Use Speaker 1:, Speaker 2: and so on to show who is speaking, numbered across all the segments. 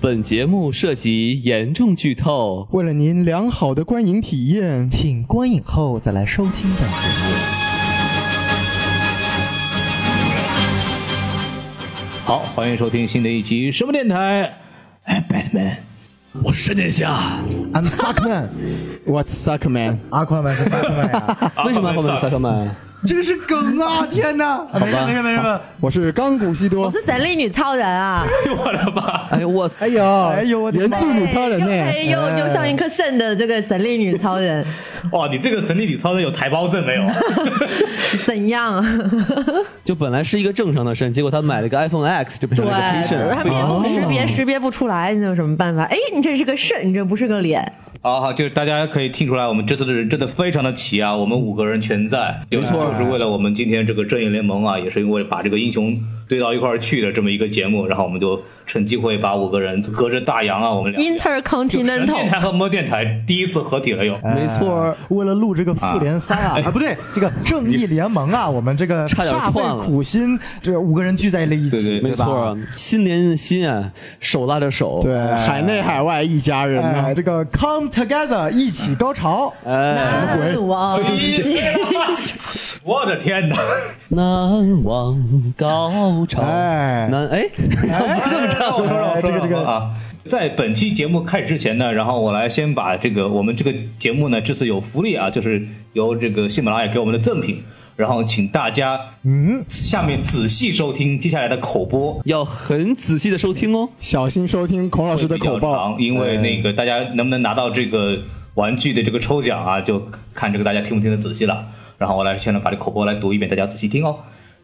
Speaker 1: 本节目涉及严重剧透，
Speaker 2: 为了您良好的观影体验，
Speaker 3: 请观影后再来收听本节目。
Speaker 4: 好，欢迎收听新的一期什么电台？哎，Batman，我是闪电
Speaker 1: 啊
Speaker 4: 侠。
Speaker 2: I'm Suckman。What Suckman？
Speaker 5: 阿宽版 是八宽版呀？
Speaker 1: 为什么后面萨克曼？
Speaker 5: 这个是 梗啊！天哪！啊没事没事没事。
Speaker 2: 我是钢骨西
Speaker 6: 我
Speaker 2: 多，
Speaker 6: 是神力女超人啊！
Speaker 3: 哎呦我，
Speaker 5: 哎呦哎呦我的
Speaker 2: 原
Speaker 5: 妈
Speaker 2: 著女超人
Speaker 6: 哎
Speaker 2: 呢？
Speaker 6: 又又又像一颗肾的这个神力女超人，
Speaker 4: 哇，你这个神力女超人有台胞证没有？
Speaker 6: 怎样？
Speaker 1: 就本来是一个正常的肾，结果他买了个 iPhone X，就变成
Speaker 6: 对，
Speaker 1: 了个 T
Speaker 6: 他
Speaker 1: 肾。
Speaker 6: 面部识别识别不出来，你有什么办法？哎，你这是个肾，你这不是个脸。
Speaker 4: 好好，就是大家可以听出来，我们这次的人真的非常的齐啊，我们五个人全在，没错，就是为了我们今天这个正义联盟啊，也是因为把这个英雄堆到一块儿去的这么一个节目，然后我们就趁机会把五个人隔着大洋啊，我们俩就神电
Speaker 6: Intercontinental
Speaker 4: 台和魔电台第一次合体了又，
Speaker 1: 没错，
Speaker 5: 为了录这个复联三啊，啊不对，这个正义联盟啊，我们这个
Speaker 1: 差点
Speaker 5: 煞
Speaker 1: 串
Speaker 5: 费
Speaker 1: 了
Speaker 5: 苦心，这五个人聚在了一
Speaker 4: 对
Speaker 5: 起，
Speaker 4: 对，
Speaker 1: 没
Speaker 5: 吧
Speaker 1: 错，心连心啊，手拉着手。
Speaker 2: 对，海内海外一家人
Speaker 5: 哎，
Speaker 2: 呢。
Speaker 5: 这个 come together 一起高潮，
Speaker 1: 哎，
Speaker 6: 难忘记，
Speaker 4: 我的天哪！
Speaker 1: 难忘高潮。
Speaker 5: 哎
Speaker 1: 难哎，
Speaker 5: 哎，这么
Speaker 4: 让我说，让我
Speaker 5: 这
Speaker 4: 说，
Speaker 5: 个这
Speaker 4: 让我说
Speaker 5: 个
Speaker 4: 啊。在本期节目开始之前呢，然后我来先把这个我们这个节目呢，这次有福利啊，就是由这个喜马拉雅给我们的赠品，然后请大家嗯，下面仔细收听接下来的口播。
Speaker 1: 要很仔细的收听哦。
Speaker 2: 小心收听孔老师的
Speaker 4: 会比较
Speaker 2: 口爆
Speaker 4: 长，因为
Speaker 5: 哎
Speaker 4: 那个大家能不能拿到这个玩具的这个抽奖啊，就看这个大家听不听得仔细了。然后我来现在把这口播来读一遍，大家仔细听哦。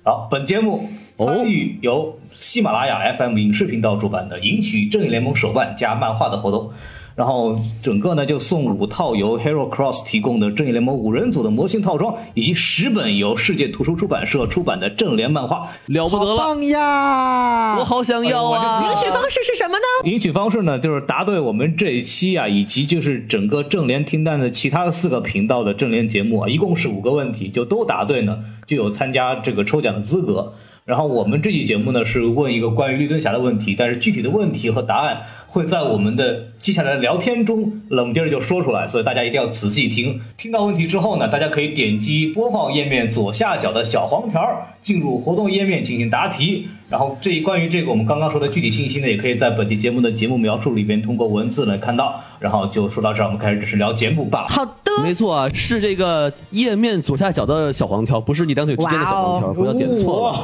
Speaker 4: 好，本节目
Speaker 2: 哦
Speaker 4: 参与由喜马拉雅 FM 影视频道主办的“赢取正义联盟手办加漫画”的活动。然后整个呢就送五套由 Hero Cross 提供的正义联盟五人组的模型套装，以及十本由世界图书出版社出版的正联漫画。
Speaker 1: 了不得
Speaker 5: 好
Speaker 1: 了，
Speaker 5: 棒呀！
Speaker 1: 我好想要啊！
Speaker 6: 领取方式是什么呢？
Speaker 4: 领取方式呢，就是答对我们这一期啊，以及就是整个正联听单的其他四个频道的正联节目啊，一共是五个问题，就都答对呢，就有参加这个抽奖的资格。然后我们这期节目呢是问一个关于绿灯侠的问题，但是具体的问题和答案会在我们的接下来的聊天中冷不丁儿就说出来，所以大家一定要仔细听。听到问题之后呢，大家可以点击播放页面左下角的小黄条儿，进入活动页面进行答题。然后这一关于这个我们刚刚说的具体信息呢，也可以在本期节目的节目描述里边通过文字来看到。然后就说到这儿，我们开始只是聊节目吧。
Speaker 6: 好的，
Speaker 1: 没错啊，是这个页面左下角的小黄条，不是你两腿之间的小黄条，
Speaker 6: 哇哦
Speaker 1: 不要点错了。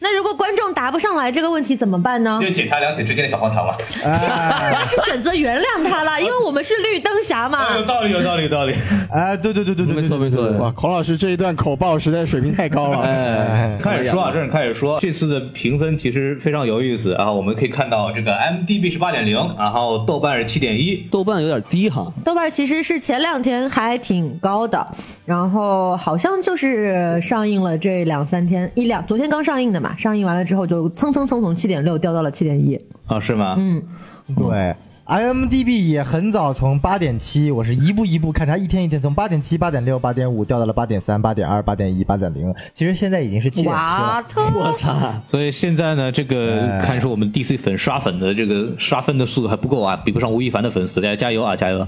Speaker 6: 那如果观众答不上来这个问题怎么办呢
Speaker 4: 因？为检查两腿之间的小黄条嘛，
Speaker 6: 当然是选择原谅他了，因为我们是绿灯侠嘛
Speaker 4: 有。道理，有道理，有道理。
Speaker 5: 哎，对对对对对，
Speaker 1: 没错没错，
Speaker 2: 哇，孔老师这一段口爆实在水平太高了。
Speaker 1: 哎，
Speaker 4: 开始说啊，正式开始说，这次的评分其实非常有意思啊。我们可以看到这个 m d b 是八点零，然后豆瓣是七点一，
Speaker 1: 豆瓣有点低哈，
Speaker 6: 豆瓣其实是前两天还挺高的，然后好像就是上映了这两三天，一两昨天刚上映的嘛，上映完了之后就蹭蹭蹭从七点六掉到了七点一。
Speaker 4: 啊，是吗？
Speaker 6: 嗯，
Speaker 5: 对。IMDB 也很早从八点七，我是一步一步看，它一天一天从八点七、八点六、八点五掉到了八点三、八点二、八点一、八点零，其实现在已经是七点七了
Speaker 6: 哇，。特
Speaker 1: 我操，
Speaker 4: 所以现在呢，这个看出我们 DC 粉刷粉的这个刷分的速度还不够啊，比不上吴亦凡的粉丝，大家加油啊，加油！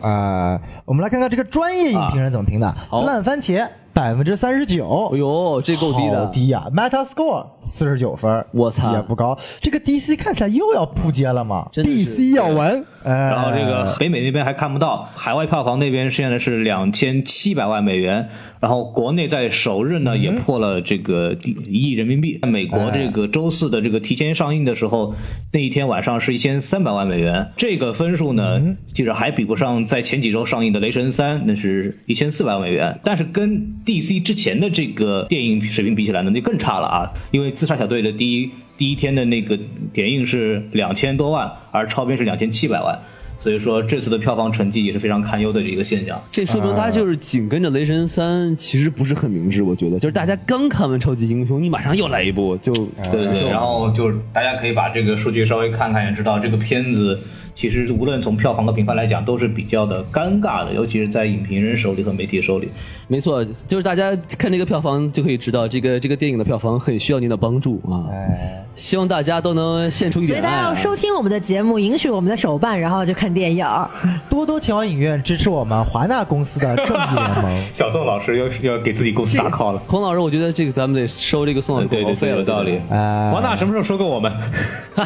Speaker 5: 啊、我们来看看这个专业影评人怎么评的。
Speaker 1: 啊好
Speaker 5: 烂番茄百分之三十
Speaker 1: 哎
Speaker 5: 九，
Speaker 1: 呦，这够低
Speaker 5: 好
Speaker 1: 的，
Speaker 5: 低呀、Metascore 四十九分，
Speaker 1: 我操
Speaker 5: 也不高。这个 DC 看起来又要扑街了嘛？
Speaker 1: 真的是
Speaker 2: DC 要完，
Speaker 5: 哎，
Speaker 4: 然后这个北美那边还看不到，海外票房那边现在是两千七百万美元，然后国内在首日呢也破了这个一亿人民币。在美国这个周四的这个提前上映的时候，那一天晚上是一千三百万美元，这个分数呢，记着还比不上在前几周上映的《雷神三》，那是一千四百万美元，但是跟 DC 之前的这个电影水平比起来呢，那就更差了啊，因为自杀小队的第一。第一天的那个点映是两千多万，而超编是两千七百万，所以说这次的票房成绩也是非常堪忧的一个现象。
Speaker 1: 这说明他就是紧跟着《雷神三》，其实不是很明智，我觉得，就是大家刚看完超级英雄，你马上又来一部，就
Speaker 4: 哎对对对，然后就是大家可以把这个数据稍微看看，也知道这个片子其实无论从票房和评分来讲，都是比较的尴尬的，尤其是在影评人手里和媒体手里。
Speaker 1: 没错，就是大家看这个票房就可以知道，这个这个电影的票房很需要您的帮助啊！
Speaker 5: 哎，
Speaker 1: 希望大家都能献出一
Speaker 6: 所以
Speaker 1: 点
Speaker 6: 大
Speaker 1: 爱啊、
Speaker 6: 家要收听我们的节目，允许我们的手办，然后就看电影。
Speaker 5: 啊多多前往影院支持我们华纳公司的正义 联盟。
Speaker 4: 小宋老师要要给自己公司 打 call 了。
Speaker 1: 孔老师，我觉得这个咱们得收这个宋老师
Speaker 4: 对
Speaker 1: 广告
Speaker 4: 对
Speaker 1: 费
Speaker 4: 对，啊
Speaker 1: 了，
Speaker 4: 有道理。
Speaker 5: 哎
Speaker 4: 华纳什么时候收购我们？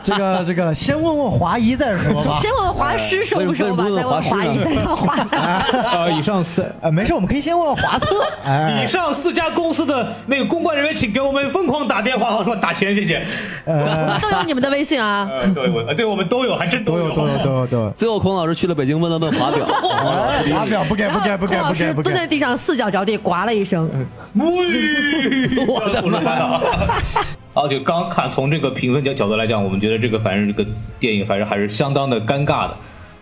Speaker 5: 这个这个，先问问华谊再 说吧。
Speaker 6: 先问华师
Speaker 5: 哎
Speaker 6: 收不收吧，
Speaker 1: 为什么
Speaker 6: 再
Speaker 1: 不问华师呢
Speaker 6: 问华谊，再问华纳。
Speaker 5: 啊
Speaker 4: 呃， 以上 四。
Speaker 5: 呃，没事，我们可以先问问华策。哎
Speaker 4: 以，上四家公司的那个公关人员，请给我们疯狂打电话，说打钱，谢谢。
Speaker 6: 都有你们的微信啊。
Speaker 4: 呃，对，我呃对我们都有，还真
Speaker 5: 都有都有都有都有。
Speaker 1: 最后，孔老师去了北京，问了问华表，
Speaker 5: 哎华表不给
Speaker 6: 然
Speaker 5: 不
Speaker 6: 后
Speaker 5: 给不
Speaker 6: 孔
Speaker 5: 给
Speaker 6: 老
Speaker 5: 不
Speaker 6: 师
Speaker 5: 给不嗯
Speaker 6: 蹲在
Speaker 5: 给。
Speaker 6: 地上四脚着地，呱了一声。
Speaker 4: 我的妈呀！而且刚看从这个评分角角度来讲，我们觉得这个反正这个电影反正还是相当的尴尬的，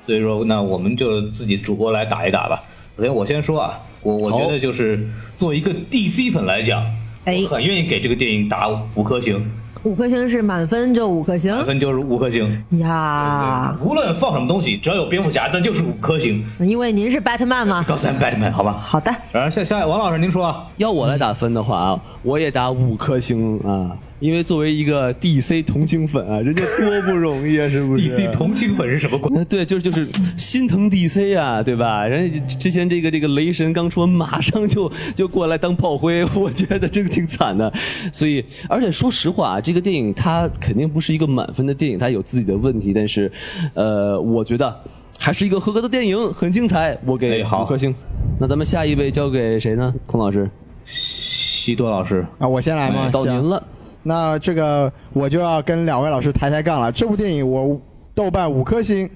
Speaker 4: 所以说那我们就自己主播来打一打吧。首先我先说啊，我我觉得就是作为一个 DC 粉来讲，
Speaker 6: 哎
Speaker 4: 我很愿意给这个电影打五颗星，
Speaker 6: 五颗星是满分就五颗星
Speaker 4: 满分就是五颗星。
Speaker 6: 呀，
Speaker 4: 对无论放什么东西，只要有蝙蝠侠，那就是五颗星。
Speaker 6: 因为您是 Batman 嘛。
Speaker 4: 告诉咱 Batman 好吧？
Speaker 6: 好的，，
Speaker 4: 然后啊下下王老师您说啊，
Speaker 1: 要我来打分的话啊，我也打五颗星啊，因为作为一个 DC 同情粉啊，人家多不容易啊，是不是
Speaker 4: DC 同情粉是什么鬼？
Speaker 1: 嗯， 对，就是就是心疼 DC 啊，对吧？人家之前这个这个雷神刚出完，马上就就过来当炮灰， 我觉得这个挺惨的。所以，而且说实话啊，这个电影它肯定不是一个满分的电影，它有自己的问题，但是，呃，我觉得还是一个合格的电影，很精彩，我给
Speaker 4: 哎好
Speaker 1: 五颗星。那咱们下一位交给谁呢？孔老师，
Speaker 4: 西多老师，
Speaker 2: 啊，我先来吗？
Speaker 1: 哎到
Speaker 2: 行
Speaker 1: 您了。
Speaker 2: 那这个我就要跟两位老师抬抬杠了。这部电影我豆瓣五颗星，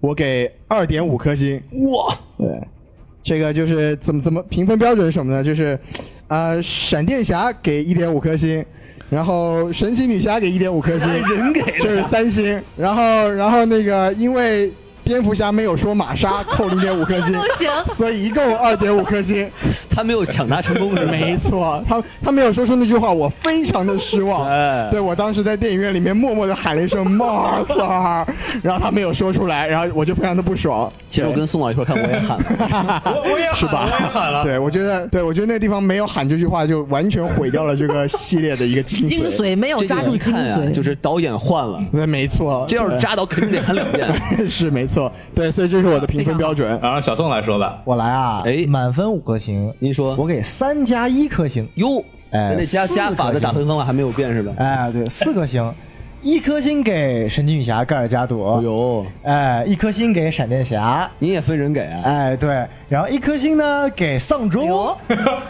Speaker 2: 我给二点五颗星。
Speaker 1: 哇，
Speaker 2: 对，这个就是怎么怎么评分标准是什么呢？就是，呃，闪电侠给一点五颗星，然后神奇女侠给一点五颗星，人给就是三星，然后然后那个因为蝙蝠侠没有说玛莎扣零点五颗星
Speaker 6: 不行，
Speaker 2: 所以一共二点五颗星。
Speaker 1: 他没有抢答成功是吧？
Speaker 2: 没错，他他没有说出那句话，我非常的失望。
Speaker 1: 哎
Speaker 2: 对我当时在电影院里面默默的喊了一声“ 马萨”，然后他没有说出来，然后我就非常的不爽。
Speaker 1: 其实我跟宋老一块儿看，我也 喊了。
Speaker 4: 我我也
Speaker 2: 是吧？
Speaker 4: 喊了。
Speaker 2: 对，我觉得，对我觉得那个地方没有喊这句话，就完全毁掉了这个系列的一个精
Speaker 6: 精
Speaker 2: 髓。
Speaker 6: 髓没有
Speaker 1: 这
Speaker 6: 抓
Speaker 1: 个
Speaker 6: 住
Speaker 1: 一
Speaker 6: 精
Speaker 1: 看啊，
Speaker 6: 髓，
Speaker 1: 就是导演换
Speaker 4: 嗯
Speaker 1: 了，
Speaker 2: 对，没错。
Speaker 1: 这要是扎导肯定得喊两 遍。
Speaker 2: 对 是没错，对，所以这是我的评分标准。
Speaker 4: 然后小宋来说吧，
Speaker 5: 我来啊，
Speaker 1: 哎
Speaker 5: 满分五颗星，
Speaker 1: 您说
Speaker 5: 我给三加一颗星。
Speaker 1: 哟，
Speaker 5: 哎
Speaker 1: 那加
Speaker 5: 四
Speaker 1: 加法的
Speaker 5: 颗星
Speaker 1: 打分方法还没有变是吧？
Speaker 5: 哎，对，四颗星，一颗星给神奇女侠盖尔加
Speaker 1: 哦
Speaker 5: 朵，
Speaker 1: 呦，
Speaker 5: 哎，一颗星给闪电侠，
Speaker 1: 你也分人给啊？
Speaker 5: 哎，对，然后一颗星呢给丧钟，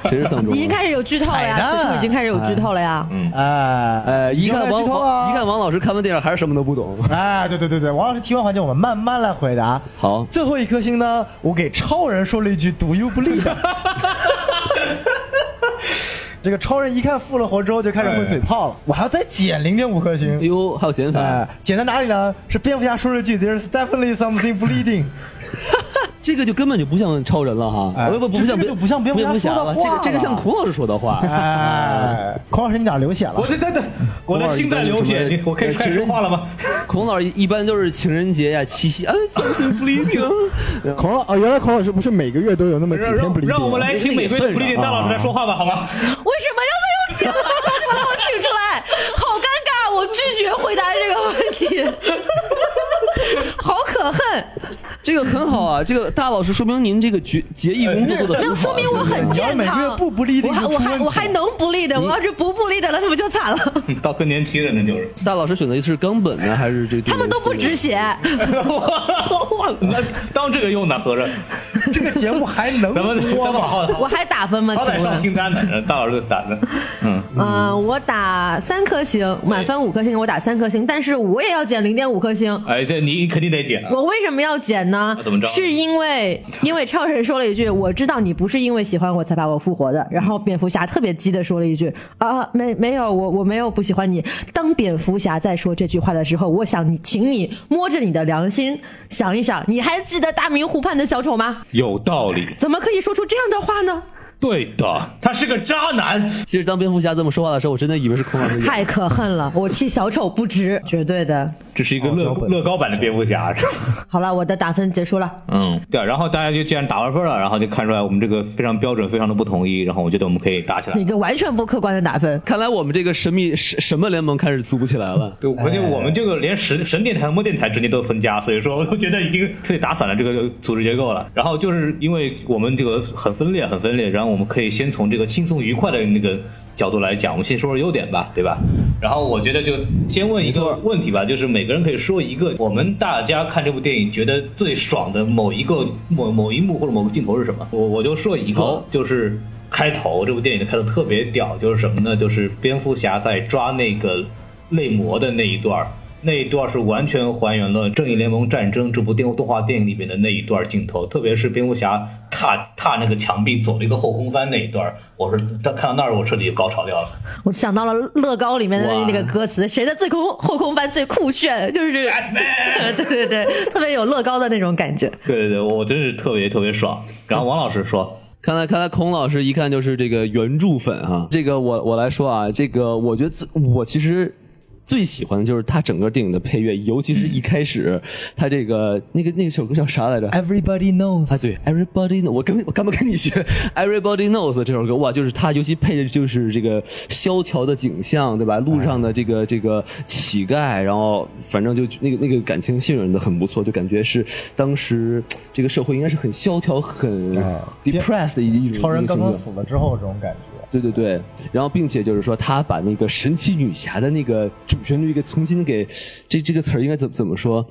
Speaker 1: 谁是丧啊钟
Speaker 6: 哎已？经开始有剧透了
Speaker 5: 彩
Speaker 6: 呀，
Speaker 5: 蛋
Speaker 6: 此处已经开始有剧透了呀。
Speaker 5: 哎，
Speaker 1: 呃，一看王
Speaker 5: 剧透啊
Speaker 1: 王，一看王老师看完电影还是什么都不懂。
Speaker 5: 哎，对对对对，王老师提问环节我们慢慢来回答。
Speaker 1: 好
Speaker 5: 最后一颗星呢，我给超人说了一句 “Do you believe？” 这个超人一看复了活之后就开始会嘴炮了，我还要再减零点五颗
Speaker 1: 哎
Speaker 5: 星。
Speaker 1: 呦，还有减
Speaker 5: 哎
Speaker 1: 法，，
Speaker 5: 减在哪里呢？是蝙蝠侠说了一句 “There's definitely something bleeding”。
Speaker 1: 这个就根本就不像超人了哈，
Speaker 5: 哎
Speaker 1: 不不不
Speaker 5: 这
Speaker 1: 像
Speaker 5: 这个就不像蝙蝠侠
Speaker 1: 蝠侠
Speaker 5: 说的
Speaker 1: 了，这个
Speaker 5: 话
Speaker 1: 这个像
Speaker 5: 了
Speaker 1: 孔老师说的话。
Speaker 5: 哎，孔老师你哪儿流血了
Speaker 4: 我？这在等，我的心在流血，你我可以开始说话了吗？？
Speaker 1: 孔老师一般都是情人节呀、七夕，哎，something bleeding。
Speaker 2: 孔老哦，原来孔老师不是每个月都有那么几
Speaker 4: 让
Speaker 2: 天不离地
Speaker 4: 让让我们来请玫瑰的不利点大老师来说话吧，好吗？
Speaker 6: 为什么要再用这个话把我请出来？好尴尬，我拒绝回答这个问题，好可恨。
Speaker 1: 这个很好啊，这个大老师说明您这个决结
Speaker 5: 哎
Speaker 1: 义工作做的
Speaker 6: 没有说明我很健
Speaker 5: 你要每个
Speaker 6: 康
Speaker 5: 月，不不立定
Speaker 6: 我还
Speaker 5: 就出
Speaker 6: 我还
Speaker 5: 问题
Speaker 6: 我还能不立的，我要是不不立的了，那不就惨了？
Speaker 4: 到更年期了，那就是。
Speaker 1: 大老师选的是冈本呢，还是这？
Speaker 6: 他们都不止血，
Speaker 4: 哇，那当这个用呢，合着
Speaker 5: 这个节目还 能
Speaker 4: 咱们咱
Speaker 5: 播
Speaker 4: 们
Speaker 5: 吗？
Speaker 4: 好好
Speaker 6: 我还打分吗？
Speaker 4: 好歹
Speaker 6: 请
Speaker 4: 上
Speaker 6: 问？
Speaker 4: 清单呢，大老师打的，嗯，
Speaker 6: 嗯，我打三颗星，满分五颗星，我打三颗星，但是我也要减零点五颗星。
Speaker 4: 哎，这你肯定得减啊。
Speaker 6: 我为什么要减呢
Speaker 4: 啊怎么着？
Speaker 6: 是因 为因为超人说了一句：“我知道你不是因为喜欢我才把我复活
Speaker 4: 嗯
Speaker 6: 的。”然后蝙蝠侠特别激的说了一句：“啊，没没有，我我没有不喜欢你。”当蝙蝠侠在说这句话的时候，我想你，请你摸着你的良心想一想，你还记得大明湖畔的小丑吗？
Speaker 4: 有道理，
Speaker 6: 怎么可以说出这样的话呢？
Speaker 4: 对的，他是个渣男。
Speaker 1: 其实
Speaker 4: 嗯
Speaker 1: 当蝙蝠侠这么说话的时候，我真的以为是孔老师演的。
Speaker 6: 太可恨了！我替小丑不值，绝对的。
Speaker 4: 这是一个乐乐高版的蝙蝠侠，是吧？
Speaker 6: 好了，我的打分结束了。
Speaker 4: 嗯，对啊。然后大家就既然打完分了，然后就看出来我们这个非常标准，非常的不统一。然后我觉得我们可以打起来
Speaker 6: 一。个完全不客观的打分，
Speaker 1: 看来我们这个神秘什什么联盟开始组起来了。
Speaker 4: 对，而且我们这个连神神电台、和魔电台之间都有分家，所以说我都觉得已经彻底打散了这个组织结构了。然后就是因为我们这个很分裂，很分裂，然后我们可以先从这个轻松愉快的那个角度来讲，我们先说说优点吧，对吧？然后我觉得就先问一个问题吧，就是每个人可以说一个，我们大家看这部电影觉得最爽的某一个某某一幕或者某个镜头是什么？我我就说一个，就是。开头这部电影的开头特别屌，就是什么呢？就是蝙蝠侠在抓那个泪魔的那一段儿，那一段儿是完全还原了《正义联盟战争》这部电动画电影里面的那一段镜头，特别是蝙蝠侠踏踏那个墙壁走了一个后空翻那一段儿，我是他看到那儿我彻底就高潮掉了。
Speaker 6: 我想到了乐高里面的
Speaker 4: 哇
Speaker 6: 那个歌词，谁的最空后空翻最酷炫，就是这个， 对对对，特别有乐高的那种感觉。
Speaker 4: 对对对，我真是特别特别爽。然后王老师说，
Speaker 1: 看来，看来孔老师一看就是这个原著粉哈、这个我我来说啊，这个我觉得最我其实最喜欢的就是他整个电影的配乐，尤其是一开始他这个那个那首歌叫啥来着？
Speaker 5: Everybody knows
Speaker 1: 啊，对，Everybody Knows，我跟我干嘛跟你学？Everybody Knows 这首歌，哇，就是它，尤其配的就是这个萧条的景象，对吧？路上的这个这个乞丐，然后反正就那个那个感情渲染的很不错，就感觉是当时这个社会应该是很萧条、很 depressed 的一一种
Speaker 5: 啊超人
Speaker 1: 一种
Speaker 5: 刚
Speaker 1: 情景
Speaker 5: 刚死了之后这种感觉，
Speaker 1: 对对对，然后并且就是说，他把那个神奇女侠的那个主旋律给重新给这这个词儿应该怎么怎么说，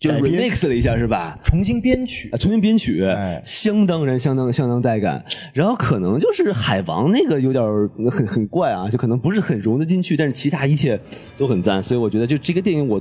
Speaker 1: 就
Speaker 5: 改编
Speaker 1: remix 了一下是吧？
Speaker 5: 重新编曲
Speaker 1: 啊，，重新编曲，
Speaker 5: 哎
Speaker 1: 相当人，相当相当带感。然后可能就是海王那个有点儿很很怪啊，就可能不是很融得进去，但是其他一切都很赞。所以我觉得就这个电影我。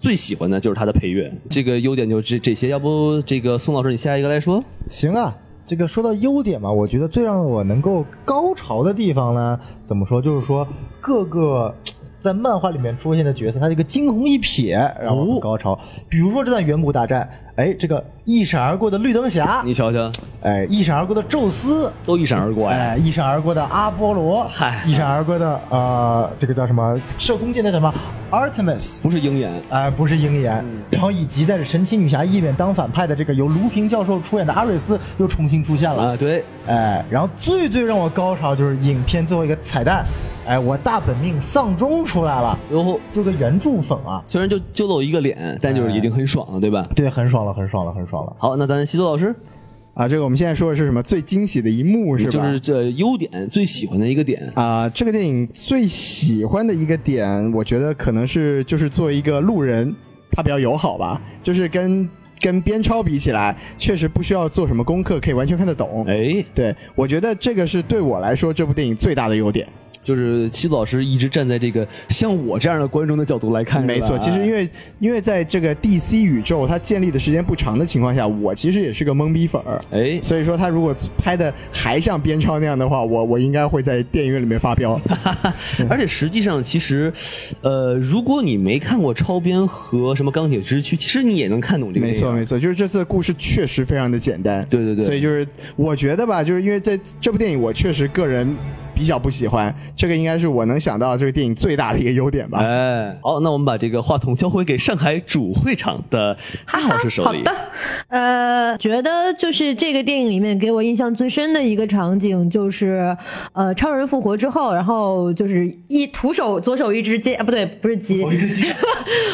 Speaker 1: 最喜欢的就是它的配乐，这个优点就这这些。要不这个宋老师，你下一个来说。
Speaker 5: 行啊，这个说到优点嘛，我觉得最让我能够高潮的地方呢，怎么说？就是说各个在漫画里面出现的角色，他这个惊鸿一瞥让我很高
Speaker 1: 哦
Speaker 5: 潮。比如说这段远古大战，哎，这个一闪而过的绿灯侠
Speaker 1: 你，瞧瞧，
Speaker 5: 哎，一闪而过的宙斯，
Speaker 1: 都一闪而过呀、
Speaker 5: 哎，一闪而过的阿波罗，
Speaker 1: 嗨
Speaker 5: 一闪而过的呃，这个叫什么射弓箭的叫什么 Artemis，
Speaker 1: 不是鹰眼，
Speaker 5: 哎，不是鹰眼，
Speaker 1: 嗯
Speaker 5: 然后以及在《神奇女侠一》里面当反派的这个由卢平教授出演的阿瑞斯又重新出现了，
Speaker 1: 啊，对，
Speaker 5: 哎，然后最最让我高潮就是影片最后一个彩蛋，哎，我大本命丧钟出来了，
Speaker 1: 然后
Speaker 5: 做个原著粉啊，
Speaker 1: 虽然就就露一个脸，但就是已经很爽了，对吧？
Speaker 5: 对，很爽了，很爽了，很爽了。
Speaker 1: 好，那咱西多老师，
Speaker 2: 啊，这个我们现在说的是什么？最惊喜的一幕是吧？
Speaker 1: 就是这优点最喜欢的一个点，
Speaker 2: 啊、这个电影最喜欢的一个点，我觉得可能是就是作为一个路人，他比较友好吧，就是跟跟边超比起来，确实不需要做什么功课，可以完全看得懂。
Speaker 1: 哎，
Speaker 2: 对，我觉得这个是对我来说这部电影最大的优点。
Speaker 1: 就是西子老师一直站在这个像我这样的观众的角度来看，
Speaker 2: 没错，其实因
Speaker 1: 为
Speaker 2: 为因为在这个 DC 宇宙它建立的时间不长的情况下，我其实也是个懵逼粉儿。
Speaker 1: 哎，
Speaker 2: 所以说，他如果拍的还像边超那样的话，我我应该会在电影院里面发飙。
Speaker 1: 哎而且实际上其实，呃，如果你没看过超编和什么钢铁之躯，其实你也能看懂这个
Speaker 2: 没
Speaker 1: 电影
Speaker 2: 错，没错，就是这次的故事确实非常的简单。
Speaker 1: 对对对
Speaker 2: 所以就是我觉得吧，就是因为这这部电影，我确实个人比较不喜欢，这个应该是我能想到这个电影最大的一个优点吧。
Speaker 1: 哎，好，那我们把这个话筒交回给上海主会场的哈老师手
Speaker 6: 好
Speaker 1: 里。
Speaker 6: 的，呃，觉得就是这个电影里面给我印象最深的一个场景，就是呃，超人复活之后，然后就是一徒手左手一只鸡，啊，不对，不是
Speaker 4: 哦
Speaker 6: 鸡，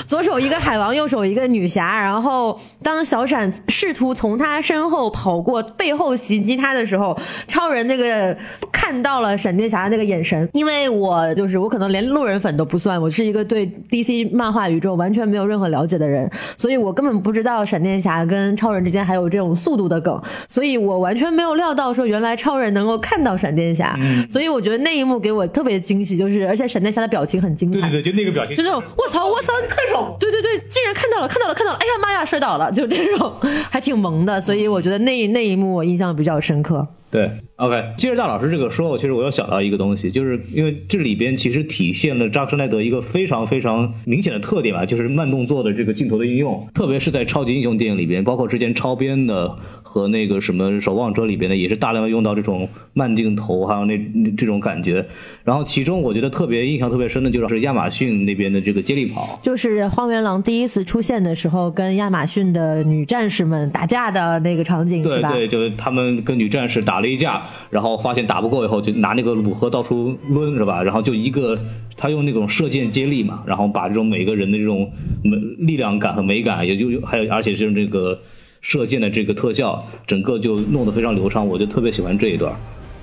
Speaker 6: 左手一个海王，右手一个女侠。然后当小闪试图从他身后跑过，背后袭击他的时候，超人那个看到了闪电侠的那个眼神。因为我就是我可能连路人粉都不算，我是一个对 DC 漫画宇宙完全没有任何了解的人，所以我根本不知道闪电侠跟超人之间还有这种速度的梗，所以我完全没有料到说原来超人能够看到闪电侠。
Speaker 4: 嗯
Speaker 6: 所以我觉得那一幕给我特别惊喜，就是而且闪电侠的表情很精彩。
Speaker 4: 对对对，就那个表情，
Speaker 6: 就那种我操我操，你看手，对对对，竟然看到了看到了看到了，哎呀妈呀，摔倒了，就这种，还挺萌的，所以我觉得那那一幕我印象比较深刻。
Speaker 4: 对，OK，接着大老师这个说，其实我又想到一个东西，就是因为这里边其实体现了扎克施奈德一个非常非常明显的特点吧，就是慢动作的这个镜头的运用，特别是在超级英雄电影里边，包括之前超编的和那个什么守望者里边的，也是大量的用到这种慢镜头，还有那那这种感觉。然后其中我觉得特别印象特别深的就是亚马逊那边的这个接力跑，
Speaker 6: 就是荒原狼第一次出现的时候，跟亚马逊的女战士们打架的那个场景，
Speaker 4: 对
Speaker 6: 是吧？
Speaker 4: 对，就是他们跟女战士打了一架，然后发现打不够以后，就拿那个弩核到处抡，是吧？然后就一个他用那种射箭接力嘛，然后把这种每个人的这种美力量感和美感，也就还有而且是这个射箭的这个特效，整个就弄得非常流畅，我就特别喜欢这一段，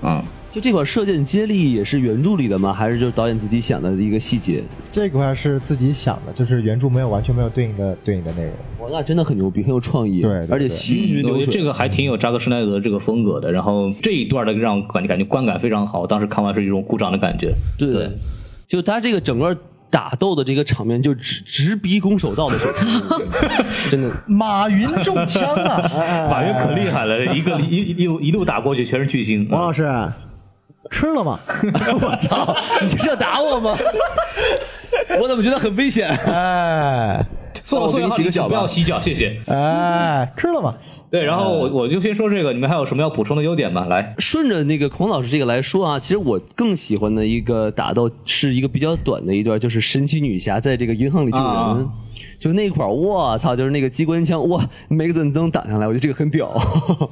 Speaker 4: 啊、
Speaker 1: 就这块射箭接力也是原著里的吗？还是就是导演自己想的一个细节？
Speaker 5: 这块是自己想的，就是原著没有完全没有对应的对应的内容。
Speaker 1: 哇，那真的很牛逼，很有创意，
Speaker 5: 对对对
Speaker 1: 而且行云
Speaker 4: 我
Speaker 1: 流
Speaker 4: 觉得
Speaker 1: 水。
Speaker 4: 这个还挺有扎克施奈德这个风格的。然后这一段的让感觉感觉观感非常好，当时看完是一种鼓掌的感觉。
Speaker 1: 对
Speaker 4: 对
Speaker 1: 就他这个整个打斗的这个场面，就直直逼攻守道的水平， 真的。
Speaker 5: 马云中枪啊！
Speaker 4: 马云可厉害了，一个 一一路一路打过去全是巨星。
Speaker 5: 王老师吃了吗？
Speaker 1: 我操，你这是要打我吗？我怎么觉得很危险？
Speaker 5: 哎
Speaker 4: 算了
Speaker 1: 我给
Speaker 4: 算
Speaker 1: 你
Speaker 4: 了，
Speaker 1: 洗个脚吧
Speaker 4: 不要洗脚，谢谢。
Speaker 5: 哎，吃了吗？
Speaker 4: 对，然后
Speaker 1: 嗯
Speaker 4: 我我就先说这个，你们还有什么要补充的优点吗？来，
Speaker 1: 顺着那个孔老师这个来说啊，其实我更喜欢的一个打斗是一个比较短的一段，就是神奇女侠在这个银行里救人，
Speaker 4: 啊
Speaker 1: 就那块儿，我操，就是那个机关枪，哇，每个子都能挡下来，我觉得这个很屌。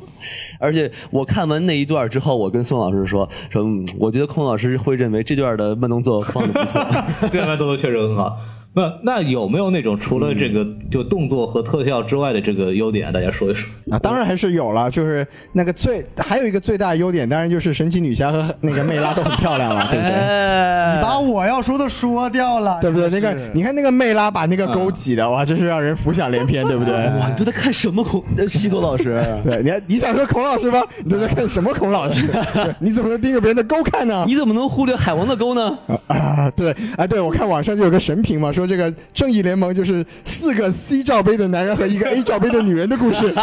Speaker 1: 而且我看完那一段之后，我跟宋老师说说，嗯我觉得孔老师会认为这段的慢动作放的不错。
Speaker 4: 对，慢动作确实很好。那那有没有那种除了这个
Speaker 1: 嗯
Speaker 4: 就动作和特效之外的这个优点，大家说一说？
Speaker 1: 哎
Speaker 2: 啊，当然还是有了，就是那个最还有一个最大的优点，当然就是神奇女侠和那个魅拉都很漂亮了，对不对？
Speaker 1: 哎，
Speaker 5: 把我要说的说掉了，
Speaker 2: 对不对？那个你看那个魅拉把
Speaker 1: 嗯
Speaker 2: 那个沟挤的，哇，真是让人浮想联翩，对不对？
Speaker 1: 哇，你都在看什么孔呃西多老师？
Speaker 2: 对，你看你想说孔老师吗？你都在看什么孔 老师？对你怎么能盯着别人的沟看呢？
Speaker 1: 你怎么能忽略海王的沟呢？
Speaker 2: 啊，对，啊，对，我看网上就有个神评嘛，说这个正义联盟就是四个 C 罩杯的男人和一个 A 罩杯的女人的故事，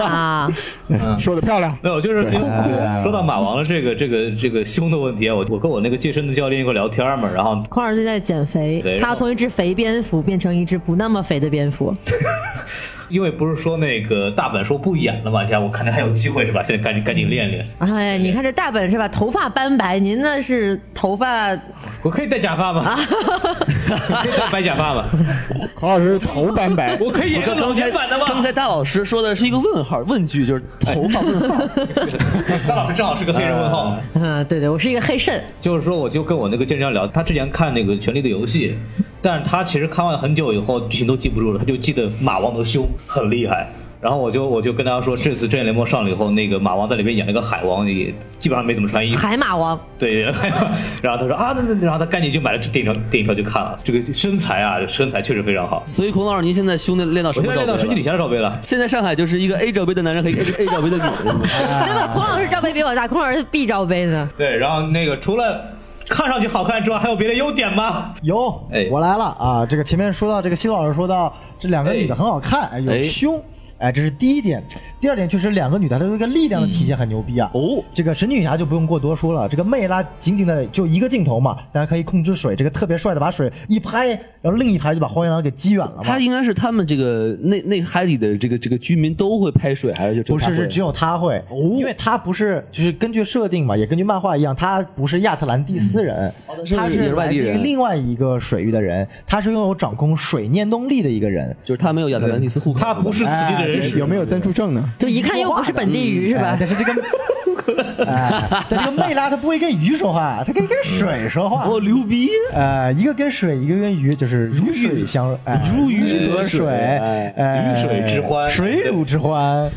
Speaker 6: 啊，
Speaker 2: 说的漂亮。
Speaker 4: 没有，就是因为说到马王的这个这个这个胸的问题啊，我我跟我那个健身的教练一块聊天嘛，然后
Speaker 6: 孔老师最近在减肥
Speaker 4: 对，然
Speaker 6: 他
Speaker 4: 后
Speaker 6: 要从一只肥蝙蝠变成一只不那么肥的蝙蝠。
Speaker 4: 因为不是说那个大本说不演了嘛，现在我看来还有机会是吧？现在赶紧赶紧练练，
Speaker 6: 哎，你看这大本是吧？头发斑白，您那是头发
Speaker 4: 我可以戴假 发吗？我可以戴白假发吗？
Speaker 2: 孔老师头斑白，
Speaker 4: 我可以演个老
Speaker 1: 刚才
Speaker 4: 年版的吗？
Speaker 1: 刚才大老师说的是一个问号问句，就是头发问 号。
Speaker 4: 大老师正好是个黑人问号。
Speaker 6: 嗯，对对，我是一个黑肾，
Speaker 4: 就是说，我就跟我那个健身教练聊，他之前看那个《权力的游戏》，但是他其实看完很久以后，剧情都记不住了，他就记得马王的胸很厉害。然后我就我就跟他说，这次《正义联盟》上了以后，那个马王在里面演了个海王，也基本上没怎么穿衣服。
Speaker 6: 海马王。
Speaker 4: 对， 然后然后他说啊，那那那然后他赶紧就买了电影票，电影票就看了。这个身材啊，身材确实非常好。
Speaker 1: 所以孔老师，您现在胸的练到
Speaker 4: 我
Speaker 1: 什
Speaker 4: 现
Speaker 1: 么
Speaker 4: 在
Speaker 1: 罩
Speaker 4: 练到神奇
Speaker 1: 杯了？
Speaker 4: 女侠的罩杯了。
Speaker 1: 现在上海就是一个 A 罩杯的男人和 一个 A 罩杯的女人。
Speaker 6: 对吧？孔老师罩杯比我大，孔老师 B 罩杯呢。
Speaker 4: 对，然后那个除了看上去好看之外，还有别的优点吗？
Speaker 5: 有，
Speaker 4: 哎
Speaker 5: 我来了啊！这个前面说到这个西老师说到这两个女的很好看，哎，有
Speaker 1: 哎
Speaker 5: 胸，哎，这是第一点。第二点确实两个女的她这个力量的体现很牛逼啊。
Speaker 1: 哦，
Speaker 5: 这个神女侠就不用过多说了，这个魅拉仅仅的就一个镜头嘛，大家可以控制水，这个特别帅的把水一拍，然后另一拍就把荒原狼给击远了嘛
Speaker 1: 他。应该是他们这个内内海里的这个这个居民都会拍水，还是就只有
Speaker 5: 不
Speaker 1: 他
Speaker 5: 是，
Speaker 1: 会
Speaker 5: 是只有他会，因为他不是就是根据设定嘛，也根据漫画一样，他不是亚特兰蒂斯人，
Speaker 1: 是
Speaker 5: 他
Speaker 1: 也
Speaker 5: 是
Speaker 1: 是外
Speaker 5: 来
Speaker 1: 地
Speaker 5: 自于
Speaker 1: 人
Speaker 5: 另外一个水域的人，他是拥有掌控水念动力的一个人。
Speaker 1: 就是他没有亚特兰蒂斯户口，
Speaker 4: 他不是此地的人
Speaker 5: 哎
Speaker 4: 士。
Speaker 2: 有没有暂住证呢？
Speaker 6: 就一看又不是本地鱼是
Speaker 5: 哎
Speaker 1: 嗯
Speaker 6: 吧？
Speaker 5: 但是这个，哎，但这个魅拉它不会跟鱼说话，它可以跟水说话。
Speaker 1: 我牛逼，
Speaker 5: 呃，一个跟水，一个跟鱼，就是如水相，哎
Speaker 1: 如鱼得
Speaker 5: 得
Speaker 1: 水哎
Speaker 5: 哎
Speaker 4: 鱼水之欢
Speaker 5: 水乳之欢，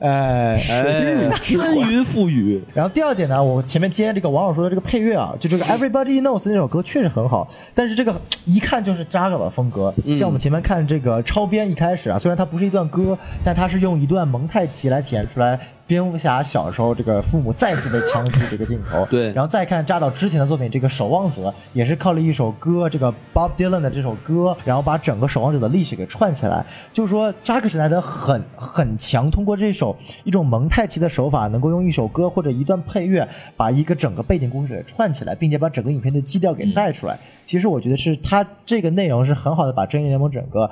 Speaker 5: 哎，
Speaker 1: 哎，翻云覆 雨，
Speaker 5: 然后第二点呢，我前面接这个王老师说的这个配乐啊，就这个 Everybody Knows 那首歌确实很好，但是这个一看就是扎克的风格。像我们前面看这个超编一开始啊，虽然它不是一段歌，但它是用一段蒙太奇来体现出来。蝙蝠侠小时候这个父母再次被枪击这个镜头，
Speaker 1: 对
Speaker 5: 然后再看扎导之前的作品《这个守望者》，也是靠了一首歌，这个 Bob Dylan 的这首歌，然后把整个守望者的历史给串起来。就是说，扎克施奈德很很强，通过这首一种蒙太奇的手法，能够用一首歌或者一段配乐，把一个整个背景故事给串起来，并且把整个影片的基调
Speaker 1: 嗯
Speaker 5: 给带出来。其实我觉得是他这个内容是很好的把正义联盟整个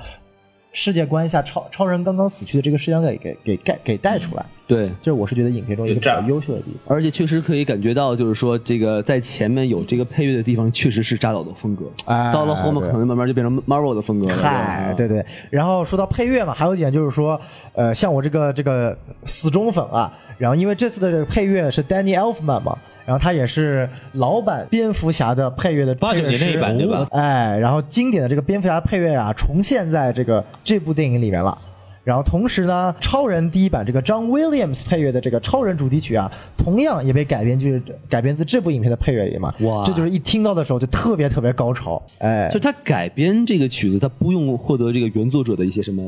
Speaker 5: 世界观下超超人刚刚死去的这个视角给给给给给带出来。
Speaker 1: 对，
Speaker 5: 这我是觉得影片中一个比较
Speaker 4: 有这样
Speaker 5: 优秀的地方。
Speaker 1: 而且确实可以感觉到，就是说这个在前面有这个配乐的地方，确实是扎导的风格。
Speaker 5: 哎
Speaker 1: 到了后面
Speaker 5: 对
Speaker 1: 可能慢慢就变成 Marvel 的风格了。
Speaker 5: 嗨，
Speaker 1: 对吧
Speaker 5: 对对。然后说到配乐嘛，还有一点就是说，呃，像我这个这个死忠粉啊，然后因为这次的这个配乐是 Danny Elfman 嘛。然后他也是老版蝙蝠侠的配乐的
Speaker 4: 89年那一版对吧？
Speaker 5: 哎，然后经典的这个蝙蝠侠配乐啊，重现在这个这部电影里面了。然后同时呢，超人第一版这个张 Williams 配乐的这个超人主题曲啊，同样也被改编就是改编自这部影片的配乐里嘛。
Speaker 1: 哇
Speaker 5: 这就是一听到的时候就特别特别高潮，哎，
Speaker 1: 就他改编这个曲子，他不用获得这个原作者的一些什么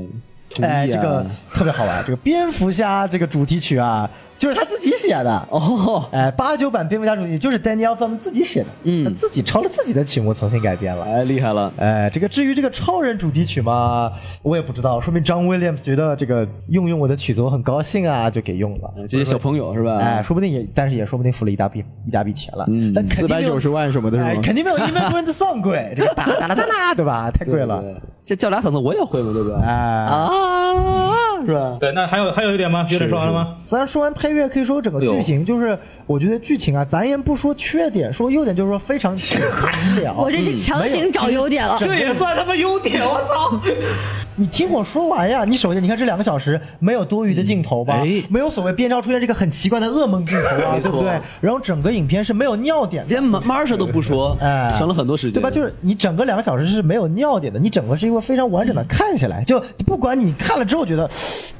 Speaker 1: 同意啊。
Speaker 5: 哎，这个特别好玩。这个蝙蝠侠这个主题曲啊，就是他自己写的。
Speaker 1: 哦，
Speaker 5: 哎，八九版蝙蝠侠主题曲就是 Daniel Elfman 自己写的，
Speaker 1: 嗯
Speaker 5: 他自己抄了自己的曲目重新改编了。
Speaker 1: 哎，厉害了。
Speaker 5: 哎，这个至于这个超人主题曲嘛，我也不知道，说明张 Williams 觉得这个用用我的曲子我很高兴啊，就给用了。
Speaker 1: 这些小朋友是吧？
Speaker 5: 哎，说不定也，但是也说不定付了一大笔一大笔钱了，
Speaker 1: 嗯
Speaker 5: 但肯定没有
Speaker 2: 490万什么的是吗
Speaker 5: 哎，肯定没有《Even When the Sun》贵，这个哒哒啦哒啦，对吧？太
Speaker 1: 对
Speaker 5: 贵了，，
Speaker 1: 对这叫俩嗓子我也会嘛，对不对？
Speaker 5: 哎啊，是吧？
Speaker 4: 对，那还有还有一点吗？有点说完了吗？
Speaker 5: 咱说完配乐，可以说整个剧情，就是我觉得剧情啊，咱也不说缺点，说优点，就是说非常缺点
Speaker 6: 我这
Speaker 1: 嗯
Speaker 6: 是强行找优点了。
Speaker 4: 这也算他妈优点，我操！
Speaker 5: 你听我说完呀，你首先你看这两个小时没有多余的镜头吧，
Speaker 1: 哎
Speaker 5: 没有所谓边超出现这个很奇怪的噩梦镜头啊，对不对？然后整个影片是没有尿点的。
Speaker 1: 连 Mar- Marsha 都不说，
Speaker 5: 哎，
Speaker 1: 省了很多时间，
Speaker 5: 对吧？就是你整个两个小时是没有尿点的，你整个是一个非常完整
Speaker 1: 嗯
Speaker 5: 的看下来，就不管你看了之后觉得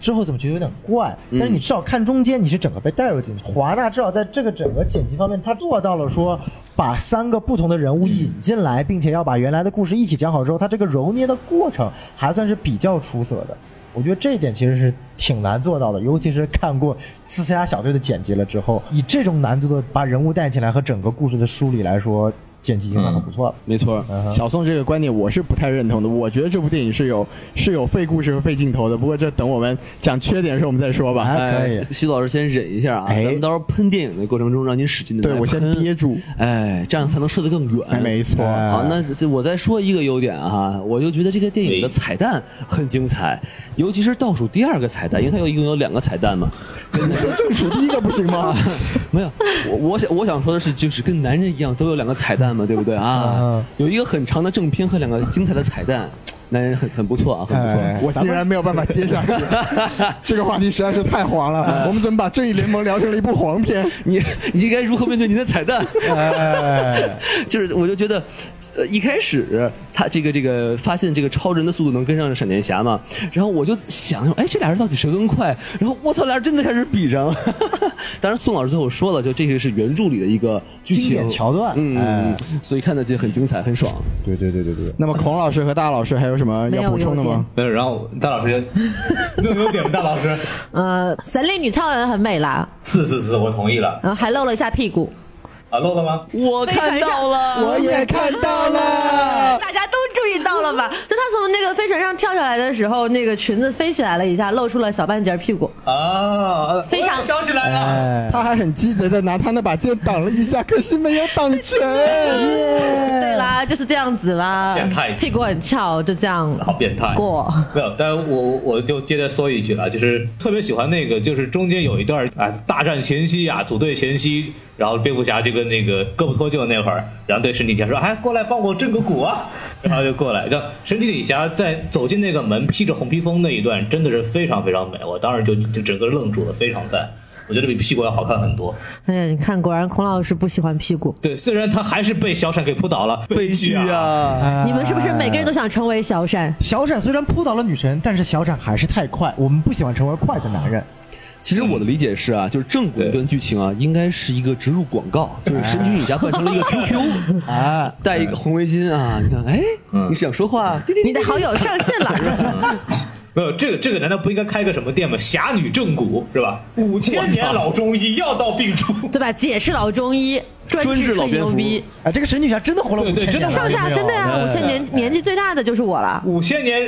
Speaker 5: 之后怎么觉得有点怪，
Speaker 1: 嗯
Speaker 5: 但是你至少看中间你是整个被带入进去。华纳至少在这个整个剪辑方面，他做到了说把三个不同的人物引
Speaker 1: 嗯
Speaker 5: 进来，并且要把原来的故事一起讲好之后，他这个揉捏的过程还算是比较出色的。我觉得这一点其实是挺难做到的，尤其是看过《刺杀小队》的剪辑了之后，以这种难度的把人物带进来和整个故事的梳理来说，剪辑已经算很不错了。
Speaker 1: 没错。
Speaker 5: 嗯
Speaker 2: 小宋这个观点我是不太认同的，我觉得这部电影是有是有废故事和废镜头的。不过这等我们讲缺点的时候我们再说吧。
Speaker 5: 哎可以
Speaker 1: 哎，西子老师先忍一下啊，
Speaker 2: 哎
Speaker 1: 咱们到时候喷电影的过程中，让您使劲的
Speaker 2: 对我先憋 住，
Speaker 1: 哎，这样才能射得更远。
Speaker 2: 哎没错，
Speaker 1: 好，那这我再说一个优点啊，我就觉得这个电影
Speaker 2: 哎
Speaker 1: 的彩蛋很精彩，尤其是倒数第二个彩
Speaker 2: 嗯
Speaker 1: 蛋，因为它有一共有两个彩蛋嘛。
Speaker 2: 你说正数第一个不行吗？
Speaker 1: 没有，我我想我想说的是，就是跟男人一样，都有两个彩蛋嘛，对不对啊
Speaker 2: 嗯
Speaker 5: 啊？
Speaker 1: 有一个很长的正片和两个精彩的彩蛋，男人很很不错啊，很不错。
Speaker 5: 哎
Speaker 2: 我竟然没有办法接下 去，这个话题实在是太黄
Speaker 5: 哎
Speaker 2: 了。我们怎么把正义联盟聊成了一部黄片？
Speaker 1: 你你应该如何面对您的彩蛋？
Speaker 5: 哎，
Speaker 1: 就是我就觉得。呃，一开始他这个这个发现这个超人的速度能跟上闪电侠嘛，然后我就想，哎，这俩人到底谁更快？然后我操，俩人真的开始比上了。 当然，宋老师最后说了，就这个是原著里的一个剧情
Speaker 5: 经典桥段
Speaker 1: 嗯，
Speaker 5: 哎
Speaker 1: 所以看的就很精彩，很爽。
Speaker 5: 对对对对对，
Speaker 2: 那么孔老师和大老师还有什么要补充的
Speaker 6: 没有优点
Speaker 2: 吗？
Speaker 4: 没有，然后大老师，没有优点吗？大老 师，
Speaker 6: 呃，神力女超人很美啦，
Speaker 4: 是是是，我同意了。
Speaker 6: 然后还露了一下屁股。
Speaker 4: 啊，漏了吗？
Speaker 1: 我
Speaker 6: 非常
Speaker 1: 看到了，
Speaker 2: 我也看到了。
Speaker 6: 大家都注意到了吧？就她从那个飞船上跳下来的时候，那个裙子飞起来了一下，露出了小半截屁股。
Speaker 4: 啊，
Speaker 6: 非常
Speaker 4: 我想起来了。
Speaker 5: 哎，
Speaker 2: 他还很鸡贼的拿他那把剑挡了一下，可惜没有挡成。
Speaker 6: 对啦，就是这样子啦
Speaker 4: 变态，
Speaker 6: 屁股很翘，就这样
Speaker 4: 好变态！
Speaker 6: 过。
Speaker 4: 没有，但我我我就接着说一句啊，就是特别喜欢那个，就是中间有一段啊，大战前夕啊，组队前夕，然后蝙蝠侠就跟那个胳膊脱臼那会儿，然后对神奇女侠说：“哎，过来帮我震个鼓啊！”然后就过来。让神奇女侠在走进那个门，披着红披风那一段，真的是非常非常美，我当时就就整个愣住了，非常赞。我觉得比屁股要好看很多。
Speaker 6: 哎呀，你看，果然孔老师不喜欢屁股。
Speaker 4: 对，虽然他还是被小闪给扑倒了，
Speaker 1: 悲剧
Speaker 4: 啊！
Speaker 1: 啊！
Speaker 6: 你们是不是每个人都想成为小闪？
Speaker 5: 呃小闪虽然扑倒了女神，但是小闪还是太快，我们不喜欢成为快的男人。
Speaker 1: 其实我的理解是啊，就是正轨一段剧情啊，应该是一个植入广告，就是神奇女侠换成 了一个 QQ 啊，嗯戴一个红围巾啊，你看，哎，你是想说话？
Speaker 6: 你的好友上线了，
Speaker 4: 没呃有这个这个难道不应该开个什么店吗？侠女正骨是吧？五千年老中医，药到病 除。
Speaker 6: 对吧？姐是老中医，专
Speaker 1: 专治老
Speaker 6: 吹牛
Speaker 1: 蝙蝠
Speaker 6: 逼。
Speaker 5: 哎，这个神女侠真的活了
Speaker 4: 对
Speaker 5: 五
Speaker 4: 对
Speaker 5: 千年了，
Speaker 4: 真的
Speaker 6: 上下真的呀，
Speaker 1: 哎
Speaker 6: 我现在年年纪最大的就是我了。
Speaker 4: 五千年，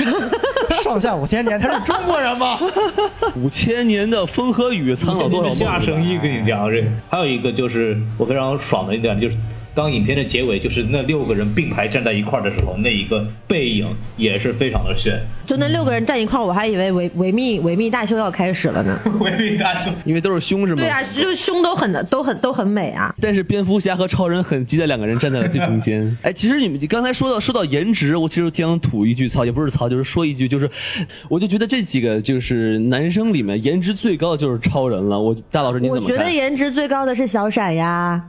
Speaker 5: 上下五千年，他是中国人 吗？
Speaker 1: 五千年的风和雨苍老多
Speaker 4: 的
Speaker 1: 少
Speaker 4: 下
Speaker 1: 梦？
Speaker 4: 生意跟你讲这个。还有一个就是我非常爽的一点，就是当影片的结尾，就是那六个人并排站在一块儿的时候，那一个背影也是非常的 炫。
Speaker 6: 就那六个人站一块儿，我还以为维维密维密大秀要开始 了呢。
Speaker 4: 维密大叔，
Speaker 1: 因为都是凶是吗？
Speaker 6: 对啊，就胸都很都很都很美啊。
Speaker 1: 但是蝙蝠侠和超人很急的两个人站在了最中间。 哎，其实你们刚才说到说到颜值，我其实挺想吐一句槽，也不是槽，就是说一句，就是我就觉得这几个就是男生里面颜值最高的就是超人了。我大老师你怎
Speaker 6: 我
Speaker 1: 么看？
Speaker 6: 觉得颜值最高的是小闪呀，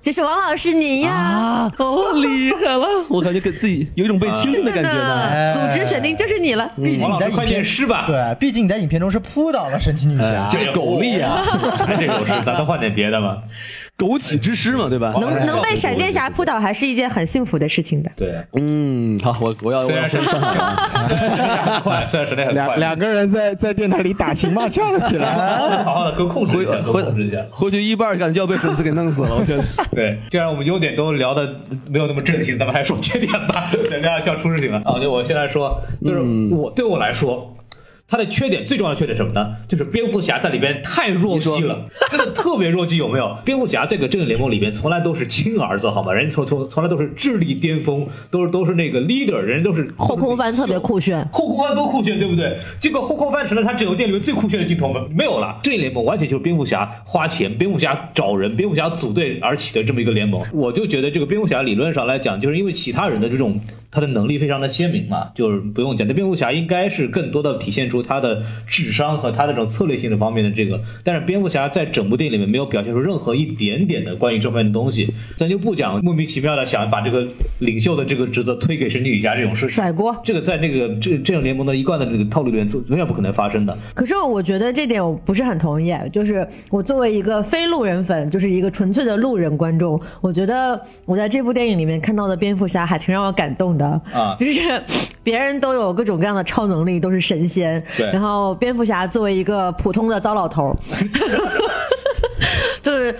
Speaker 6: 就是王老师您呀。
Speaker 1: 啊，哦，厉害了！我感觉给自己有一种被亲
Speaker 6: 是
Speaker 1: 近的
Speaker 6: 的
Speaker 1: 感觉 呢。
Speaker 6: 呢，
Speaker 5: 哎
Speaker 6: 组织选定就是你了。
Speaker 5: 毕竟
Speaker 4: 王老
Speaker 5: 你在
Speaker 4: 师
Speaker 5: 影
Speaker 4: 快念
Speaker 5: 片，
Speaker 4: 诗吧。
Speaker 5: 对，毕竟你在影片中是扑倒了神奇女侠，
Speaker 1: 这狗力啊，
Speaker 4: 还哎这种事，咱能换点别的吗？
Speaker 1: 枸杞之师嘛，对吧？
Speaker 4: 哎
Speaker 6: 能能被闪电侠扑倒，还是一件很幸福的事情的。
Speaker 4: 对，
Speaker 1: 嗯，好，我我要 我啊
Speaker 4: 虽
Speaker 1: 要
Speaker 4: 然是
Speaker 1: 上海了。
Speaker 4: 很快， 虽然时间很 快，
Speaker 2: 两两个人在在电台里打情骂俏了起来。
Speaker 4: 好好的给我控制
Speaker 1: 回
Speaker 4: 一下，给我
Speaker 1: 回
Speaker 4: 控制一下。
Speaker 1: 回去一半儿感觉要被粉丝给弄死了，我觉得。
Speaker 4: 对，既然我们优点都聊的没有那么正经，咱们还说缺点吧，大家笑出事情了啊！就我现在说，就是我、对我来说。他的缺点最重要的缺点是什么呢？就是蝙蝠侠在里边太弱鸡了，真的特别弱鸡，有没有？蝙蝠侠这个正义联盟里边从来都是亲儿子，好吗？人家从从从来都是智力巅峰，都是都是那个 leader，人家都是
Speaker 6: 后空翻特别酷炫，
Speaker 4: 后空翻多酷炫，对不对？结果后空翻成了他整个电影里面最酷炫的镜头吗？没有了，这一联盟完全就是蝙蝠侠花钱、蝙蝠侠找人、蝙蝠侠组队而起的这么一个联盟。我就觉得这个蝙蝠侠理论上来讲，就是因为其他人的这种他的能力非常的鲜明嘛，就是不用讲。但蝙蝠侠应该是更多的体现出他的智商和他的这种策略性的方面的这个，但是蝙蝠侠在整部电影里面没有表现出任何一点点的关于这方面的东西。咱就不讲莫名其妙的想把这个领袖的这个职责推给神奇女侠这种事情。
Speaker 6: 甩锅。
Speaker 4: 这个在那个这这种联盟的一贯的这个套路里面，永远不可能发生的。
Speaker 6: 可是我觉得这点我不是很同意，就是我作为一个非路人粉，就是一个纯粹的路人观众，我觉得我在这部电影里面看到的蝙蝠侠还挺让我感动的
Speaker 4: 啊
Speaker 6: 就是别人都有各种各样的超能力，都是神仙，
Speaker 4: 对
Speaker 6: 然后蝙蝠侠作为一个普通的糟老头儿。 就是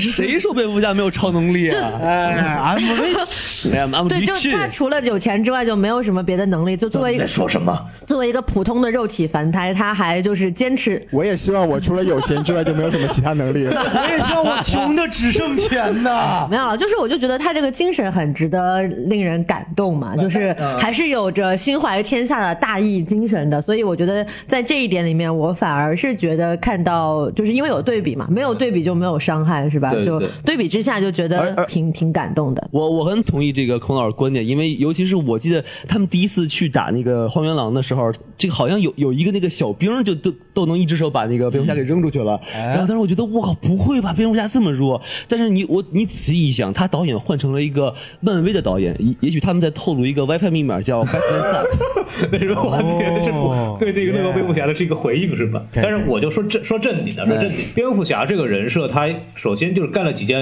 Speaker 1: 谁说蝙蝠侠没有超能力啊？哎，I'm rich，哎，I'm
Speaker 6: 对，就
Speaker 1: rich
Speaker 6: 是。他除了有钱之外就没有什么别的能力，就作为一个
Speaker 4: 说什 么？
Speaker 6: 作为一个普通的肉体凡胎，他还就是坚持
Speaker 2: 我也希望我除了有钱之外就没有什么其他能力了。
Speaker 5: 我也希望我穷的只剩钱呐。
Speaker 6: 没有，就是我就觉得他这个精神很值得令人感动嘛，就是还是有着心怀天下的大义精神的，所以我觉得在这一点里面，我反而是觉得看到，就是因为有对比嘛，没有对比就没有伤害，是吧？
Speaker 4: 对
Speaker 6: 就
Speaker 4: 对
Speaker 6: 对比之下就觉
Speaker 1: 而
Speaker 6: 得
Speaker 1: 而
Speaker 6: 挺挺感动的。
Speaker 1: 我我很同意这个孔老师观点，因为尤其是我记得他们第一次去打那个荒原狼的时候，这个好像有有一个那个小兵儿就都都能一只手把那个蝙蝠侠给扔出去了。然后当时我觉得我靠，不会吧，蝙蝠侠这么弱？但是你我你仔细一想，他导演换成了一个漫威的导演，也也许他们在透露一个 WiFi 密码叫 Batman sucks。
Speaker 4: 那是我天，是我对这个那个蝙蝠侠的是一个回应是吧？但是我就说正说正经的，说正经，蝙蝠侠这个人设，他首先就是干了几件。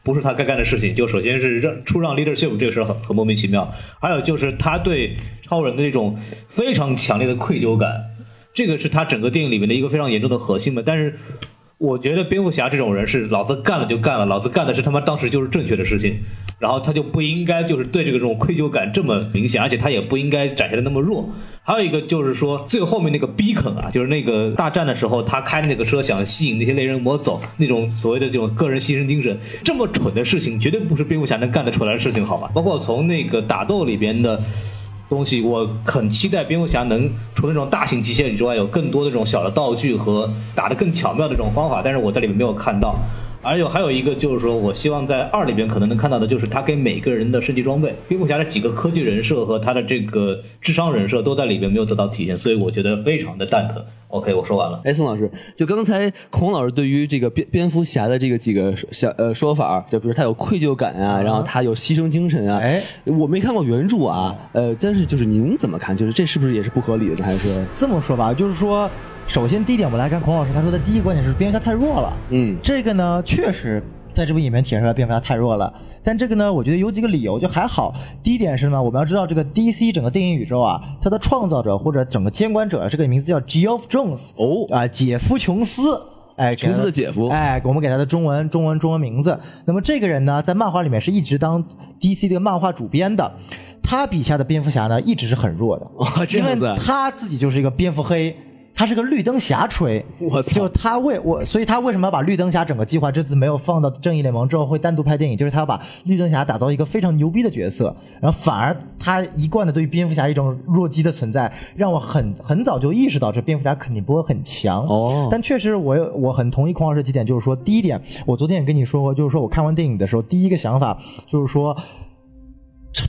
Speaker 4: 不是他该干的事情，就首先是让出让 leadership 这个事儿很很莫名其妙，还有就是他对超人的那种非常强烈的愧疚感，这个是他整个电影里面的一个非常严重的核心嘛。但是我觉得蝙蝠侠这种人是老子干了就干了，老子干的是他妈当时就是正确的事情，然后他就不应该就是对这个这种愧疚感这么明显，而且他也不应该展现的那么弱。还有一个就是说最后面那个 beacon 啊，就是那个大战的时候他开那个车想吸引那些类人魔走，那种所谓的这种个人牺牲精神，这么蠢的事情绝对不是蝙蝠侠能干得出来的事情，好吧？包括从那个打斗里边的。东西，我很期待蝙蝠侠能除了那种大型机械人之外，有更多的这种小的道具和打得更巧妙的这种方法，但是我在里面没有看到。而有还有一个就是说，我希望在二里边可能能看到的就是他给每个人的升级装备，蝙蝠侠的几个科技人设和他的这个智商人设都在里边没有得到体现，所以我觉得非常的蛋疼。OK，我说完了。
Speaker 1: 哎，宋老师，就刚才孔老师对于这个蝙蝙蝠侠的这个几个说小呃说法儿，就比如他有愧疚感啊，然后他有牺牲精神啊。
Speaker 5: 哎，
Speaker 1: 我没看过原著啊，呃，但是就是您怎么看？就是这是不是也是不合理的呢？还是
Speaker 5: 这么说吧，就是说，首先第一点，我们来看孔老师他说的第一个观点是蝙蝠侠太弱了。
Speaker 1: 嗯
Speaker 5: 这个呢，确实在这部影片体现出来蝙蝠侠太弱了。但这个呢，我觉得有几个理由就还好。第一点是呢，我们要知道这个 DC 整个电影宇宙啊，它的创造者或者整个监管者，这个名字叫 Geoff Jones
Speaker 1: 哦
Speaker 5: 啊、姐夫琼斯。哎，给他
Speaker 1: 琼斯的姐夫
Speaker 5: 哎，我们给他的中文中文中文名字。那么这个人呢，在漫画里面是一直当 DC 这个漫画主编的，他笔下的蝙蝠侠呢，一直是很弱的。
Speaker 1: 哦这样子
Speaker 5: 因为他自己就是一个蝙蝠黑，他是个绿灯侠吹。
Speaker 1: 我操
Speaker 5: 就他为我，所以他为什么要把绿灯侠整个计划这次没有放到正义联盟之后会单独拍电影，就是他要把绿灯侠打造一个非常牛逼的角色，然后反而他一贯的对于蝙蝠侠一种弱鸡的存在，让我很很早就意识到这蝙蝠侠肯定不会很强。
Speaker 1: 哦
Speaker 5: 但确实我有我很同意孔老师几点，就是说第一点，我昨天也跟你说过，就是说我看完电影的时候，第一个想法就是说。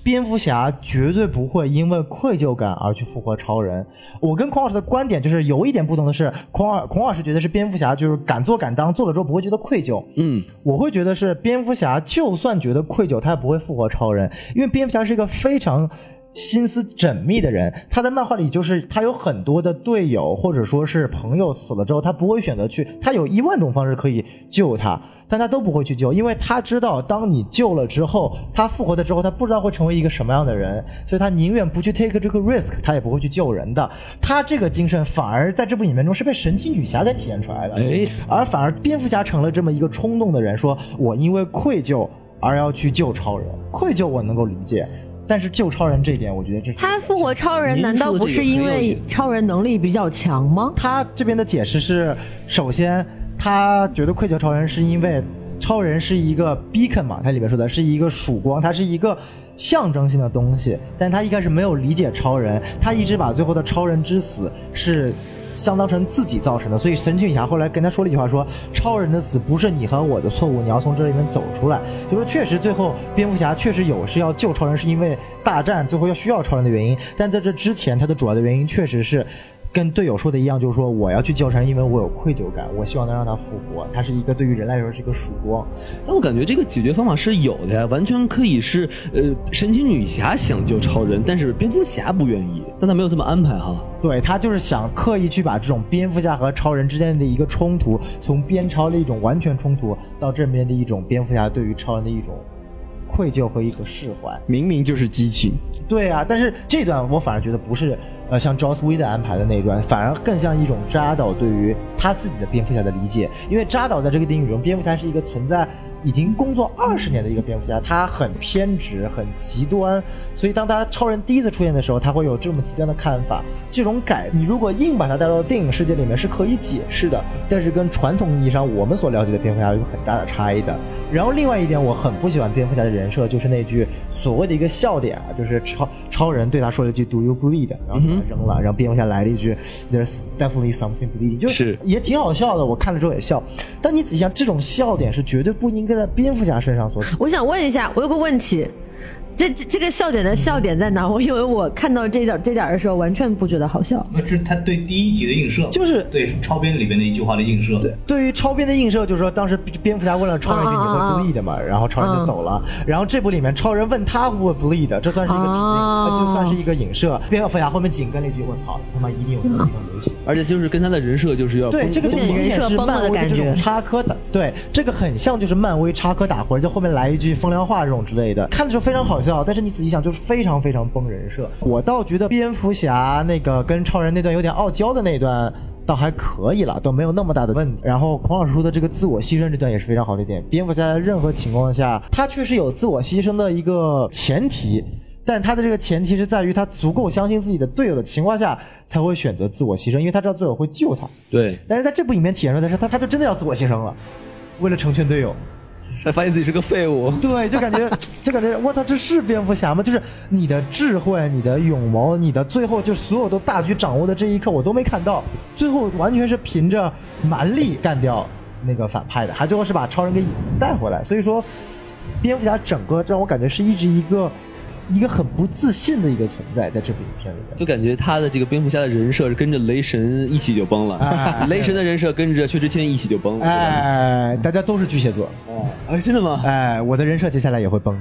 Speaker 5: 蝙蝠侠绝对不会因为愧疚感而去复活超人。我跟孔老师的观点就是有一点不同的是，孔老孔老师觉得是蝙蝠侠就是敢做敢当，做了之后不会觉得愧疚。
Speaker 1: 嗯，
Speaker 5: 我会觉得是蝙蝠侠就算觉得愧疚，他也不会复活超人，因为蝙蝠侠是一个非常。心思缜密的人，他在漫画里就是他有很多的队友或者说是朋友死了之后，他不会选择去，他有一万种方式可以救他，但他都不会去救，因为他知道，当你救了之后，他复活了之后，他不知道会成为一个什么样的人，所以他宁愿不去 take 这个 risk，他也不会去救人的。他这个精神反而在这部影片中是被神奇女侠给体现出来的，
Speaker 1: 哎
Speaker 5: 而反而蝙蝠侠成了这么一个冲动的人，说我因为愧疚而要去救超人，愧疚我能够理解。但是救超人这一点，我觉得这是
Speaker 6: 他复活超人难道不是因为超人能力比较强吗？
Speaker 5: 他这边的解释是，首先他觉得愧疚超人是因为超人是一个 beacon 嘛，它里面说的是一个曙光，它是一个象征性的东西，但他一开始没有理解超人，他一直把最后的超人之死是。相当成自己造成的，所以神奇女侠后来跟他说了一句话说，超人的死不是你和我的错误，你要从这里面走出来。就说确实最后蝙蝠侠确实有是要救超人，是因为大战最后要需要超人的原因，但在这之前他的主要的原因确实是跟队友说的一样，就是说我要去救人，因为我有愧疚感，我希望能让他复活。他是一个对于人来说是一个曙光。
Speaker 1: 但我感觉这个解决方法是有的呀，完全可以是呃，神奇女侠想救超人，但是蝙蝠侠不愿意，但他没有这么安排哈。
Speaker 5: 对他就是想刻意去把这种蝙蝠侠和超人之间的一个冲突，从边超的一种完全冲突到这边的一种蝙蝠侠对于超人的一种愧疚和一个释怀。
Speaker 2: 明明就是激情。
Speaker 5: 对啊，但是这段我反而觉得不是呃像 Joss Whedon 安排的那一段，反而更像一种扎导对于他自己的蝙蝠侠的理解。因为扎导在这个电影中，蝙蝠侠是一个存在已经工作二十年的一个蝙蝠侠，他很偏执，很极端，所以当他超人第一次出现的时候，他会有这么极端的看法。这种改，你如果硬把它带到电影世界里面是可以解释的，但是跟传统意义上我们所了解的蝙蝠侠有很大的差异的。然后另外一点，我很不喜欢蝙蝠侠的人设，就是那句所谓的一个笑点啊，就是超超人对他说了一句 “Do you bleed”，然后给他扔了，然后蝙蝠侠来了一句 “There's definitely something bleeding”，就是也挺好笑的，我看了之后也笑。但你仔细想，这种笑点是绝对不应该在蝙蝠侠身上 所
Speaker 6: 我想问一下，我有个问题，这这这个笑点的笑点在哪？我以为我看到这点这点的时候，完全不觉得好笑。
Speaker 4: 那这是他对第一集的映射嘛，
Speaker 5: 就是
Speaker 4: 对超编里边的一句话的映射。对，
Speaker 5: 对于超编的映射，就是说当时蝙蝠侠问了超人一句
Speaker 6: 啊
Speaker 5: 你
Speaker 6: 啊啊
Speaker 5: 会 bleed 的嘛，然后超人就走了。然后这部里面超人问他会不会 bleed，这算是一个致敬，
Speaker 6: 啊
Speaker 5: 呃就算是一个影射。蝙蝠侠后面紧跟了一句我操，他妈一定有这个地方流血。
Speaker 1: 而且就是跟他的人设就是要
Speaker 5: 对，
Speaker 1: 不
Speaker 5: 这个
Speaker 6: 有
Speaker 5: 就
Speaker 6: 点
Speaker 5: 明
Speaker 6: 人
Speaker 5: 显
Speaker 6: 设
Speaker 5: 是
Speaker 6: 崩了
Speaker 5: 漫
Speaker 6: 的
Speaker 5: 威
Speaker 6: 感
Speaker 5: 这种
Speaker 6: 觉
Speaker 5: 插科打，对，这个很像就是漫威插科打诨，就后面来一句风凉话这种之类的，看的时候非常好笑，但是你仔细想就是非常非常崩人设。我倒觉得蝙蝠侠那个跟超人那段有点傲娇的那段。倒还可以了，倒没有那么大的问题。然后孔老师说的这个自我牺牲这段也是非常好的一点。蝙蝠侠在任何情况下，他确实有自我牺牲的一个前提，但他的这个前提是在于他足够相信自己的队友的情况下，才会选择自我牺牲，因为他知道队友会救他。
Speaker 1: 对，
Speaker 5: 但是在这部里面体现出来的是，他他就真的要自我牺牲了，为了成全队友。
Speaker 1: 才发现自己是个废物。
Speaker 5: 对，就感 觉就感觉我操，这是蝙蝠侠吗？就是你的智慧、你的勇谋、你的最后就是所有都大局掌握的这一刻，我都没看到，最后完全是凭着蛮力干掉那个反派的，还最后是把超人给带回来。所以说，蝙蝠侠整个让我感觉是一直一个一个很不自信的一个存在，在这部影片里面。
Speaker 1: 就感觉他的这个蝙蝠侠的人设是跟着雷神一起就崩了，
Speaker 5: 哎
Speaker 1: 雷神的人设跟着薛之谦一起就崩了。
Speaker 5: 哎，大家都是巨蟹座，
Speaker 1: 对吧哎，真的吗？哦
Speaker 5: 哎，我的人设接下来也会崩。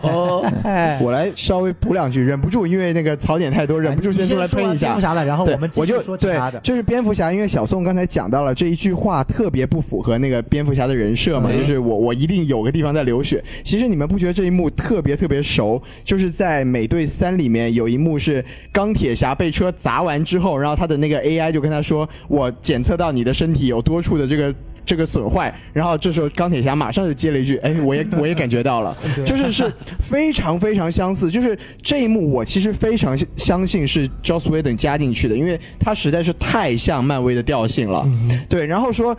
Speaker 5: 哎，
Speaker 2: 我来稍微补两句，忍不住，因为那个槽点太多，忍不住先出来喷一
Speaker 5: 你先说完蝙
Speaker 2: 下。
Speaker 5: 蝠侠了然后
Speaker 2: 对
Speaker 5: 我们继续
Speaker 2: 就
Speaker 5: 说其
Speaker 2: 对
Speaker 5: 他的，
Speaker 2: 就是蝙蝠侠，因为小宋刚才讲到了这一句话特别不符合那个蝙蝠侠的人设嘛，就是我我一定有个地方在流血。其实你们不觉得这一幕特别特别熟？就是在《美队三》里面有一幕是钢铁侠被车砸完之后，然后他的那个 AI 就跟他说：“我检测到你的身体有多处的这个。”这个损坏，然后这时候钢铁侠马上就接了一句：“哎，我也我也感觉到了，就是是非常非常相似。就是这一幕，我其实非常相信是 Joss Whedon 加进去的，因为他实在是太像漫威的调性了。对，然后说。”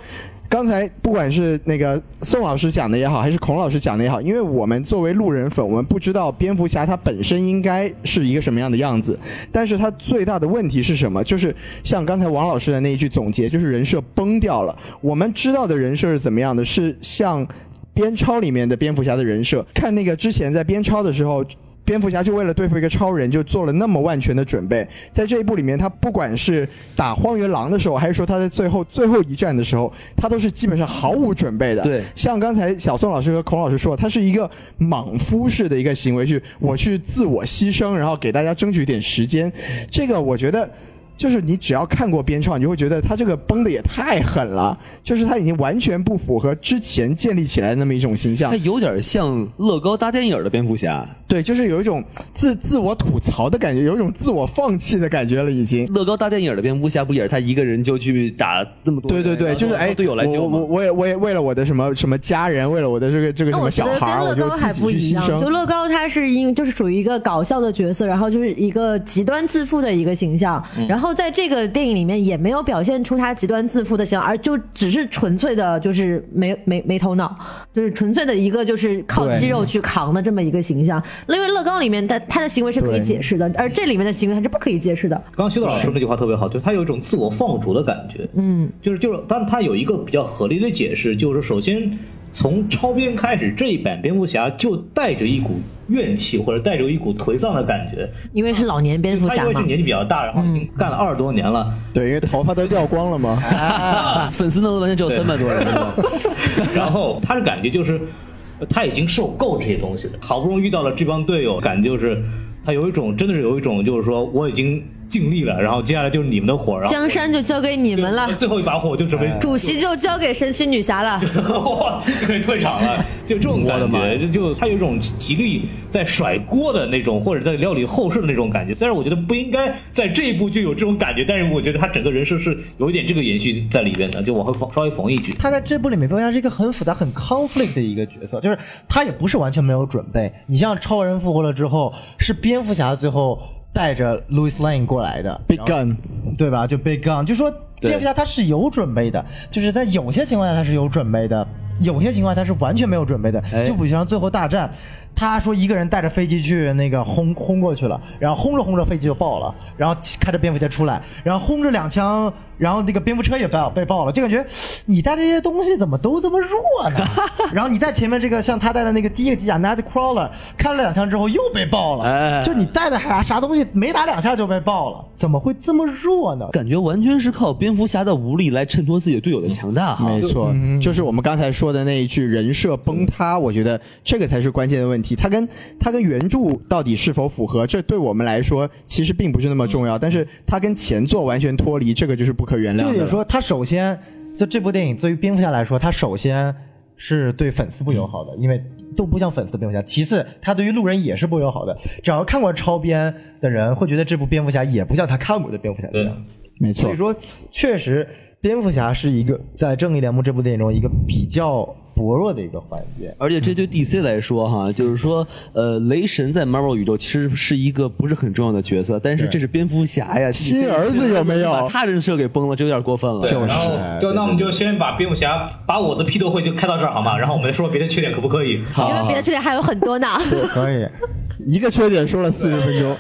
Speaker 2: 刚才不管是那个宋老师讲的也好，还是孔老师讲的也好，因为我们作为路人粉，我们不知道蝙蝠侠他本身应该是一个什么样的样子，但是他最大的问题是什么？就是像刚才王老师的那一句总结，就是人设崩掉了。我们知道的人设是怎么样的？是像边超里面的蝙蝠侠的人设，看那个之前在边超的时候。蝙蝠侠就为了对付一个超人，就做了那么万全的准备。在这一部里面，他不管是打荒原狼的时候，还是说他在最后最后一战的时候，他都是基本上毫无准备的。
Speaker 1: 对
Speaker 2: 像刚才小宋老师和孔老师说，他是一个莽夫式的一个行为，去我去自我牺牲，然后给大家争取点时间。这个我觉得。就是你只要看过边超，你就会觉得他这个崩的也太狠了，就是他已经完全不符合之前建立起来的那么一种形象
Speaker 6: 哎
Speaker 1: 他。有点像乐高搭电影的蝙蝠侠，
Speaker 2: 对，就是有一种自自我吐槽的感觉，有一种自我放弃的感觉了，已经。
Speaker 1: 乐高搭电影的蝙蝠侠不也是他一个人就去打那么多
Speaker 2: 对
Speaker 1: 人？
Speaker 2: 对对，
Speaker 1: 然后
Speaker 2: 就是
Speaker 1: 然
Speaker 2: 哎
Speaker 1: 后，队友来救
Speaker 2: 我我
Speaker 1: 吗？
Speaker 2: 我也我也为了我的什么什么家人，为了我的这个这个
Speaker 6: 那
Speaker 2: 什
Speaker 6: 我
Speaker 2: 么
Speaker 6: 觉
Speaker 2: 小
Speaker 6: 得
Speaker 2: 孩儿，我
Speaker 6: 跟乐
Speaker 2: 就
Speaker 6: 高还
Speaker 2: 自己
Speaker 6: 不
Speaker 2: 去
Speaker 6: 一
Speaker 2: 牺
Speaker 6: 样，就
Speaker 2: 牲。
Speaker 6: 乐高它是因就是属于一个搞笑的角色，然后就是一个极端自负的一个形象，
Speaker 2: 嗯
Speaker 6: 然后在这个电影里面也没有表现出他极端自负的形象，而就只是纯粹的就是没没没头脑，就是纯粹的一个就是靠
Speaker 2: 对
Speaker 6: 肌肉去扛的这么一个形象。因为乐高里面他他的行为是可以解释的，而这里面的行为它是不可以解释的。
Speaker 4: 刚刚修道老师那句话特
Speaker 6: 嗯
Speaker 4: 别好，就是他有一种自我放逐的感觉。嗯，就是就是，但他有一个比较合理的解释，就是首先从超编开始，这一版蝙蝠侠就带着一股怨气或者带着一股颓丧的感觉。
Speaker 6: 因为是老年蝙蝠
Speaker 4: 他
Speaker 6: 侠
Speaker 4: 因为
Speaker 6: 嘛
Speaker 4: 是，年纪比较大，然后
Speaker 6: 嗯
Speaker 4: 已经干了二十多年 了，
Speaker 2: 对，因为头发都掉光了嘛。
Speaker 1: 啊粉丝弄的完全只有三百多人了。
Speaker 4: 然后他的感觉就是他已经受够这些东西了，好不容易遇到了这帮队友，感觉就是他有一种真的是有一种就是说我已经尽力了，然后接下来就是你们的活，然后
Speaker 6: 江山就交给你们了，
Speaker 4: 最后一把火就准备
Speaker 6: 主席就交给神奇女侠了。
Speaker 4: 哇，可以退场了，就这种感
Speaker 1: 我的妈
Speaker 4: 觉，就就他有一种极力在甩锅的那种，或者在料理后事的那种感觉。虽然我觉得不应该在这一步就有这种感觉，但是我觉得他整个人设是有一点这个延续在里边的，就往后缝稍微缝一句。
Speaker 5: 他在这部里面，蝙蝠侠是一个很复杂、很 conflict 的一个角色，就是他也不是完全没有准备。你像超人复活了之后，是蝙蝠侠最后带着 Louis Lane 过来的，
Speaker 2: Big gun，
Speaker 5: 对吧？就 Big Gun，就说
Speaker 1: 对
Speaker 5: 蝙蝠侠他是有准备的，就是在有些情况下他是有准备的，有些情况下他是完全没有准备的。
Speaker 1: 哎
Speaker 5: 就比如像最后大战，他说一个人带着飞机去那个轰轰过去了，然后轰着轰着飞机就爆了，然后开着蝙蝠侠出来，然后轰着两枪，然后那个蝙蝠车也爆被爆了，就感觉你带这些东西怎么都这么弱呢？ 然后你在前面这个像他带的那个第一个机甲 Nightcrawler 开了两枪之后又被爆了，
Speaker 1: 哎
Speaker 5: 就你带的啥啥东西没打两下就被爆了，怎么会这么弱呢？
Speaker 1: 感觉完全是靠蝙蝠侠的无力来衬托自己队友的强大哈。
Speaker 2: 没错，啊就是我们刚才说的那一句人设崩塌，我觉得这个才是关键的问题。它跟它跟原著到底是否符合，这对我们来说其实并不是那么重要，但是它跟前作完全脱离，这个就是不可原谅的
Speaker 5: 就
Speaker 2: 了。
Speaker 5: 得 说，他首先就这部电影对于蝙蝠侠来说，他首先是对粉丝不友好的，
Speaker 4: 嗯
Speaker 5: 因为都不像粉丝的蝙蝠侠。其次，他对于路人也是不友好的。只要看过超编的人，会觉得这部蝙蝠侠也不像他看过的蝙蝠侠那
Speaker 4: 对
Speaker 5: 样子。
Speaker 2: 没错
Speaker 5: 所以，说，确实，蝙蝠侠是一个在《正义联盟》这部电影中一个比较薄弱的一个环节。
Speaker 1: 而且这对 DC 来说，哈，就是说，呃，雷神在 Marvel 宇宙其实是一个不是很重要的角色，但是这是蝙蝠侠呀，
Speaker 2: 亲儿子有没有
Speaker 1: 把他人设给崩了，这有点过分了。
Speaker 4: 对然后就那我们就先把蝙蝠侠，把我的批斗会就开到这儿好吗？然后我们再说别的缺点，可不可以？
Speaker 6: 因为别的缺点还有很 多呢。
Speaker 5: 可以，
Speaker 2: 一个缺点说了四十分 钟。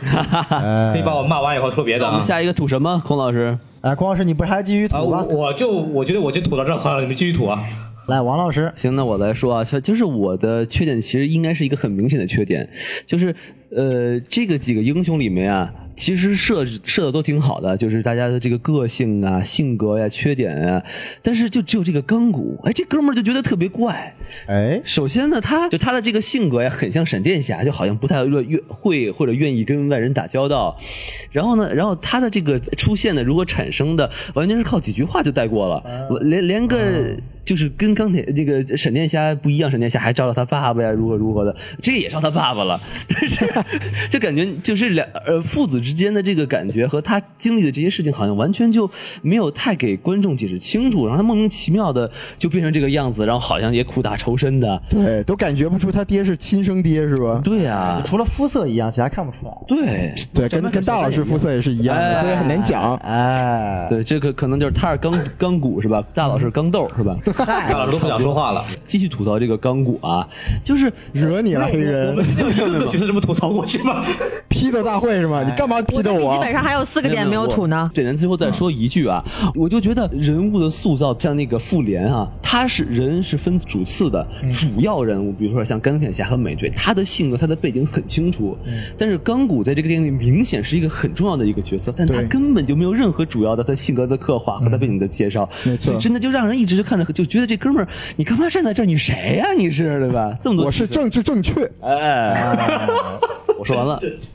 Speaker 4: 可以把我骂完以后说别的
Speaker 1: 那我
Speaker 4: 啊
Speaker 1: 们。下一个吐什么？孔老师，
Speaker 5: 哎，孔老师，你不是还继续
Speaker 4: 啊，
Speaker 5: 吐
Speaker 4: 我
Speaker 5: 吗？
Speaker 4: 我就我觉得我就吐到这儿，好，你们继续吐啊。
Speaker 5: 来，王老师，
Speaker 1: 行，那我来说啊，就就是我的缺点其实应该是一个很明显的缺点，就是呃，这个几个英雄里面啊，其实设置设的都挺好的，就是大家的这个个性啊、性格呀、缺点啊，但是就只有这个钢骨，哎，这哥们儿就觉得特别怪。
Speaker 5: 哎，
Speaker 1: 首先呢，他就他的这个性格呀，很像闪电侠，就好像不太愿愿会或者愿意跟外人打交道。然后呢，然后他的这个出现呢，如果产生的，完全是靠几句话就带过了，我连连个。就是跟钢铁那个闪电侠不一样，闪电侠还招了他爸爸呀，如何如何的，这个也招他爸爸了。 但是就感觉就是两呃父子之间的这个感觉和他经历的这些事情，好像完全就没有太给观众解释清楚，然后他莫名其妙的就变成这个样子，然后好像也苦大仇深的。
Speaker 2: 对，都感觉不出他爹是亲生爹是吧？
Speaker 1: 对啊，
Speaker 5: 除了肤色一样，其他看不出来。
Speaker 1: 对
Speaker 2: 对，跟跟大老师肤色也是一样的，所以很难讲。
Speaker 5: 哎，
Speaker 1: 对，这个可能就是他是钢钢骨是吧？大佬是钢豆是吧？
Speaker 4: 大老师都不想说话了，
Speaker 1: 继续吐槽这个钢骨啊，就是
Speaker 2: 惹你了，啊黑
Speaker 4: 我
Speaker 2: 人
Speaker 4: 们就一个个角色这么吐槽过去吧。
Speaker 2: 批斗大会是吗？你干嘛批斗
Speaker 6: 笔记
Speaker 2: 我啊
Speaker 6: 本？上还有四个点没有吐呢。
Speaker 1: 简单最后再说一句啊，我就觉得人物的塑造，像那个复联啊，他是人是分主次的，主要人物，比如说像钢铁侠和美队，他的性格、他的背景很清楚。但是钢骨在这个电影里明显是一个很重要的一个角色，但他
Speaker 2: 对
Speaker 1: 根本就没有任何主要的他性格的刻画和他背景的介绍，
Speaker 2: 没错
Speaker 1: 所以真的就让人一直就看着就觉得这哥们儿，你干嘛站在这儿？你谁呀、你是对吧？这么多
Speaker 2: 我
Speaker 1: 戏
Speaker 2: 是
Speaker 1: 份
Speaker 2: 政治正确。
Speaker 1: 哎，我说完 了，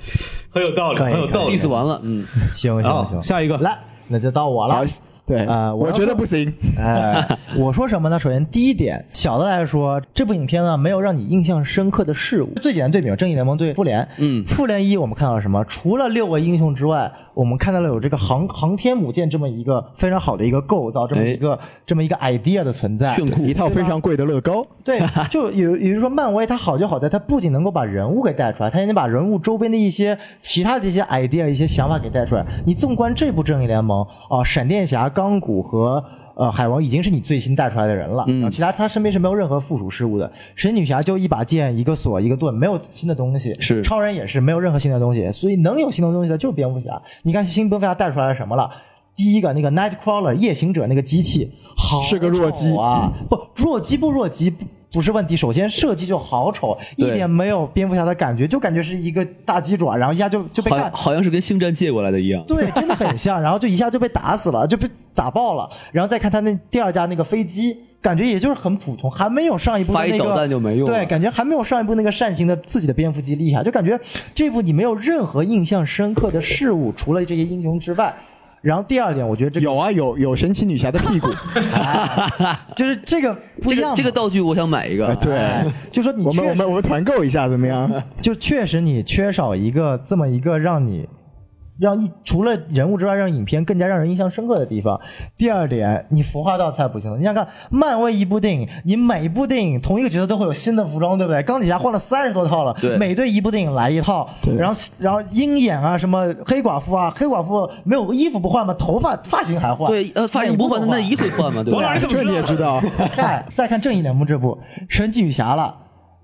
Speaker 4: 很有道理，很有道理
Speaker 1: 意。思完了，嗯。
Speaker 5: 行行行，
Speaker 4: 好下一个
Speaker 5: 来，那就到我了
Speaker 2: 好。，对
Speaker 5: 啊我
Speaker 2: 我
Speaker 5: 要
Speaker 2: 觉得
Speaker 5: 说
Speaker 2: 不行。
Speaker 5: 哎，我说什么呢？首先，第一点，小的来说，这部影片呢没有让你印象深刻的事物。最简单对比，《正义联盟》对复联，
Speaker 1: 嗯
Speaker 5: 复联一我们看到了什么？除了六个英雄之外，我们看到了有这个航航天母舰这么一个非常好的一个构造，这么一个、这么一个 idea 的存在，
Speaker 1: 炫酷
Speaker 2: 一套非常贵的乐高，
Speaker 5: 对，就有，也就是说，漫威它好就好在它不仅能够把人物给带出来，它也能把人物周边的一些其他的一些 idea、一些想法给带出来。你纵观这部正义联盟啊、闪电侠、钢骨和。呃，海王已经是你最新带出来的人了，
Speaker 2: 嗯
Speaker 5: 然后其他他身边是没有任何附属事物的。神女侠就一把剑、一个锁、一个盾，没有新的东西。
Speaker 1: 是
Speaker 5: 超人也是没有任何新的东西，所以能有新的东西的就是蝙蝠侠。你看新蝙蝠侠带出来了什么了？第一个那个 Nightcrawler 夜行者那个机器，好
Speaker 2: 是个弱鸡
Speaker 5: 丑啊！不，弱鸡不弱鸡不不是问题。首先设计就好丑，一点没有蝙蝠侠的感觉，就感觉是一个大鸡爪，然后一下就就被
Speaker 1: 好
Speaker 5: 干
Speaker 1: 像。好像是跟星战借过来的一样。
Speaker 5: 对，真的很像，然后就一下就被打死了，就被打爆了。然后再看他那第二架那个飞机，感觉也就是很普通，还没有上一部的
Speaker 1: 发一
Speaker 5: 那个
Speaker 1: 导弹就没用了
Speaker 5: 对，感觉还没有上一部那个扇形的自己的蝙蝠机厉害，就感觉这部你没有任何印象深刻的事物，除了这些英雄之外。然后第二点，我觉得这个
Speaker 2: 有啊有有神奇女侠的屁股，
Speaker 5: 就是这个不
Speaker 1: 这
Speaker 5: 一样
Speaker 1: 个
Speaker 5: 嘛，
Speaker 1: 这个道具我想买一个。
Speaker 2: 哎对，
Speaker 5: 就说 你
Speaker 2: 我
Speaker 5: 确
Speaker 2: 们
Speaker 5: 实
Speaker 2: 我们我们团购一下怎么样？
Speaker 5: 就确实你缺少一个这么一个让你让一除了人物之外，让影片更加让人印象深刻的地方。第二点，你服化道太不行了。你想看漫威一部电影，你每一部电影同一个角色都会有新的服装，对不对？钢铁侠换了三十多套了，
Speaker 1: 对
Speaker 5: 美队一部电影来一套，然后 然后鹰眼啊，什么黑寡妇啊，黑寡妇没有衣服不换吗？头发发型还换，
Speaker 1: 对，呃，发型不换，那
Speaker 5: 衣。
Speaker 1: 衣会换吗？对
Speaker 4: 王老
Speaker 1: 吧
Speaker 4: 师？ 怎么
Speaker 2: 这你也知道？
Speaker 5: 看， 再看正义联盟这部神奇女侠了，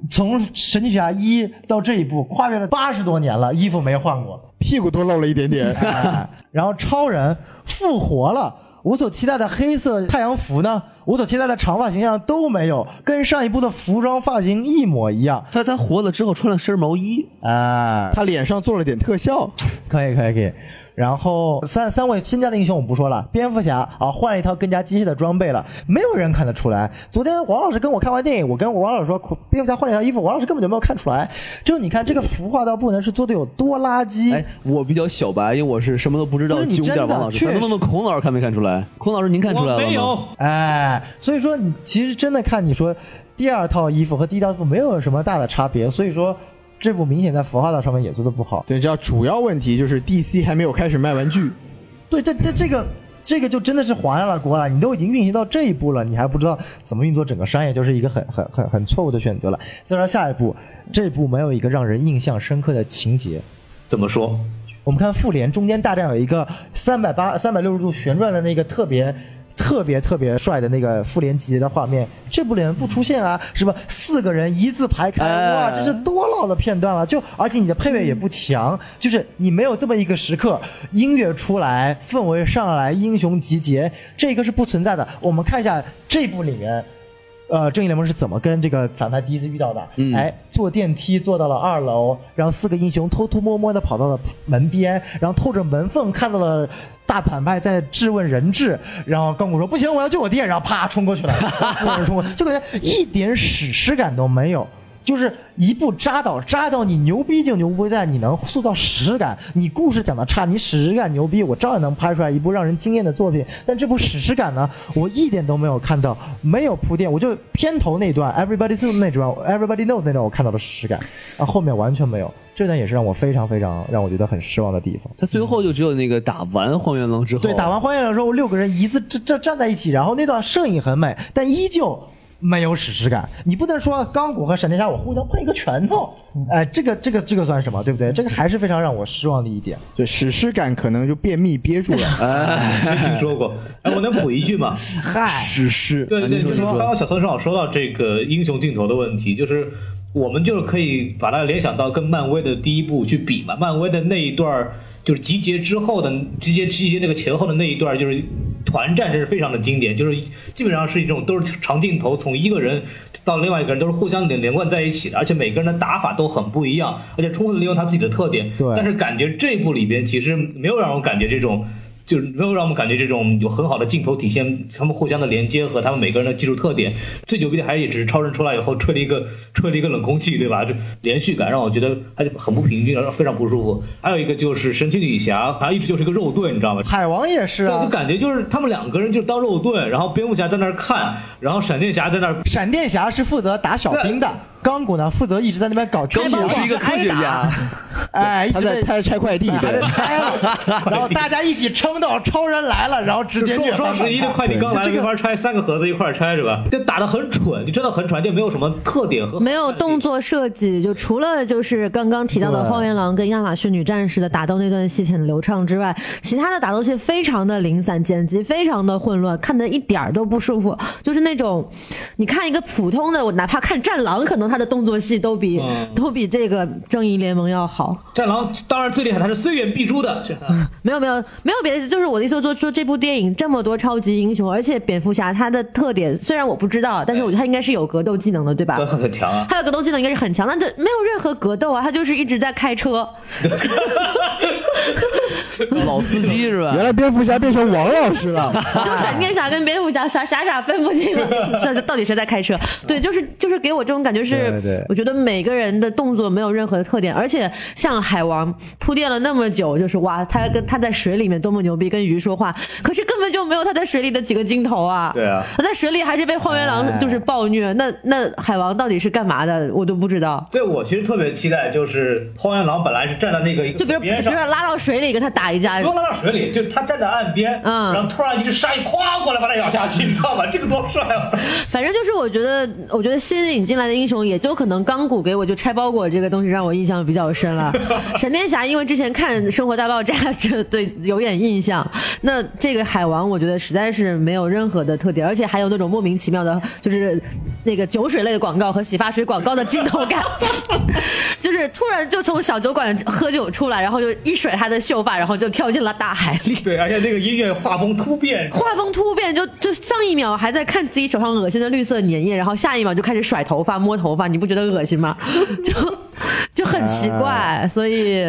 Speaker 5: 从神奇女侠一到这一部，跨越了八十多年了，衣服没换过。
Speaker 2: 屁股多露了一点 点。
Speaker 5: 哎然后超人复活了，我所期待的黑色太阳服呢，我所期待的长发形象都没有，跟上一部的服装发型一模一样。
Speaker 1: 他他活了之后穿了身毛衣，
Speaker 5: 啊，
Speaker 2: 他脸上做了点特效，
Speaker 5: 可以可以可以。然后三三位新加的英雄我们不说了，蝙蝠侠啊换了一套更加机械的装备了，没有人看得出来。昨天王老师跟我看完电影，我跟王老师说，蝙蝠侠换了一套衣服，王老师根本就没有看出来。就你看这个服化道不能是做的有多垃圾。
Speaker 1: 哎，我比较小白，因为我是什么都不知道。
Speaker 5: 不是你
Speaker 1: 揪一下
Speaker 5: 真的
Speaker 1: 王老师，
Speaker 5: 确
Speaker 1: 咱
Speaker 5: 实
Speaker 1: 能问问孔老师看没看出来？孔老师您看出来
Speaker 4: 我
Speaker 1: 了吗？
Speaker 4: 没有，
Speaker 5: 哎，所以说你其实真的看你说第二套衣服和第一套衣服没有什么大的差别，所以说这部明显在服化道上面也做的不好。
Speaker 2: 对，叫主要问题就是 DC 还没有开始卖玩具，
Speaker 5: 对，这这这个这个就真的是还了国了，你都已经运行到这一步了，你还不知道怎么运作整个商业，就是一个很很很很错误的选择了。再说下一步，这一步没有一个让人印象深刻的情节。
Speaker 4: 怎么 说？
Speaker 5: 我们看复联中间大战有一个三百八三百六十度旋转的那个特别。特别特别帅的那个复联集结的画面，这部里面不出现啊，是吧？四个人一字排开，
Speaker 1: 哎
Speaker 5: 哇，这是多老的片段了！就而且你的配乐也不
Speaker 1: 嗯
Speaker 5: 强，就是你没有这么一个时刻，音乐出来，氛围上来，英雄集结，这个是不存在的。我们看一下这部里面呃，正义联盟是怎么跟这个反派第一次遇到的？
Speaker 1: 嗯
Speaker 5: 哎，坐电梯坐到了二楼，然后四个英雄偷偷摸摸的跑到了门边，然后透着门缝看到了。大反派在质问人质，然后钢骨说不行，我要救我爹，然后啪冲过去了，四个人冲过，就感觉一点史诗感都没有。就是一步扎到扎到你牛逼就牛逼在你能塑造史诗感，你故事讲的差，你史诗感牛逼，我照样能拍出来一部让人惊艳的作品。但这部史诗感呢，我一点都没有看到，没有铺垫，我就片头那段 Everybody Knows 那段 Everybody Knows 那段我看到了史诗感，啊，后面完全没有，这段也是让我非常非常让我觉得很失望的地方。
Speaker 1: 他最后就只有那个打完荒原狼之后，
Speaker 5: 对，打完荒野狼之后，六个人一字站站站在一起，然后那段摄影很美，但依旧没有史诗感。你不能说钢骨和闪电侠我互相碰一个拳头，哎、这个这个这个算什么，对不对？这个还是非常让我失望的一点。
Speaker 2: 对，史诗感可能就便秘憋住 了。
Speaker 4: 没听说过。哎，我能补一句 吗？
Speaker 5: 嗨，
Speaker 1: 史 诗，
Speaker 4: 对对，
Speaker 1: 啊
Speaker 4: 就
Speaker 1: 你
Speaker 4: 是
Speaker 1: 说
Speaker 4: 刚
Speaker 1: 你
Speaker 4: 刚
Speaker 1: 说，
Speaker 4: 小孙正好说到这个英雄镜头的问题，就是我们就是可以把它联想到跟漫威的第一部去比嘛，漫威的那一段儿就是集结之后的集结集结那个前后的那一段儿就是。团战真是非常的经典，就是基本上是一种都是长镜头，从一个人到另外一个人都是互相连连贯在一起的，而且每个人的打法都很不一样，而且充分利用他自己的特点。
Speaker 5: 对
Speaker 4: 但是感觉这部里边其实没有让我感觉这种就是没有让我们感觉这种有很好的镜头体现他们互相的连接和他们每个人的技术特点。最牛逼的还也只是超人出来以后吹了一个吹了一个冷空气，对吧？这连续感让我觉得还很不平均，然后非常不舒服。还有一个就是神奇女侠，好像一直就是一个肉盾，你知道吗？
Speaker 5: 海王也是
Speaker 4: 对，就
Speaker 5: 啊。
Speaker 4: 感觉就是他们两个人就是当肉盾，然后蝙蝠侠在那儿看，然后闪电侠在那儿
Speaker 5: 闪电侠是负责打小兵的，钢骨呢负责一直在那边搞
Speaker 1: 钢
Speaker 5: 拆包
Speaker 1: 骨是一个科学
Speaker 5: 挨打，
Speaker 1: 家，
Speaker 5: 哎，一
Speaker 2: 他
Speaker 5: 直
Speaker 2: 在他在拆快递，
Speaker 5: 哎还在
Speaker 2: 对，
Speaker 5: 拆了，然后大家一起撑到超人来了，然后直接
Speaker 4: 双
Speaker 5: 虐
Speaker 4: 双
Speaker 5: 翻
Speaker 4: 十一的
Speaker 5: 反派
Speaker 4: 快递刚来，
Speaker 5: 这
Speaker 4: 没
Speaker 5: 个
Speaker 4: 法拆，三个盒子一块儿拆是吧？就打得很蠢，就真的很蠢，就没有什么特点和
Speaker 6: 没有动作设计，就除了就是刚刚提到的
Speaker 5: 对
Speaker 6: 荒原狼跟亚马逊女战士的打斗那段戏很流畅之外，其他的打斗戏非常的零散，剪辑非常的混乱，看得一点儿都不舒服。就是那种，你看一个普通的，我哪怕看战狼，可能他的动作戏都比、
Speaker 4: 嗯
Speaker 6: 都比这个正义联盟要好。
Speaker 4: 战狼当然最厉害，他是虽远必诛的。是吧
Speaker 6: 没有没有没有别的，就是我的意思说，说这部电影这么多超级英雄，而且蝙蝠侠他的特点虽然我不知道，但是我觉得他应该是有格斗技能的，对吧？
Speaker 4: 哎对，很强啊！
Speaker 6: 他的格斗技能应该是很强，但这没有任何格斗啊，他就是一直在开 车。
Speaker 1: 老司机是吧
Speaker 2: 原？来蝙蝠侠变成王老师了。
Speaker 6: 就闪电侠跟蝙蝠侠傻傻傻分不清 这到底谁在开车。对，就是就是给我这种感觉是，
Speaker 5: 对对
Speaker 6: 我觉得每个人的动作没有任何的特点，而且像海王铺垫了那么久，就是哇，他跟他在水里面多么牛逼，跟鱼说话，可是根本就没有他在水里的几个镜头啊。
Speaker 4: 对啊，哎
Speaker 6: 他在水里还是被荒原狼就是暴虐，那那海王到底是干嘛的，我都不知道。
Speaker 4: 对我其实特别期待，就是荒原狼本来是站在那个一个
Speaker 6: 就比如
Speaker 4: 水
Speaker 6: 比如
Speaker 4: 边上，
Speaker 6: 拉到水里跟他打一架
Speaker 4: 不，用拉到水里，就是他站在岸边，
Speaker 6: 嗯
Speaker 4: 然后突然一只鲨鱼咵过来把他咬下去，你知道吗？ 这个多帅啊！
Speaker 6: 反正就是我觉得，我觉得新引进来的英雄，也就可能钢骨给我就拆包裹这个东西让我印象比较深了。闪电侠因为之前看《生活大爆炸》，这对有点印象。那这个海王，我觉得实在是没有任何的特点，而且还有那种莫名其妙的，就是那个酒水类的广告和洗发水广告的镜头感， 就是突然就从小酒馆喝酒出来，然后就一甩他的 秀发，然后就跳进了大海里。
Speaker 4: 对，而且那个音乐画风突变，
Speaker 6: 画风突变，就就上一秒还在看自己手上恶心的绿色粘液，然后下一秒就开始甩头发、摸头发，你不觉得恶心吗？ 就就很奇
Speaker 2: 啊
Speaker 6: 怪，所以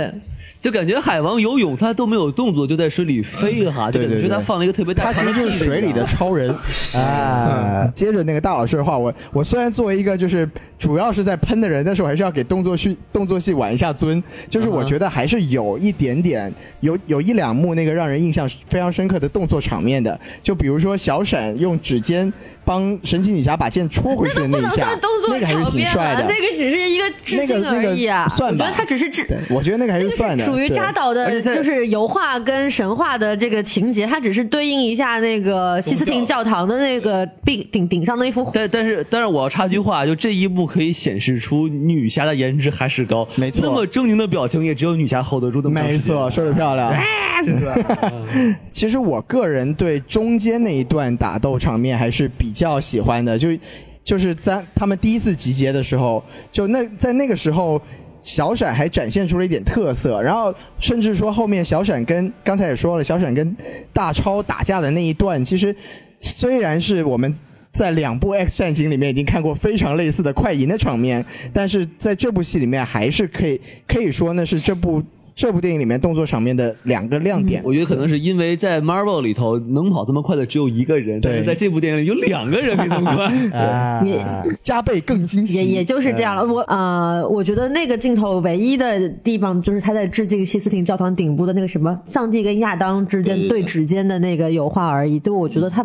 Speaker 1: 就感觉海王游泳他都没有动作，就在水里飞哈，就
Speaker 2: 对
Speaker 1: 感
Speaker 2: 对
Speaker 1: 觉他
Speaker 2: 对
Speaker 1: 放了一个特别大，
Speaker 2: 他其实就是水里的。啊超 人。嗯
Speaker 5: 哎，
Speaker 2: 接着那个大老师的话，我我虽然作为一个就是主要是在喷的人，但是我还是要给动作戏动作戏挽一下尊。就是我觉得还是有一点点有有一两幕那个让人印象非常深刻的动作场面的，就比如说小闪用指尖帮神奇女侠把剑戳回去的
Speaker 6: 不
Speaker 2: 那一
Speaker 6: 能
Speaker 2: 下
Speaker 6: 算动，作
Speaker 2: 那个还是
Speaker 6: 巧
Speaker 2: 挺
Speaker 6: 变
Speaker 2: 帅
Speaker 6: 吧，
Speaker 2: 的。
Speaker 6: 那个只是一个致敬而已啊。
Speaker 2: 那个那个算吧
Speaker 6: 我觉得他只是致。
Speaker 2: 对，我觉得那个还
Speaker 6: 那
Speaker 2: 是
Speaker 6: 个
Speaker 2: 算
Speaker 6: 是
Speaker 2: 的。
Speaker 6: 属于
Speaker 2: 对
Speaker 6: 扎导
Speaker 1: 而
Speaker 6: 的，
Speaker 1: 且在
Speaker 6: 就是油画跟神话的这个情节，它只是对应一下那个西斯廷教堂的那个顶顶顶上的一幅
Speaker 1: 但但是但是我要插句话，就这一幕可以显示出女侠的颜值还是高，
Speaker 2: 没错
Speaker 1: 那么狰狞的表情也只有女侠 hold 得住那么长
Speaker 2: 没
Speaker 1: 时间
Speaker 2: 错，说的漂亮。其实我个人对中间那一段打斗场面还是比较喜欢的，就就是在他们第一次集结的时候，就那在那个时候。小闪还展现出了一点特色，然后甚至说后面小闪跟刚才也说了，小闪跟大超打架的那一段，其实虽然是我们在两部《X 战警》里面已经看过非常类似的快银的场面，但是在这部戏里面还是可以可以说那是这部这部电影里面动作场面的两个亮点。
Speaker 1: 我觉得可能是因为在 Marvel 里头能跑这么快的只有一个人，但是在这部电影里有两个人比这么 快。
Speaker 5: 啊，
Speaker 6: 也
Speaker 2: 加倍更惊喜，
Speaker 6: 也也就是这样了。我呃，我觉得那个镜头唯一的地方就是他在致敬西斯廷教堂顶部的那个什么，上帝跟亚当之间
Speaker 4: 对
Speaker 6: 对指间的那个油画而已。就我觉得他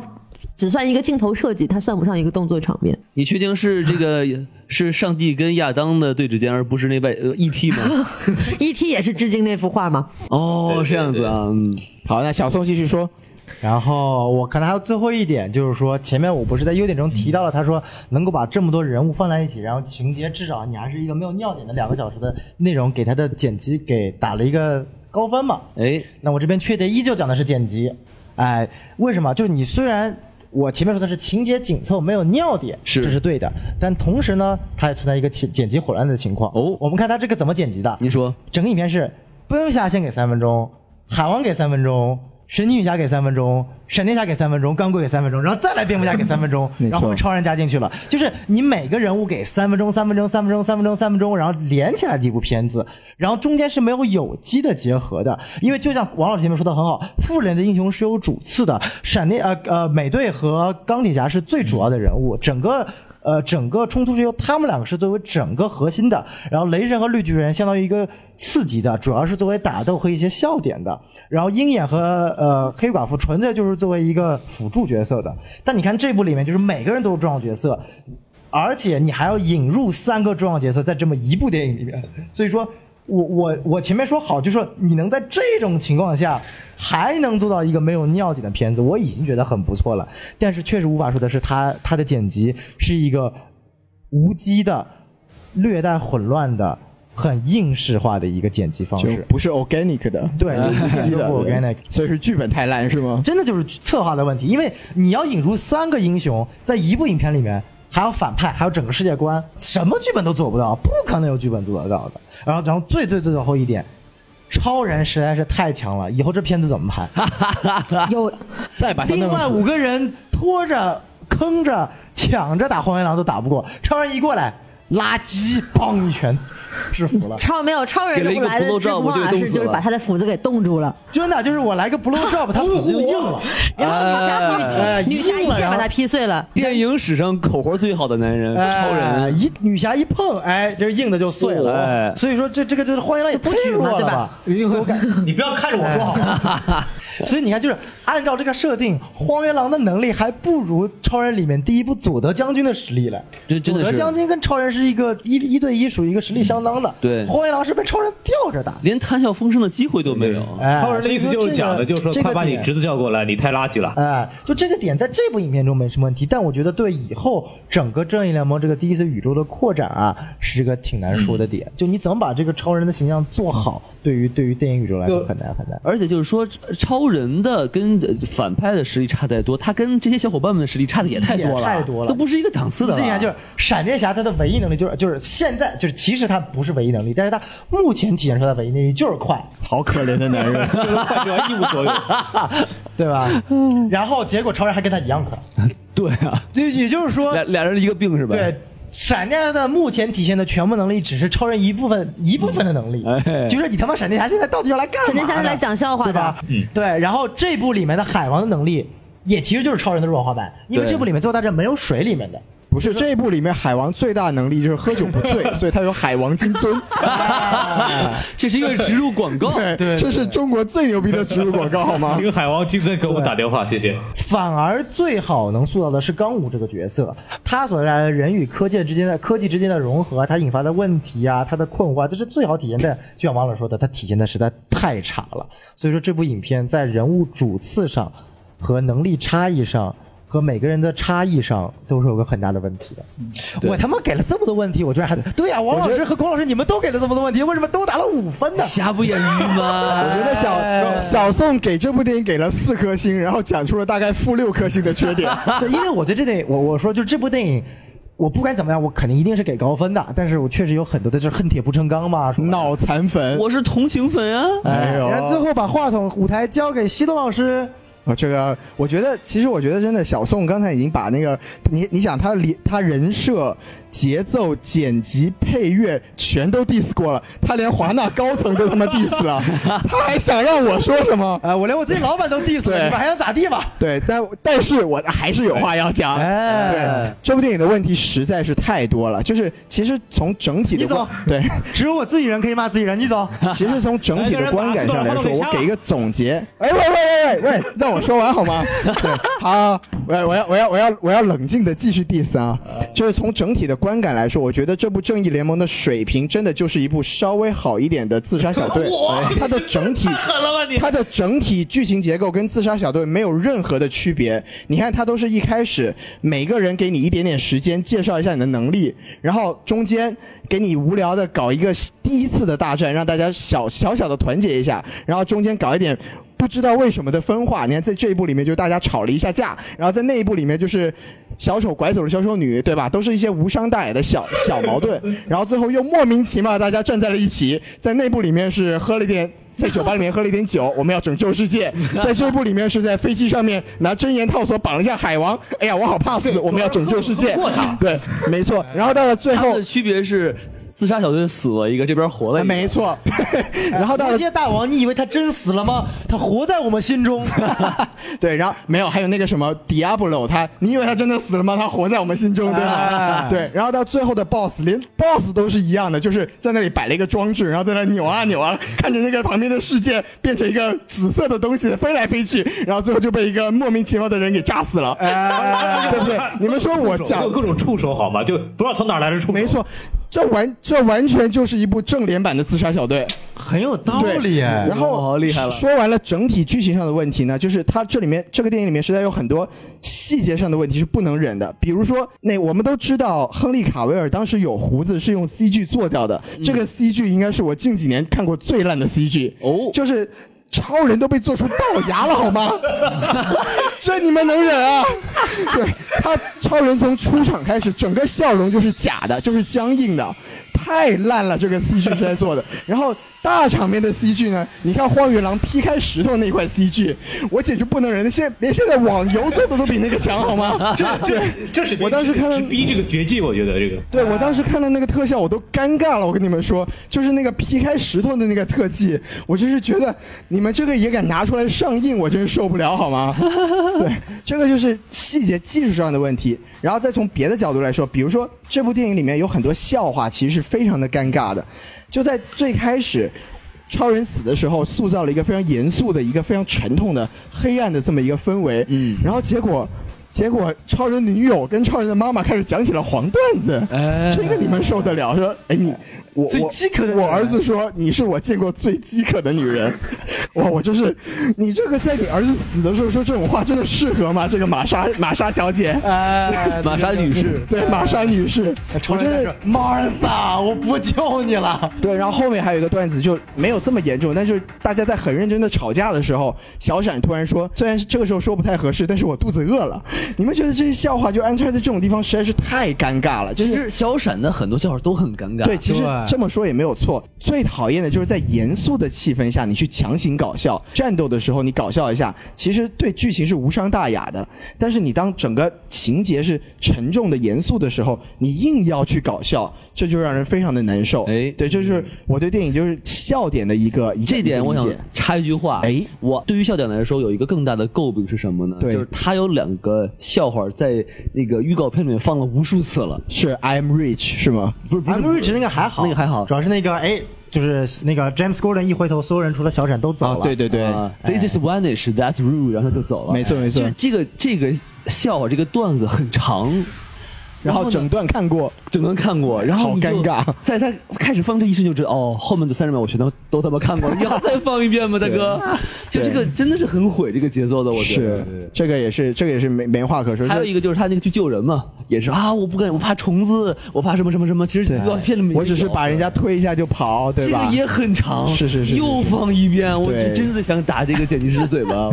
Speaker 6: 只算一个镜头设计，他算不上一个动作场面。
Speaker 1: 你确定是这个是上帝跟亚当的对指间，而不是那外呃 ET 吗？
Speaker 6: E.T. E 也是致敬那幅画嘛？
Speaker 1: 哦，这样子啊，嗯
Speaker 2: 好，那小宋继续说，
Speaker 5: 然后我看他最后一点就是说，前面我不是在优点中提到了，他说能够把这么多人物放在一起，然后情节至少你还是一个没有尿点的两个小时的内容，给他的剪辑给打了一个高分嘛。
Speaker 1: 哎，
Speaker 5: 那我这边缺点依旧讲的是剪辑，哎，为什么？就是你虽然我前面说的是情节紧凑，没有尿点，
Speaker 1: 是
Speaker 5: 这是对的，但同时呢，它也存在一个剪剪辑混乱的情况。
Speaker 1: 哦
Speaker 5: 我们看它这个怎么剪辑的？
Speaker 1: 您说
Speaker 5: 整个影片是呃奔游侠先给三分钟，海王给三分钟，神奇女侠给三分钟，闪电侠给三分钟，钢盔给三分钟，然后再来蝙蝠侠给三分钟，然后超人加进去了。就是你每个人物给三分钟、三分钟、三分钟、三分钟、三分钟，然后连起来的一部片子，然后中间是没有有机的结合的，因为就像王老师前面说的很好，复联的英雄是有主次的，闪电呃呃美队和钢铁侠是最主要的人物，整个。呃，整个冲突是由他们两个是作为整个核心的，然后雷神和绿巨人相当于一个刺激的，主要是作为打斗和一些笑点的，然后鹰眼和呃黑寡妇纯粹就是作为一个辅助角色的。但你看这部里面，就是每个人都是重要角色，而且你还要引入三个重要角色在这么一部电影里面，所以说。我我我前面说好，就说你能在这种情况下还能做到一个没有尿点的片子，我已经觉得很不错了。但是确实无法说的是它，它的剪辑是一个无机的、略带混乱的、很应式化的一个剪辑方
Speaker 2: 就
Speaker 5: 式。
Speaker 2: 不哦是 organic 的，
Speaker 5: 对
Speaker 2: 无机的
Speaker 5: 不是 organic
Speaker 2: 所以是剧本太烂是吗？
Speaker 5: 真的就是策划的问题，因为你要引入三个英雄，在一部影片里面，还有反派，还有整个世界观，什么剧本都做不到，不可能有剧本做得到的。然后，然后最最最最后一点，超人实在是太强了，以后这片子怎么拍？
Speaker 6: 有
Speaker 2: 再把他
Speaker 5: 另
Speaker 2: 弄
Speaker 5: 外
Speaker 2: 死
Speaker 5: 五个人拖着、坑着、抢着打荒原狼都打不过，超人一过来，垃圾，砰一拳制服了。
Speaker 6: 超没有超人
Speaker 1: 给了一
Speaker 6: 用
Speaker 1: 个
Speaker 6: 来的
Speaker 1: blow
Speaker 6: 制
Speaker 1: job，
Speaker 6: 服
Speaker 1: 就
Speaker 6: 方
Speaker 1: 给
Speaker 6: 法
Speaker 1: 冻
Speaker 6: 是
Speaker 1: 死
Speaker 6: 就是
Speaker 1: 了
Speaker 6: 把他的斧子给冻住了，
Speaker 5: 真的就是我来个 blow job，他斧子就硬了。
Speaker 6: 然后女侠
Speaker 5: 哎
Speaker 6: 女女侠一
Speaker 5: 硬了
Speaker 6: 剑
Speaker 5: 然
Speaker 6: 把
Speaker 5: 后
Speaker 6: 他劈碎了。
Speaker 1: 电影史上口活最好的男人，超
Speaker 5: 哎
Speaker 1: 人，
Speaker 5: 一女侠一碰，哎，这硬的就碎了。
Speaker 1: 哎
Speaker 5: 所以说这这个就是荒原狼也
Speaker 6: 就
Speaker 5: 不
Speaker 6: 不
Speaker 5: 举
Speaker 6: 举嘛
Speaker 5: 了
Speaker 6: 对吧
Speaker 5: 吧？所以我感
Speaker 4: 你不要看着我说好吗？
Speaker 5: 所以你看，就是按照这个设定，荒原狼的能力还不如超人里面第一部佐德将军的实力嘞。
Speaker 1: 这真的
Speaker 5: 佐
Speaker 1: 是
Speaker 5: 德将军跟超人是一个一一对一，属于一个实力相当的。
Speaker 1: 对
Speaker 5: 荒原狼是被超人吊着打。
Speaker 1: 连谈笑风生的机会都没有。
Speaker 5: 哎
Speaker 4: 超人的意思就是讲的，就是说快把你侄
Speaker 5: 子。
Speaker 4: 子叫过来，你太垃圾了。
Speaker 5: 哎，就这个点，在这部影片中没什么问题，但我觉得对以后整个正义联盟这个第一次宇宙的扩展啊，是个挺难说的点。就你怎么把这个超人的形象做好，对于对于电影宇宙来说很难很难。
Speaker 1: 而且就是说，呃超人的跟呃反派的实力差太多，他跟这些小伙伴们的实力差的也太多了，
Speaker 5: 也太多了
Speaker 1: 都不是一个档次的了。
Speaker 5: 你自己看，就是闪电侠他的唯一能力就是就是现在就是其实他不是唯一能力，但是他目前体现出来的唯一能力就是快，
Speaker 2: 好可怜的 男人，
Speaker 4: 快者一无所有，
Speaker 5: 对吧？然后结果超人还跟他一样快，
Speaker 1: 对啊，
Speaker 5: 就也就是说
Speaker 1: 俩俩人一个病是吧？
Speaker 5: 对，闪电侠的目前体现的全部能力只是超人一部分一部分的能力，
Speaker 1: 哎
Speaker 5: 就是你他妈闪电侠现在到底要来干嘛
Speaker 6: 闪
Speaker 5: 的？
Speaker 6: 电侠是来讲笑话
Speaker 5: 对
Speaker 6: 的
Speaker 5: 吧？嗯，对。然后这部里面的海王的能力也其实就是超人的弱化版，因为
Speaker 1: 对
Speaker 5: 这部里面最后大战没有水里面的。
Speaker 2: 不是这一部里面海王最大能力就是喝酒不 醉，所以他有海王金樽。
Speaker 1: 啊这是一个植入广告。
Speaker 2: 对， 哎这是中国最牛逼的植入广告，好吗
Speaker 4: 这？个海王今天给我们打电话，谢谢。
Speaker 5: 反而最好能塑造的是钢武这个角色，他所带来的人与科技之间的科技之间的融合，他引发的问题啊，他的困惑啊，这是最好体现在，就像王老师说的，他体现的实在太差了。所以说这部影片在人物主次上和能力差异上。和每个人的差异上都是有个很大的问题的。我他妈给了这么多问题，我居然还嗯对呀、啊王老师和孔老师你们都给了这么多问题，为什么都打了五分呢？
Speaker 1: 瑕不掩瑜嘛。
Speaker 2: 我觉得小
Speaker 5: 哎
Speaker 2: 小宋给这部电影给了四颗星，然后讲出了大概负六颗星的缺点。
Speaker 5: 对，因为我对这电影，我我说就是这部电影，我不管怎么样，我肯定一定是给高分的。但是我确实有很多的，就是恨铁不成钢嘛，是吧？
Speaker 2: 脑残粉，
Speaker 1: 我是同情粉啊。
Speaker 5: 哎
Speaker 2: 哎呦
Speaker 5: 然后最后把话筒舞台交给西东老师，
Speaker 2: 啊，这个我觉得，其实我觉得真的，小宋刚才已经把那个你你想他连他人设、节奏、剪辑、配乐全都 diss 过了，他连华纳高层都他妈 diss 了，他还想让我说什么？
Speaker 5: 哎，我连我自己老板都 diss 了，
Speaker 2: 对
Speaker 5: 你们还想咋地吧？
Speaker 2: 对，但但是我还是有话要讲。
Speaker 5: 哎
Speaker 2: 对，这部电影的问题实在是太多了，就是其实从整体的
Speaker 5: 你走
Speaker 2: 对，
Speaker 5: 只有我自己人可以骂自己人，你 走。
Speaker 2: 其实从整体的观感上来说，我给一个总结。哎喂喂喂喂喂，让我说完好 吗？对，好，我要我要我要我要我要冷静的继续 diss 啊。就是从整体的观感来说，我觉得这部《正义联盟》的水平真的就是一部稍微好一点的自杀小 队，哎它的整体 它的整体剧情结构跟自杀小队没有任何的区别。你看，它都是一开始每个人给你一点点时间介绍一下你的能力，然后中间给你无聊的搞一个第一次的大战，让大家小小小的团结一下，然后中间搞一点。不知道为什么的分化，你看在这一部里面就大家吵了一下架，然后在那一部里面就是小丑拐走了小丑女，对吧？都是一些无伤大雅的小小矛盾，然后最后又莫名其妙地大家站在了一起，在那部里面是喝了一点在酒吧里面喝了一点酒，我们要拯救世界。在这一部里面是在飞机上面拿针眼套索绑了一下海王，哎呀，我好怕死，我们要拯救世界。对，没错。然后到了最
Speaker 1: 他们
Speaker 2: 后
Speaker 1: 的，区别是自杀小队死了一个，这边活了一个。
Speaker 2: 啊没错。 然后到
Speaker 5: 无
Speaker 2: 了
Speaker 5: 界大王，你以为他真死了吗？他活在我们心 中。
Speaker 2: 对，然后没有，还有那个什么 Diablo，他你以为他真的死了吗？他活在我们心中，对吧
Speaker 5: 哎？
Speaker 2: 对，然后到最后的 BOSS，连 BOSS 都是一样的，就是在那里摆了一个装置，然后在那扭啊扭啊，看着那个旁边的世界变成一个紫色的东西飞来飞去，然后最后就被一个莫名其妙的人给炸死了， 对不对？你们说我讲
Speaker 4: 就各种触手好吗？就不知道从哪儿来的触手。
Speaker 2: 没错，这完这完全就是一部正脸版的自杀小队。
Speaker 5: 很有道
Speaker 2: 对，
Speaker 5: 理哎。
Speaker 2: 然后
Speaker 1: 哦厉害了
Speaker 2: 说完了整体剧情上的问题呢，就是它这里面这个电影里面实在有很多细节上的问题是不能忍的，比如说那我们都知道亨利卡维尔当时有胡子是用 CG 做掉的，
Speaker 1: 嗯
Speaker 2: 这个 CG 应该是我近几年看过最烂的 CG
Speaker 1: 哦
Speaker 2: 就是。超人都被做出龅牙了，好吗？这你们能忍啊？对他，超人从出场开始，整个笑容就是假的，就是僵硬的，太烂了。这个 CG 是在做的。然后大场面的 CG 呢？你看荒原狼劈开石头那块 CG，我简直不能忍。那现连现在网游做的都比那个强，好吗？
Speaker 4: 这这这是
Speaker 2: 我当时看到
Speaker 4: 是逼这个绝技，我觉得这个
Speaker 2: 对我当时看到那个特效，我都尴尬了。我跟你们说，就是那个劈开石头的那个特技，我真是觉得你们这个也敢拿出来上映，我真是受不了，好吗？对，这个就是细节技术上的问题。然后再从别的角度来说，比如说这部电影里面有很多笑话，其实是非常的尴尬的。就在最开始，超人死的时候，塑造了一个非常严肃的、一个非常沉痛的、黑暗的这么一个氛围。嗯，然后结果，结果超人的女友跟超人的妈妈开始讲起了黄段子。
Speaker 1: 哎
Speaker 2: 这个你们受得了？说，哎，你我
Speaker 5: 最
Speaker 2: 我
Speaker 5: 饥渴的女人
Speaker 2: 我儿子说你是我见过最饥渴的女人。 哇，我就是你这个在你儿子死的时候说这种话，真的适合吗？这个玛莎玛莎小姐。
Speaker 5: 哎，
Speaker 1: 玛莎女士，
Speaker 2: 对，玛莎女士，
Speaker 5: 超
Speaker 2: 我
Speaker 5: 人
Speaker 2: 真
Speaker 5: 在
Speaker 2: 是
Speaker 5: 这，Martha，我不救你了。
Speaker 2: 对，然后后面还有一个段子，就没有这么严重，但是大家在很认真的吵架的时候，小闪突然说，虽然这个时候说不太合适，但是我肚子饿了。你们觉得这些笑话就安插在这种地方实在是太尴尬了，就
Speaker 1: 其
Speaker 2: 是。
Speaker 1: 实小闪的很多笑话都很尴尬。
Speaker 2: 对，其实
Speaker 5: 对
Speaker 2: 这么说也没有错。最讨厌的就是在严肃的气氛下，你去强行搞笑。战斗的时候你搞笑一下，其实对剧情是无伤大雅的。但是你当整个情节是沉重的、严肃的时候，你硬要去搞笑，这就让人非常的难受。
Speaker 1: 哎
Speaker 2: 对，这就是我对电影就是笑点的一个一个
Speaker 1: 这点我
Speaker 2: 一
Speaker 1: 想
Speaker 2: 个理解
Speaker 1: 插一句话，
Speaker 2: 哎
Speaker 1: 我对于笑点来说有一个更大的诟病是什么呢？
Speaker 2: 对
Speaker 1: 就是他有两个笑话在那个预告片里面放了无数次了，
Speaker 2: 是 I'm rich 是吗？
Speaker 1: 不是不是
Speaker 5: M Rich 那个还好，
Speaker 1: 那个还好
Speaker 5: 主要是那个哎，就是那个 James Gordon 一回头，所有人除了小闪都走了。
Speaker 2: 对对对，
Speaker 1: 啊，They just vanish, that's rude，然后就走了。
Speaker 2: 哎没错没错
Speaker 1: 就这个这个笑话，这个段子很长，
Speaker 2: 然
Speaker 1: 然后
Speaker 2: 后
Speaker 1: 呢
Speaker 2: 整段看过，
Speaker 1: 整能看过，然后
Speaker 2: 好
Speaker 1: 你就
Speaker 2: 尴尬
Speaker 1: 在他开始放这一瞬就知道，哦，后面的三十秒我全都都他妈看过了，要再放一遍吗，大哥？就这个真的是很毁这个节奏的，我觉得。
Speaker 2: 是这个也是这个也是没没话可说。
Speaker 1: 还有
Speaker 2: 这
Speaker 1: 一个就是他那个去救人嘛，也是啊，我不敢，我怕虫子，我怕什么什么什么。其实预告片里面也有
Speaker 2: 我只是把人家推一下就跑，对
Speaker 1: 这
Speaker 2: 吧？
Speaker 1: 个也很长，
Speaker 2: 是是是是
Speaker 1: 又放一遍，我
Speaker 2: 对
Speaker 1: 真的想打这个剪辑师嘴巴。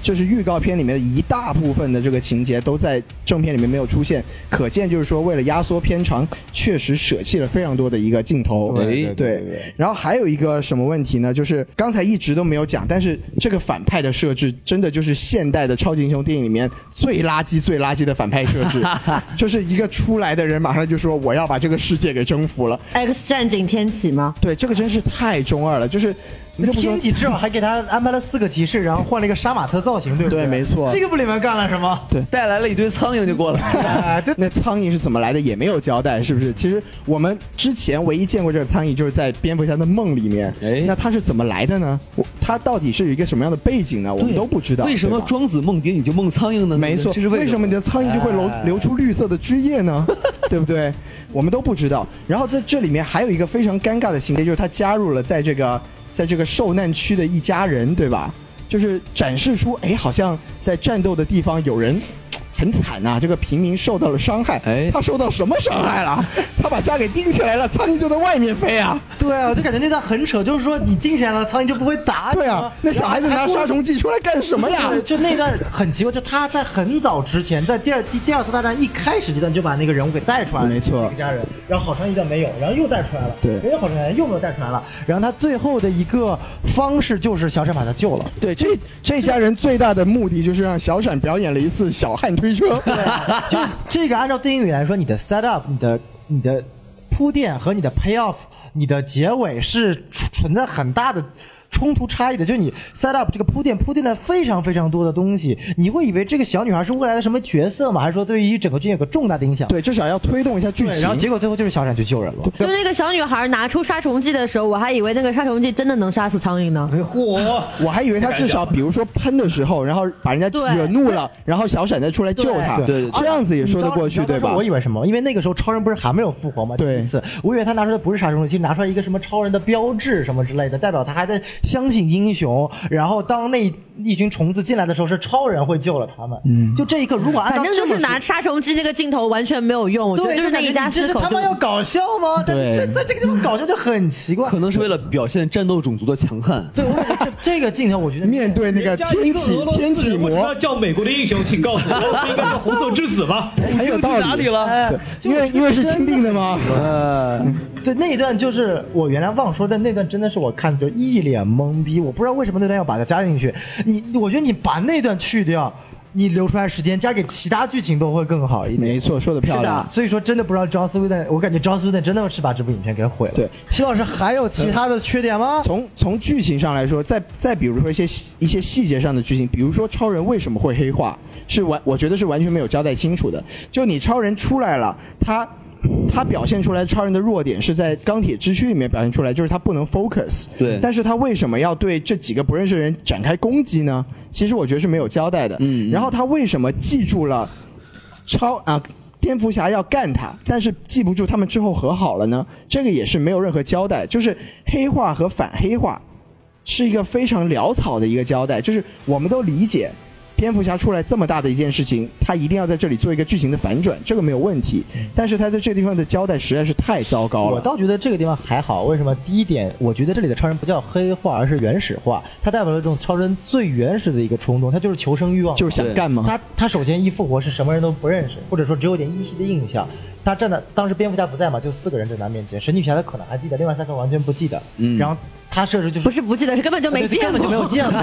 Speaker 2: 就是预告片里面的一大部分的这个情节都在正片里面没有出现，可见就是说为了压缩片长，确实舍弃了非常多的一个镜头。
Speaker 1: 哎
Speaker 2: 对然后还有一个什么问题呢？就是刚才一直都没有讲，但是这个反派的设置真的就是现代的超级英雄电影里面最垃圾、最垃圾的反派设 置，就是一个出来的人马上就说我要把这个世界给征服了。
Speaker 6: X 战警天启吗？
Speaker 2: 对，这个真是太中二了，就是你就不说
Speaker 5: 天启至少还给他安排了四个骑士，然后换了一个杀马特造型，对不
Speaker 2: 对没错
Speaker 5: 这个不里面干了什么？
Speaker 1: 带来了一堆苍蝇就过来。
Speaker 5: 哎对
Speaker 2: 那苍蝇是怎么来的也没有交代，是不是？其实我们之前唯一见过这个苍蝇，就是在蝙蝠侠的梦里面。
Speaker 1: 哎
Speaker 2: 那它是怎么来的呢？我它到底是一个什么样的背景 呢？我们都不知道。
Speaker 1: 为什么
Speaker 2: 对吧
Speaker 1: 庄子梦蝶你就梦苍蝇呢？
Speaker 2: 没错，
Speaker 1: 嗯这是为
Speaker 2: 什么你的苍蝇就会流
Speaker 5: 哎
Speaker 2: 流出绿色的汁液 呢？对不对？我们都不知道。然后在这里面还有一个非常尴尬的情节，就是他加入了在这个在这个受难区的一家人，对吧？就是展示出，哎，好像在战斗的地方有人。很惨呐、这个平民受到了伤害，
Speaker 1: 哎
Speaker 2: 他受到什么伤 害了？他把家给钉起来了，苍蝇就在外面飞啊！
Speaker 5: 对啊，我就感觉那段很扯，就是说你定下来了，苍蝇就不会打你
Speaker 2: 对
Speaker 5: 吗
Speaker 2: 啊，那小孩子拿杀虫剂出来干什么呀？
Speaker 5: 对就那段很奇怪，就他在很早之前，在第二第第二次大战一开始阶段就把那个人物给带出来了，
Speaker 2: 没错
Speaker 5: 那个家人，然后好长一段没有，然后又带出来了，
Speaker 2: 对
Speaker 5: 没有好长一段又没有带出来了，然后他最后的一个方式就是小闪把他救了，
Speaker 2: 对，这这家人最大的目的就是让小闪表演了一次小汉推车。
Speaker 5: 就这个按照电影语来说，你的 set up、你的你的铺垫和你的 payoff、你的结尾是存存在很大的。冲突差异的，就是你 set up 这个铺垫铺垫了非常非常多的东西，你会以为这个小女孩是未来的什么角色吗？还是说对于整个剧情有个重大的影响？
Speaker 2: 对，至少要推动一下剧
Speaker 5: 对，
Speaker 2: 情。
Speaker 5: 然后结果最后就是小闪去救人了。
Speaker 6: 就那个小女孩拿出杀虫剂的时候，我还以为那个杀虫剂真的能杀死苍蝇呢。
Speaker 4: 嚯！
Speaker 2: 我还以为他至少，比如说喷的时候，然后把人家
Speaker 6: 对
Speaker 2: 惹怒了，然后小闪再出来救他，
Speaker 1: 对对对
Speaker 2: 这样子也说得过去，
Speaker 5: 你知道
Speaker 2: 对吧
Speaker 5: 我？以为什么？因为那个时候超人不是还没有复活吗？
Speaker 2: 对
Speaker 5: 第一次，我以为他拿出的不是杀虫剂，拿出来一个什么超人的标志什么之类的，代表他还在相信英雄。然后当那一群虫子进来的时候，是超人会救了他们。嗯，就这一刻，如果按照
Speaker 6: 反正就
Speaker 5: 这
Speaker 6: 是
Speaker 5: 么
Speaker 6: 拿杀虫剂那个镜头完全没有用，我觉得
Speaker 5: 对，
Speaker 6: 就是那
Speaker 5: 感觉
Speaker 6: 一家
Speaker 5: 你这
Speaker 6: 四
Speaker 5: 是
Speaker 6: 口
Speaker 5: 他
Speaker 6: 就
Speaker 5: 妈要搞笑吗？但是这在这个地方搞笑就很奇怪
Speaker 1: 可。能是为了表现战斗种族的强 悍。
Speaker 5: 对，我感觉这这个镜头，我觉得
Speaker 2: 面对那个天启天启
Speaker 4: 我知道
Speaker 2: 魔，
Speaker 4: 叫美国的英雄，请告诉我，我应该叫红色之子吗？
Speaker 2: 很有道
Speaker 1: 去哪
Speaker 2: 理
Speaker 1: 里。了？
Speaker 5: 哎
Speaker 2: 对，因为因为是钦定的吗？
Speaker 5: 呃，对，那一段就是我原来忘说，但那段真的是我看就一脸懵逼，我不知道为什么那段要把它加进去。你，我觉得你把那段去掉，你留出来时间加给其他剧情都会更好一点。
Speaker 2: 没错，说的漂
Speaker 6: 是
Speaker 2: 亮
Speaker 6: 的。
Speaker 5: 所以说，真的不知道 John s w e d e n 我感觉 John s w e d e n 真的是把这部影片给毁了。
Speaker 2: 对，
Speaker 5: 徐老师还有其他的缺点吗？
Speaker 2: 从从剧情上来说，再再比如说一些细一些细节上的剧情，比如说超人为什么会黑化，是完我觉得是完全没有交代清楚的。就你超人出来了，他他表现出来超人的弱点是在钢铁之躯里面表现出来，就是他不能 focus。
Speaker 1: 对
Speaker 2: 但是他为什么要对这几个不认识的人展开攻击呢？其实我觉得是没有交代的。
Speaker 1: 嗯嗯
Speaker 2: 然后他为什么记住了？超啊，蝙蝠侠要干他，但是记不住他们之后和好了呢？这个也是没有任何交代，就是黑化和反黑化是一个非常潦草的一个交代，就是我们都理解。蝙蝠侠出来这么大的一件事情，他一定要在这里做一个剧情的反转，这个没有问题。但是他在这地方的交代实在是太糟糕
Speaker 5: 我
Speaker 2: 了。
Speaker 5: 倒觉得这个地方还好，为什么？第一点，我觉得这里的超人不叫黑化，而是原始化，它代表了这种超人最原始的一个冲动，它就是求生欲望嘛，
Speaker 2: 就是想干嘛？
Speaker 5: 他他首先一复活是什么人都不认识，或者说只有点依稀的印象。他站在当时蝙蝠侠不在嘛，就四个人站在他面前，神奇女侠他可能还记得，另外三个完全不记得。嗯，然后他设置就是
Speaker 6: 不是不记得，是根本就没见过，
Speaker 5: 根本就没有见过。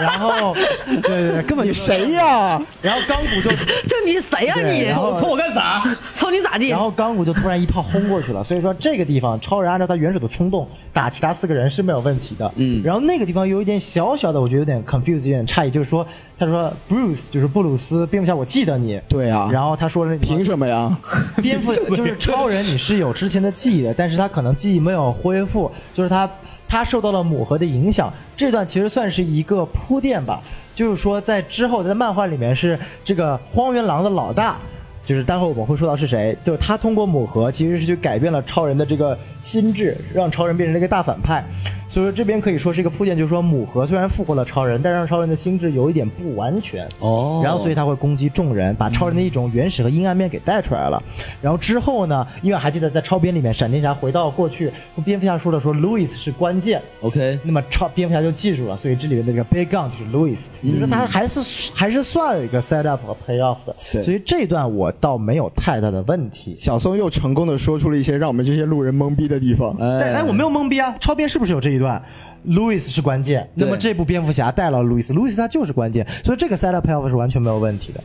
Speaker 5: 然后对对对，根本
Speaker 2: 你
Speaker 5: 就
Speaker 2: 谁呀？
Speaker 5: 然后钢骨 就
Speaker 6: 就你谁呀、
Speaker 5: 对然
Speaker 6: 你？
Speaker 5: 后
Speaker 4: 瞅我干啥？
Speaker 6: 瞅你咋地
Speaker 5: 然？后钢骨就突然一炮轰过去了，所以说这个地方超人按照他原始的冲动打其他四个人是没有问题的。嗯，然后那个地方有一点小小的，我觉得有点 confused，有点诧异，就是说他说 Bruce 就是布鲁斯蝙蝠侠，我记得你。
Speaker 2: 对啊
Speaker 5: 然后他说了那句话
Speaker 2: 凭什么呀？
Speaker 5: 蝙蝠就是超人，你是有之前的记忆的，但是他可能记忆没有恢复，就是他他受到了母盒的影响。这段其实算是一个铺垫吧，就是说在之后在漫画里面是这个荒原狼的老大。就是待会儿我们会说到是谁，就是他通过母盒其实是去改变了超人的这个心智，让超人变成了一个大反派。所以说这边可以说是一个铺垫，就是说母盒虽然复活了超人，但让超人的心智有一点不完全
Speaker 1: 哦
Speaker 5: 然后所以他会攻击众人，把超人的一种原始和阴暗面给带出来了。然后之后呢，因为还记得在超编里面，闪电侠回到过去，蝙蝠侠说了说 Louis 是关键，
Speaker 1: OK，
Speaker 5: 那么超蝙蝠侠就记住了，所以这里面的这个 Big Gun 就是 Louis，所以说他还是还是算有一个 set up 和 pay off 的，
Speaker 2: 对
Speaker 5: 所以这段我倒没有太大的问题。
Speaker 2: 小松又成功的说出了一些让我们这些路人懵逼的地方。
Speaker 5: 但哎，我没有懵逼啊，超编是不是有这一段？Louis 是关键，那么这部蝙蝠侠带了 Louis，Louis 他就是关键，所以这个 set up payoff 是完全没有问题的。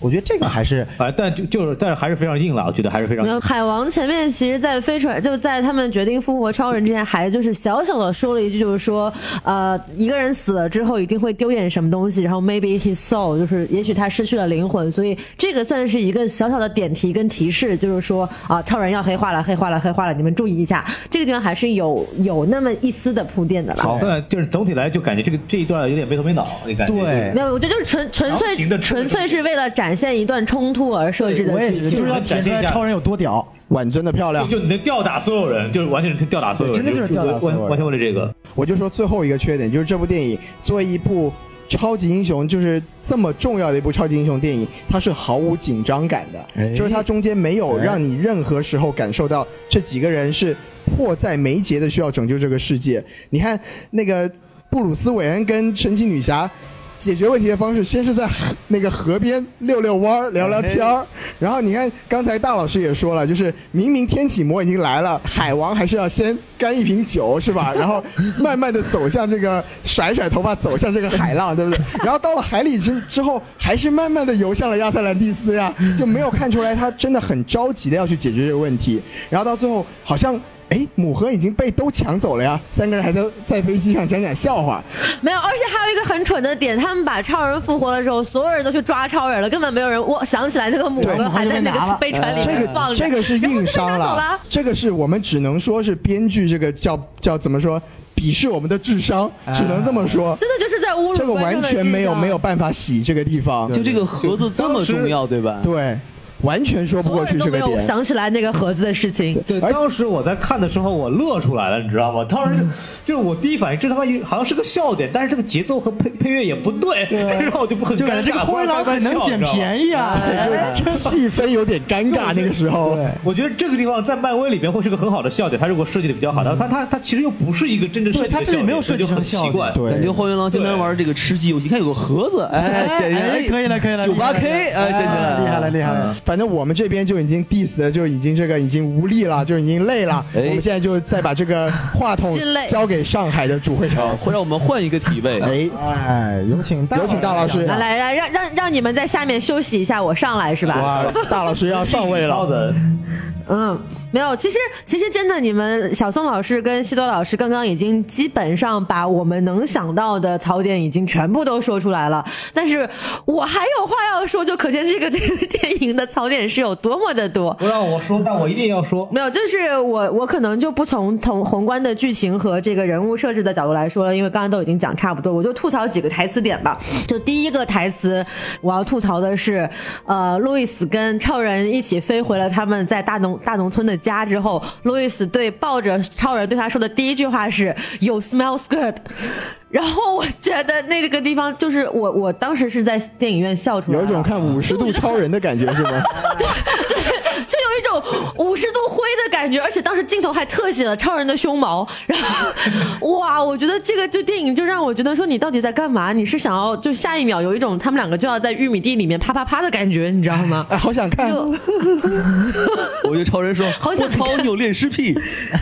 Speaker 5: 我觉得这个还是
Speaker 4: 啊，但就就是，但是还是非常硬了，我觉得还是非常
Speaker 6: 没
Speaker 4: 硬
Speaker 6: 有，。海王前面其实，在飞船就在他们决定复活超人之前，还就是小小的说了一句，就是说，呃，一个人死了之后一定会丢点什么东西，然后 maybe his soul，就是也许他失去了灵魂，所以这个算是一个小小的点题跟提示，就是说啊、超人要黑化了，黑化了，黑化了，你们注意一下，这个地方还是有有那么一丝的铺垫的啦。
Speaker 4: 好，那就是总体来就感觉这个这一段有点没头没脑，你感觉
Speaker 5: 对
Speaker 6: 没有，我觉得就是纯纯
Speaker 4: 强行地出
Speaker 6: 粹
Speaker 4: 了
Speaker 6: 纯粹是为了展现一段冲突而设置的
Speaker 5: 我也
Speaker 6: 剧
Speaker 5: 觉得
Speaker 6: 情
Speaker 5: 就是要体现出来超人有多屌。
Speaker 2: 婉真的漂亮
Speaker 4: 就，就你能吊打所有人，就是完全是吊打所有人，
Speaker 5: 对真的就是吊打所有人
Speaker 4: 完完全为了这个。
Speaker 2: 我就说最后一个缺点就是这部电影作为一部超级英雄，就是这么重要的一部超级英雄电影，它是毫无紧张感的，
Speaker 5: 哎
Speaker 2: 就是它中间没有让你任何时候感受到这几个人是迫在眉睫的需要拯救这个世界。你看那个布鲁斯韦恩跟神奇女侠。解决问题的方式，先是在河那个河边遛遛弯儿、聊聊天儿，然后你看刚才大老师也说了，就是明明天启魔已经来了，海王还是要先干一瓶酒是吧？然后慢慢的走向这个甩甩头发走向这个海浪，对不对？然后到了海里之之后，还是慢慢的游向了亚特兰蒂斯呀，就没有看出来他真的很着急的要去解决这个问题，然后到最后好像。哎，母盒已经被都抢走了呀！三个人还在在飞机上讲讲笑话，
Speaker 6: 没有，而且还有一个很蠢的点，他们把超人复活的时候，所有人都去抓超人了，根本没有人我想起来那个母
Speaker 5: 对
Speaker 6: 盒还在那
Speaker 5: 母盒就被拿
Speaker 6: 个
Speaker 5: 了
Speaker 6: 飞船里
Speaker 2: 这
Speaker 6: 面
Speaker 2: 个
Speaker 6: 放着，
Speaker 2: 这个是硬伤
Speaker 6: 然后就被拿走
Speaker 2: 了
Speaker 6: 了，
Speaker 2: 这个是我们只能说是编剧这个叫叫怎么说，鄙视我们的智商，只能这么说。
Speaker 6: 真的就是在侮辱
Speaker 2: 这个
Speaker 6: 观
Speaker 2: 完
Speaker 6: 众的
Speaker 2: 全没有
Speaker 6: 智商
Speaker 2: 没有。办法洗这个地方，
Speaker 1: 就这个盒子这么重要，对吧？
Speaker 2: 对，完全说不
Speaker 6: 所有
Speaker 2: 过去
Speaker 6: 人都
Speaker 2: 这
Speaker 6: 没
Speaker 2: 个
Speaker 6: 有
Speaker 2: 点。
Speaker 6: 想起来那个盒子的事情，
Speaker 4: 对，
Speaker 2: 而且
Speaker 4: 当时我在看的时候，我乐出来了，你知道吗？当
Speaker 5: 嗯
Speaker 4: 时就是我第一反应，这他妈好像是个笑点，但是这个节奏和配配乐也不对， 然后我就不很
Speaker 5: 就
Speaker 4: 尴
Speaker 5: 感
Speaker 4: 尬。
Speaker 5: 觉这个灰狼很能捡
Speaker 4: 宜。
Speaker 5: 便宜 啊！
Speaker 2: 就
Speaker 6: 哎
Speaker 2: 气氛有点尴尬，那个时候，
Speaker 4: 我觉得这个地方在漫威里边会是个很好的笑点，它如果设计的比较好，它它它它其实又不是一个真正设计
Speaker 5: 嗯对它
Speaker 4: 的
Speaker 5: 这里
Speaker 4: 笑
Speaker 5: 没有
Speaker 4: 点，所
Speaker 5: 设
Speaker 4: 以
Speaker 5: 计
Speaker 4: 就很
Speaker 5: 成笑
Speaker 4: 奇
Speaker 5: 点
Speaker 4: 怪。
Speaker 2: 对
Speaker 1: 感觉荒原狼经常玩这个吃鸡游戏，看有个盒子，哎，捡起来，
Speaker 5: 可以了，可以了，
Speaker 1: 九八 K，哎，捡起来，
Speaker 5: 厉害了，厉害了！
Speaker 2: 反正我们这边就已经 diss 的就已经这个已经无力了，就已经累了。
Speaker 1: 哎
Speaker 2: 我们现在就再把这个 话筒
Speaker 6: 心累
Speaker 2: 交给上海的主会场。
Speaker 1: 会啊让我们换一个体位。
Speaker 2: 哎，
Speaker 5: 哎，有请大
Speaker 2: 有请大老师
Speaker 6: 来来来，让让让你们在下面休息一下，我上来是吧？
Speaker 2: 哇，大老师要上位了。
Speaker 4: 的，
Speaker 6: 嗯，没有，其实其实真的，你们小宋老师跟西多老师刚刚已经基本上把我们能想到的槽点已经全部都说出来了，但是我还有话要说，就可见这个 这个电影的槽点是有多么的多。
Speaker 4: 不让我说，但我一定要 说。
Speaker 6: 没有，就是我我可能就不从宏宏观的剧情和这个人物设置的角度来说了，因为刚刚都已经讲差不多，我就吐槽几个台词点吧。就第一个台词，我要吐槽的是，呃，路易斯跟超人一起飞回了他们在大农大农村的家之后，路易斯对抱着超人对他说的第一句话是 “You smells good”。然后我觉得那个地方就是我，我当时是在电影院笑出来
Speaker 2: 有
Speaker 6: 了，
Speaker 2: 一种看五十度超人的感觉是 吗？
Speaker 6: 就有一种五十度灰的感觉，而且当时镜头还特写了超人的胸毛，然后哇，我觉得这个就电影就让我觉得说你到底在干嘛？你是想要就下一秒有一种他们两个就要在玉米地里面啪啪啪的感觉，你知道吗？
Speaker 2: 哎，好想看。
Speaker 6: 就
Speaker 1: 我就超人说，
Speaker 6: 好想
Speaker 1: 我操，你有恋尸 癖，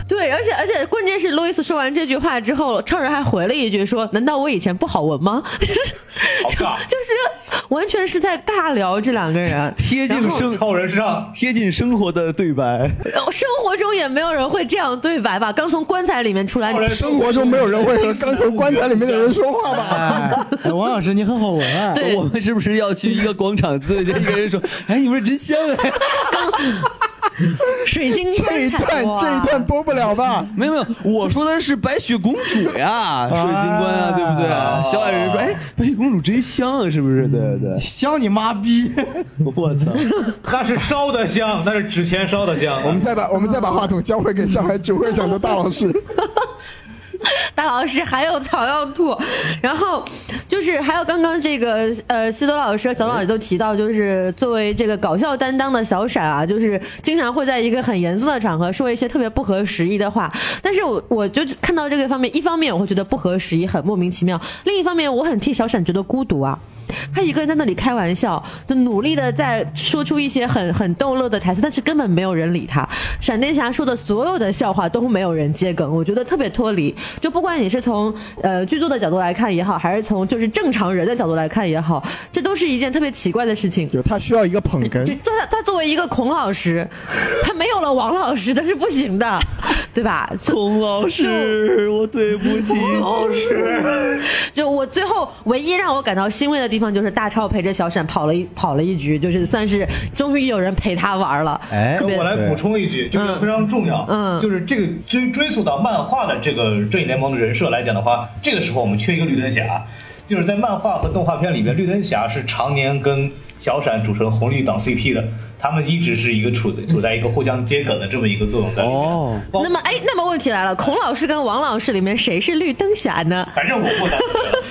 Speaker 6: 对，而且而且关键是路易斯说完这句话之后，超人还回了一句说：“难道我以前不好闻吗？” 就
Speaker 4: 尬
Speaker 6: 就是完全是在尬聊这两个人。
Speaker 1: 贴近生
Speaker 4: 超人上，
Speaker 1: 贴近生活的对白。
Speaker 6: 生活中也没有人会这样对白吧？刚从棺材里面出来，你
Speaker 2: 生活中没有人会和刚从棺材里面的人说话 吧？
Speaker 5: 哎，王老师你很好闻啊！
Speaker 6: 对
Speaker 1: 我们是不是要去一个广场对着一个人说，哎，你们真香哎？
Speaker 6: 水晶
Speaker 2: 这一
Speaker 6: 棺材
Speaker 2: 段
Speaker 6: 哇
Speaker 2: 这一段播不了吧？
Speaker 1: 没有没有，我说的是白雪公主呀，水晶棺啊，对不对？小矮人说，哎，白雪公主真香啊，是不是？对对，
Speaker 5: 削你妈逼！
Speaker 1: 我操，
Speaker 4: 那是烧的香，那是纸 钱烧的香。我
Speaker 2: 我们再把我们再把话筒交回给上海主会长的大老师。
Speaker 6: 大老师还有草药吐，然后就是还有刚刚这个呃，西多老师、和小老师都提到，就是作为这个搞笑担当的小闪啊，就是经常会在一个很严肃的场合说一些特别不合时宜的话。但是我我就看到这个方面，一方面我会觉得不合时宜，很莫名其妙；另一方面，我很替小闪觉得孤独啊。 他一个人在那里开玩笑，就努力的在说出一些很很逗乐的台词，但是根本没有人理他。闪电侠说的所有的笑话都没有人接梗，我觉得特别脱离。就不管你是从呃剧作的角度来看也好，还是从就是正常人的角度来看也好，这都是一件特别奇怪的事情。
Speaker 2: 就他需要一个捧哏
Speaker 6: 就，他他作为一个孔老师，他没有了王老师，他是不行的，对吧？就
Speaker 1: 孔老师，我对不起，
Speaker 4: 老师，
Speaker 6: 就我最后唯一让我感到欣慰的地方，就是大超陪着小闪跑了一跑了一局，就是算是终于有人陪他玩了。
Speaker 5: 哎
Speaker 6: 特，别
Speaker 4: 我来补充一句，就是非常重要，
Speaker 6: 嗯
Speaker 4: 就是这个追追溯到漫画的这个正义联盟的人设来讲的话，这个时候我们缺一个绿灯侠，就是在漫画和动画片里面，绿灯侠是常年跟小闪组成红绿党 CP 的，他们一直是一个处在处在一个互相接梗的这么一个作用在里面。
Speaker 1: 哦，
Speaker 4: 包
Speaker 6: 那么，哎，那么问题来了，孔老师跟王老师里面谁是绿灯侠呢？
Speaker 4: 反正我不打。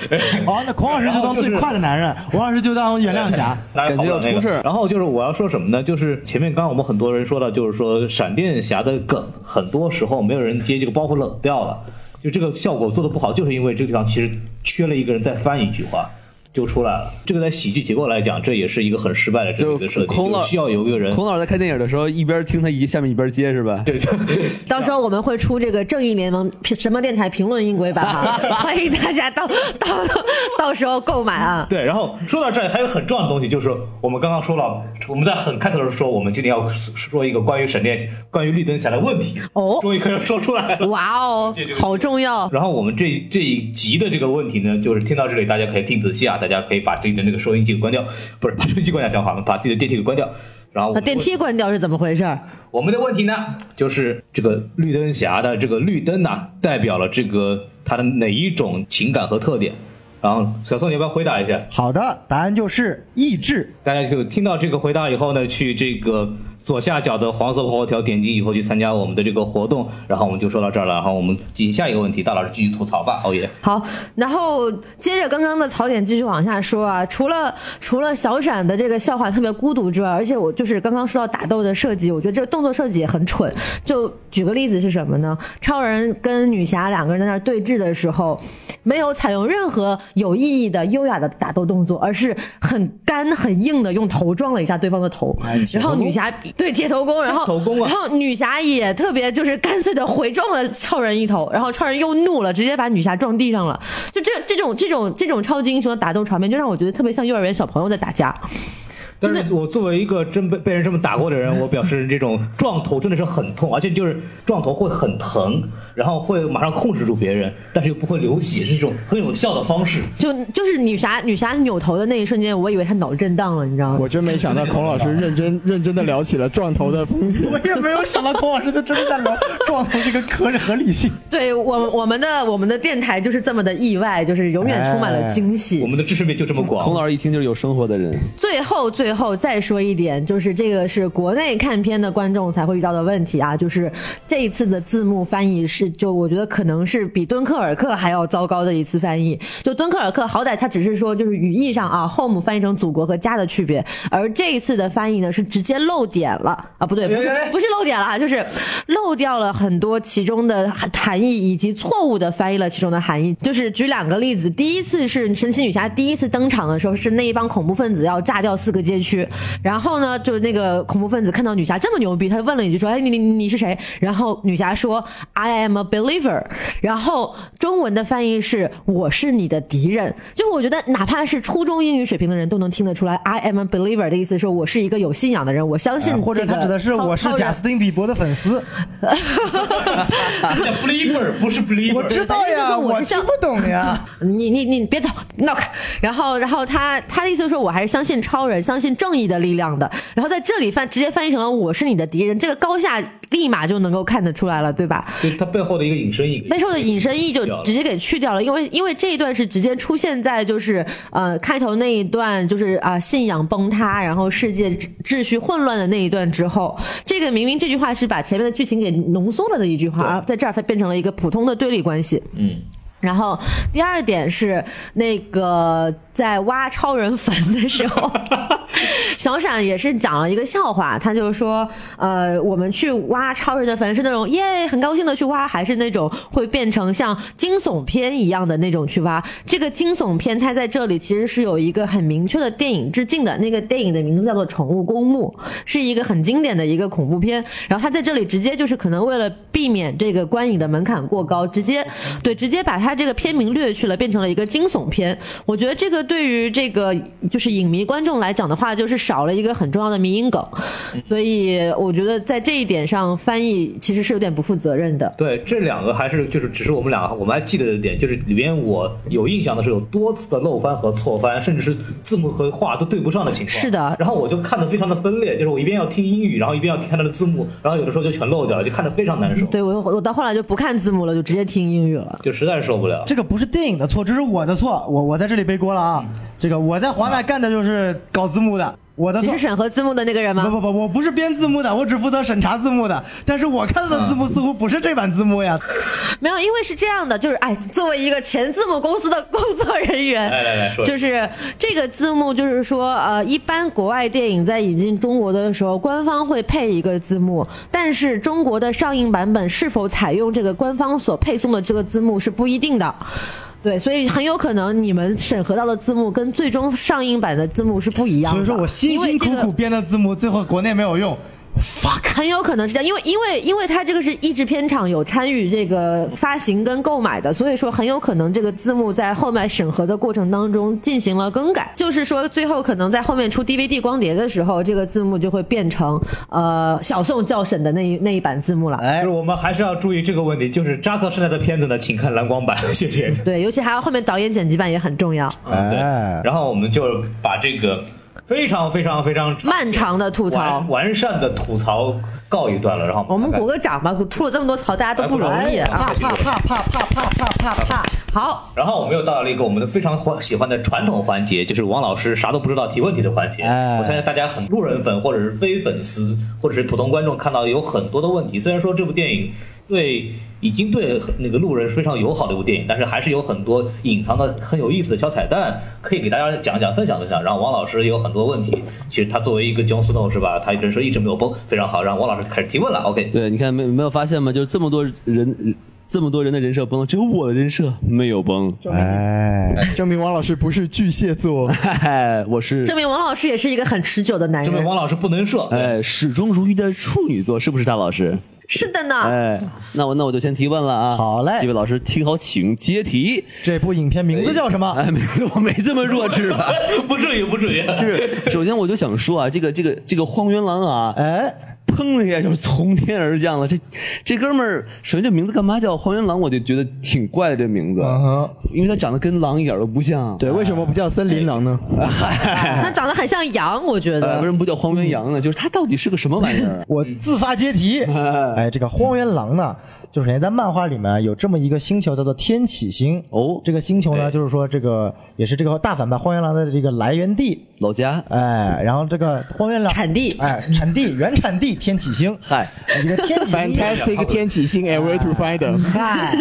Speaker 5: 哦，那孔老师就哎当最快的男人，王老师就当原谅 侠。
Speaker 4: 来
Speaker 1: 感觉要出事儿
Speaker 4: 然后就是我要说什么呢？就是前面刚刚我们很多人说到，就是说闪电侠的梗，很多时候没有人接，这个包袱冷掉了。就这个效果做的不好，就是因为这个地方其实缺了一个人再翻一句话。就出来了，这个在喜剧结构来讲，这也是一个很失败的这么一个设
Speaker 1: 就
Speaker 4: 定，
Speaker 1: 孔老
Speaker 4: 就需要有一个人
Speaker 1: 孔老师在看电影的时候，一边听他一下面一边接是吧？
Speaker 4: 对，就
Speaker 6: 到时候我们会出这个正义联盟什么电台评论音轨版 哈，欢迎大家到到到时候购买啊。
Speaker 4: 对，然后说到这儿，还有很重要的东西，就是我们刚刚说了，我们在很开头的时候说，我们今天要说一个关于闪电、关于绿灯侠的问题，
Speaker 6: 哦
Speaker 4: 终于可以说出来了。
Speaker 6: 哇哦
Speaker 4: 这就，是
Speaker 6: 好重 要！
Speaker 4: 然后我们这这一集的这个问题呢，就是听到这里，大家可以听仔细啊，大家可以把自己的那个收音机给关掉，不是把收音机关掉讲反了，把自己的电梯给关掉。然后我
Speaker 6: 把
Speaker 4: 们
Speaker 6: 电梯关掉是怎么回事？
Speaker 4: 我们的问题呢，就是这个绿灯侠的这个绿灯呐、代表了这个他的哪一种情感和特点？然后小宋，你要不要回答一下？
Speaker 5: 好的，答案就是意志。
Speaker 4: 大家就听到这个回答以后呢，去这个左下角的黄色泡泡条点击以后去参加我们的这个活动，然后我们就说到这儿了，然后我们进行下一个问题，大老师继续吐槽吧，熬哦夜。
Speaker 6: 好，然后接着刚刚的槽点继续往下说啊，除了除了小闪的这个笑话特别孤独之外，而且我就是刚刚说到打斗的设计，我觉得这个动作设计也很蠢。就举个例子是什么呢？超人跟女侠两个人在那儿对峙的时候，没有采用任何有意义的优雅的打斗动作，而是很干很硬的用头撞了一下对方的哎头，然后女侠对铁头功，然后
Speaker 4: 头功啊
Speaker 6: 然后女侠也特别就是干脆的回撞了超人一头，然后超人又怒了，直接把女侠撞地上了。就这这种这种这种超级英雄的打斗场面，就让我觉得特别像幼儿园小朋友在打架。
Speaker 4: 但是我作为一个真被被人这么打过的人，我表示这种撞头真的是很痛，而且就是撞头会很疼，然后会马上控制住别人，但是又不会流血，是一种很有效的方式。
Speaker 6: 就就是女侠女侠扭头的那一瞬间，我以为她脑震荡了，你知道吗？
Speaker 2: 我真没想到孔老 师认真认真的聊起了撞头的风险。
Speaker 5: 我也没有想到孔老师他真 的在聊撞头这个合理合理性。
Speaker 6: 对我我们的我们的电台就是这么的意外，就是永远充满了惊喜。
Speaker 4: 我们的知识面就这么
Speaker 1: 孔
Speaker 4: 广，
Speaker 1: 老师一听就是有生活的人，
Speaker 6: 最后，最后再说一点，就是这个是国内看片的观众才会遇到的问题啊，就是这一次的字幕翻译是，就我觉得可能是比《敦刻尔克》还要糟糕的一次翻译。就《敦刻尔克》好歹它只是说就是语义上啊，home 翻译成祖国和家的区别，而这一次的翻译呢是直接漏点了啊，不对，不是不是漏点了啊，就是漏掉了很多其中的含含义，以及错误的翻译了其中的含义。就是举两个例子，第一次是神奇女侠第一次登场的时候，是那一帮恐怖分子要炸掉四个街区，然后呢，就是那个恐怖分子看到女侠这么牛逼，他问了一句说：“哎，你你你是谁？”然后女侠说：“I am a believer。”然后中文的翻译是“我是你的敌人”。就是我觉得，哪怕是初中英语水平的人都能听得出来，“I am a believer” 的意思是我是一个有信仰的人，我相信、这个
Speaker 5: 哎或者他指的是
Speaker 6: 超
Speaker 5: 我是
Speaker 6: 超人
Speaker 5: 贾斯汀比伯的粉 丝，
Speaker 4: 是 believer 不是 believer，
Speaker 5: 我知道
Speaker 6: 反正就是
Speaker 5: 呀，
Speaker 6: 我
Speaker 5: 我
Speaker 6: 是
Speaker 5: 听
Speaker 6: 像
Speaker 5: 不懂呀。
Speaker 6: 你你你别走，闹开。然后然后他他的意思是说，我还是相信超人，相信信正义的力量的。然后在这里翻直接翻译成了“我是你的敌人”，这个高下立马就能够看得出来了，对吧？
Speaker 4: 对它背后的一个隐身意义。
Speaker 6: 背后的隐身意就
Speaker 4: 掉了
Speaker 6: 直接给去掉了，因为因为这一段是直接出现在就是呃开头那一段，就是啊、信仰崩塌，然后世界秩秩序混乱的那一段之后，这个明明这句话是把前面的剧情给浓缩了的一句话，而在这儿变成了一个普通的对立关系。
Speaker 4: 嗯，
Speaker 6: 然后第二点是那个在挖超人坟的时候，小闪也是讲了一个笑话，他就说，呃，我们去挖超人的坟是那种耶很高兴的去挖，还是那种 会变成像惊悚片一样的那种去挖？这个惊悚片它在这里其实是有一个很明确的电影致敬的，那个电影的名字叫做《宠物公墓》，是一个很经典的一个恐怖片。然后他在这里直接就是可能为了避免这个观影的门槛过高，直接对直接把它这个片名略去了，变成了一个惊悚片。我觉得这个对于这个就是影迷观众来讲的话，就是少了一个很重要的迷因梗，所以我觉得在这一点上翻译其实是有点不负责任的。
Speaker 4: 对，这两个还是就是只是我们俩我们还记得的点，就是里边我有印象的是有多次的漏翻和错翻，甚至是字幕和话都对不上的情况。
Speaker 6: 是的
Speaker 4: 然后我就看得非常的分裂，就是我一边要听英语，然后一边要听他的字幕，然后有的时候就全漏掉了，就看得非常难受，
Speaker 6: 对我我到后来就不看字幕了，就直接听英语了。
Speaker 4: 就实在是受不了。
Speaker 5: 这个不是电影的错，这是我的错，我我在这里背锅了啊！这个我在华纳干的就是搞字幕的，我的
Speaker 6: 你
Speaker 5: 错
Speaker 6: 是。审核字幕的那个人吗？
Speaker 5: 不不不，我不是编字幕的，我只负责审查字幕的。但是我看到的字
Speaker 6: 嗯
Speaker 5: 幕似乎不是这版字幕呀。
Speaker 6: 没有，因为是这样的，就是哎，作为一个前字幕公司的工作人员，
Speaker 4: 哎来来来说
Speaker 6: 就是这个字幕，就是说呃，一般国外电影在引进中国的时候，官方会配一个字幕，但是中国的上映版本是否采用这个官方所配送的这个字幕是不一定的。对，所以很有可能你们审核到的字幕跟最终上映版的字幕是不一样的。
Speaker 5: 所以说我辛辛苦
Speaker 6: 因为这
Speaker 5: 苦
Speaker 6: 个
Speaker 5: 编的字幕，最后国内没有用。
Speaker 6: 很有可能是这样，因为因为因为它这个是译制片厂有参与这个发行跟购买的，所以说很有可能这个字幕在后面审核的过程当中进行了更改，就是说最后可能在后面出 DVD 光碟的时候，这个字幕就会变成呃小宋教审的那一那一版字幕了。
Speaker 4: 哎，就是我们还是要注意这个问题，就是扎克现在的片子呢，请看蓝光版， 谢谢。
Speaker 6: 对，尤其还有后面导演剪辑版也很重要。
Speaker 4: 嗯对
Speaker 5: 哎，
Speaker 4: 然后我们就把这个非常非常非常
Speaker 6: 漫长的吐槽
Speaker 4: 完，完善的吐槽告一段了，然后
Speaker 6: 我们
Speaker 4: 看
Speaker 6: 鼓个掌吧，吐了这么多槽，大家都不容易
Speaker 4: 哎
Speaker 6: 啊。
Speaker 5: 啪啪啪啪啪啪啪啪啪！
Speaker 6: 好，
Speaker 4: 然后我们又到了一个我们的非常欢喜欢的传统环节，就是王老师啥都不知道提问题的环节。
Speaker 5: 哎
Speaker 4: 我相信大家很路人粉或者是非粉丝或者是普通观众看到有很多的问题，虽然说这部电影对已经对那个路人非常友好的一部电影，但是还是有很多隐藏的很有意思的小彩蛋可以给大家讲讲分享分享。然后王老师也有很多问题，其实他作为一个 Jon Snow 是吧，他人设一直没有崩，非常好。让王老师开始提问了，OK。
Speaker 1: 对，你看没没有发现吗？就是这么多人，这么多人的人设崩，只有我的人设没有崩。
Speaker 5: 哎，
Speaker 2: 证明王老师不是巨蟹座。
Speaker 1: 哎，我是
Speaker 6: 证明王老师也是一个很持久的男
Speaker 4: 这位
Speaker 6: 人。
Speaker 4: 王老师不能射，对
Speaker 1: 哎始终如一的处女座，是不是大老师？
Speaker 6: 是的呢。
Speaker 1: 哎，那我那我就先提问了啊。
Speaker 5: 好嘞
Speaker 1: 几位老师听好，请接题。
Speaker 5: 这部影片名字叫什么？
Speaker 1: 哎，没， 我没这么弱智吧？
Speaker 4: 不至于不至于。
Speaker 1: 就是，首先我就想说啊，这个这个这个荒原狼啊，
Speaker 5: 哎，
Speaker 1: 砰的一下就是从天而降了。这这哥们儿，首先这名字干嘛叫荒原狼，我就觉得挺怪的这名字，
Speaker 5: 嗯哼，？
Speaker 1: 因为他长得跟狼一点都不像。
Speaker 2: 对，为什么不叫森林狼呢？
Speaker 4: 哎
Speaker 6: 他长得很像羊，我觉
Speaker 1: 呃，
Speaker 6: 得
Speaker 1: 为什。么不叫荒原羊呢？就是他到底是个什么玩意儿啊
Speaker 5: 我自发接题。
Speaker 6: 嗯
Speaker 5: 哎，这个荒原狼呢，就首先在漫画里面有这么一个星球叫做天启星。
Speaker 1: 哦
Speaker 5: 这个星球
Speaker 4: 哎
Speaker 5: 呢，就是说这个也是这个大反派荒原狼的这个来源地。
Speaker 1: 老家，
Speaker 5: 哎，然后这个荒原狼
Speaker 6: 产地
Speaker 5: 哎，产地原产地天启星。
Speaker 1: 嗨，
Speaker 5: 这个天启星
Speaker 2: Fantastic 天启星
Speaker 5: 哎
Speaker 2: and way to find them。
Speaker 5: 嗨，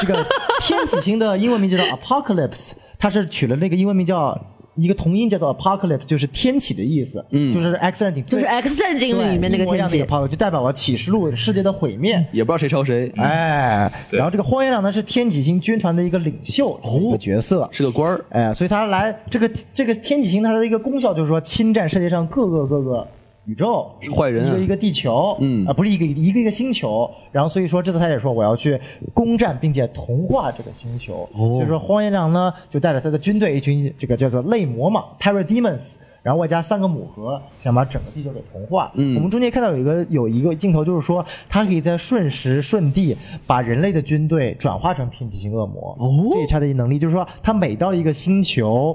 Speaker 5: 这个天启星的英文名叫做 Apocalypse，它是取了那个英文名叫一个同音叫做 Apocalypse，就是天启的意思，嗯，就是 X 战警，
Speaker 6: 就是《X 战警》里面那个天
Speaker 5: 气
Speaker 6: 气，
Speaker 5: ，Apocalypse 就代表了启示录世界的毁灭。
Speaker 1: 也不知道谁抄谁，
Speaker 6: 嗯
Speaker 5: 哎，
Speaker 4: 对
Speaker 5: 然后这个荒原狼呢是天启星军团的一个领袖，一个角色，
Speaker 1: 是个官儿。
Speaker 5: 哎，所以它来这个这个天启星它的一个功效就是说侵占世界上各个各个宇宙，
Speaker 1: 坏人啊
Speaker 5: 一个一个地球，
Speaker 1: 嗯
Speaker 5: 啊、不是一个一个一个星球。然后所以说这次他也说我要去攻占并且同化这个星球，
Speaker 1: 哦
Speaker 5: 所以说荒原狼呢就带着他的军队一群这个叫做类魔嘛 Parademons。然后外加三个母盒，想把整个地球给同化。
Speaker 1: 嗯
Speaker 5: 我们中间看到有一个有一个镜头，就是说它可以在瞬时瞬地把人类的军队转化成天体型恶魔。
Speaker 1: 哦
Speaker 5: 这也差的能力，就是说他每到一个星球。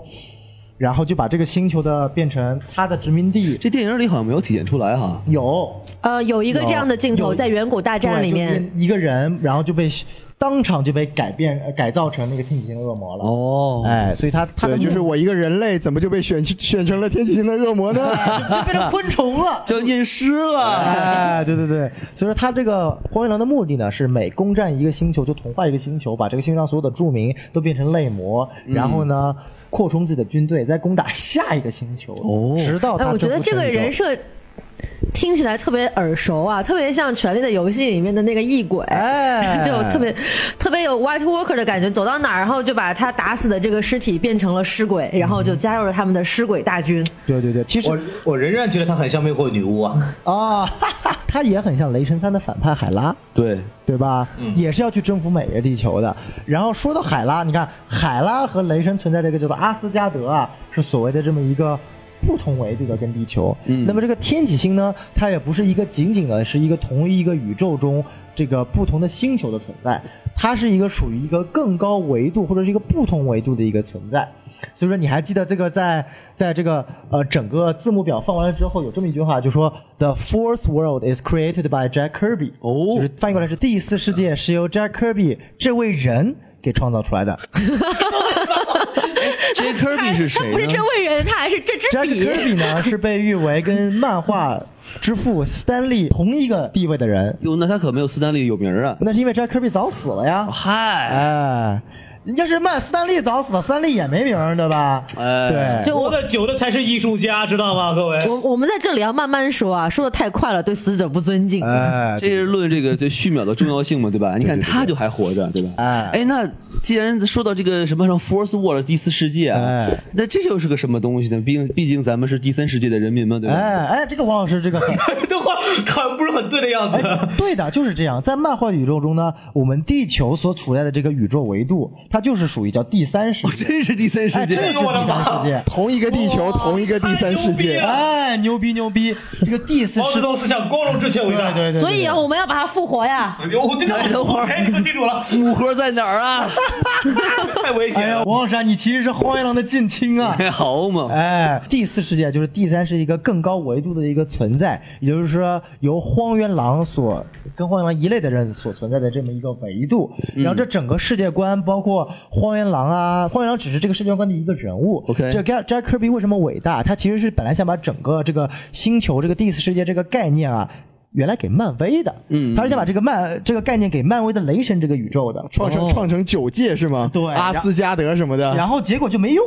Speaker 5: 然后就把这个星球的变成他的殖民地。
Speaker 1: 这电影里好像没有体现出来哈。
Speaker 5: 有
Speaker 6: 呃，有一个这样的镜头
Speaker 5: 有
Speaker 6: 在远古大战里
Speaker 5: 对
Speaker 6: 面
Speaker 5: 就，一一个人，然后就被当场就被改变呃改造成那个天体型的恶魔了。
Speaker 1: 哦，。
Speaker 5: 哎，所以他他的
Speaker 2: 对，就是
Speaker 5: 目
Speaker 2: 我一个人类，怎么就被选选成了天体型的恶魔呢？
Speaker 5: 就变成昆虫了
Speaker 1: 叫验尸了。
Speaker 5: 哎，对对对，所以说他这个荒原狼的目的呢，是每攻占一个星球就同化一个星球，把这个星球上所有的住民都变成类魔，然后呢扩充自己的军队，再攻打下一个星球，
Speaker 1: 哦
Speaker 5: 直到
Speaker 6: 哎，
Speaker 5: 他
Speaker 6: 我觉得
Speaker 5: 征服
Speaker 6: 这个
Speaker 5: 全宇宙
Speaker 6: 人设听起来特别耳熟啊， 特别像《权力的游戏》里面的那个异鬼，
Speaker 5: 哎
Speaker 6: 就特别特别有 White Walker 的感觉，走到哪儿，然后就把他打死的这个尸体变成了尸鬼，然后就加入了他们的尸鬼大军。
Speaker 5: 对对对，其实
Speaker 4: 我我仍然觉得她很像魅惑女巫啊，
Speaker 5: 啊， 他也很像雷神三的反派海拉。
Speaker 1: 对，
Speaker 5: 对吧？也是要去征服每个地球的。然后说到海拉，你看海拉和雷神存在的一个叫做阿斯加德啊，是所谓的这么一个。不同维度的跟地球，
Speaker 1: 嗯
Speaker 5: 那么这个天体星呢，它也不是一个仅仅的是一个同一个宇宙中这个不同的星球的存在，它是一个属于一个更高维度或者是一个不同维度的一个存在。所以说，你还记得这个在在这个呃整个字幕表放完了之后，有这么一句话，就说 The fourth world is created by Jack Kirby。
Speaker 1: 哦
Speaker 5: 就是翻译过来是第四世界是由 Jack Kirby 这位人给创造出来的。
Speaker 1: J. Kirby 是谁
Speaker 6: 他不是
Speaker 1: 呢？
Speaker 6: 这位人，他还是这支
Speaker 5: Jack
Speaker 6: 笔。
Speaker 5: Kirby 呢是被誉为跟漫画之父 Stanley 同一个地位的人，
Speaker 1: 哟，那他可没有斯坦利有名啊。
Speaker 5: 那是因为 Jack Kirby 早死了呀。
Speaker 1: 嗨，
Speaker 5: 哎，要是漫斯丹利早死了，斯丹利也没名儿对吧？
Speaker 1: 哎
Speaker 5: 对，
Speaker 6: 就
Speaker 4: 活
Speaker 6: 我
Speaker 4: 得久的才是艺术家，知道吗，各位？
Speaker 6: 我我们在这里要慢慢说啊，说的太快了，对死者不尊敬。
Speaker 5: 哎，
Speaker 1: 这是论这个这续秒的重要性啊嘛，对吧？你看他就还活着，对吧？
Speaker 5: 哎
Speaker 1: 哎，那既然说到这个什么什么 Fourth World 第四世界啊，
Speaker 5: 哎
Speaker 1: 那这又是个什么东西呢？毕竟毕竟咱们是第三世界的人民嘛，对吧？
Speaker 5: 哎哎，这个王老师这个很。
Speaker 4: 这话好像不是很对的样子。
Speaker 5: 对的，就是这样。在漫画宇宙中呢，我们地球所处在的这个宇宙维度，它就是属于叫第三世
Speaker 1: 哦，
Speaker 5: 界。
Speaker 1: 真是第 三世
Speaker 5: 哎，
Speaker 1: 界，
Speaker 5: 这个是第三世界。
Speaker 2: 同一个地球，同一个第三世界。
Speaker 5: 哎，牛逼牛逼！这个第四
Speaker 4: 毛 泽
Speaker 5: 世界，
Speaker 4: 东思想光荣正确伟
Speaker 5: 对
Speaker 4: 大。
Speaker 5: 对对对，
Speaker 6: 所以啊，
Speaker 5: 对
Speaker 6: 我们要把他复活呀！
Speaker 4: 哎呦，我这
Speaker 1: 等会儿
Speaker 4: 哎说清楚了，
Speaker 1: 母盒在哪儿啊？
Speaker 4: 太危
Speaker 5: 哎
Speaker 4: 险
Speaker 5: 呀，
Speaker 4: 了。
Speaker 5: 王老师啊，你其实是荒原狼的近亲啊！
Speaker 1: 还好嘛，
Speaker 5: 哎，第四世界就是第三是一个更高维度的一个存在，也就是说由荒原狼所跟荒原狼一类的人所存在的这么一个维度。然
Speaker 1: 嗯
Speaker 5: 后这整个世界观包括荒原狼啊，荒原狼只是这个世界观的一个人物。
Speaker 1: OK
Speaker 5: 这 Jack Jack Kirby 为什么伟大？他其实是本来想把整个这个星球这个第四世界这个概念啊。原来给漫威的，
Speaker 1: 嗯
Speaker 5: 他是想把这个漫这个概念给漫威的雷神这个宇宙
Speaker 1: 啊
Speaker 5: 的，
Speaker 2: 创成创成九界是吗？
Speaker 5: 对
Speaker 2: 哦阿斯加德什么的。
Speaker 5: 然后结果就没用，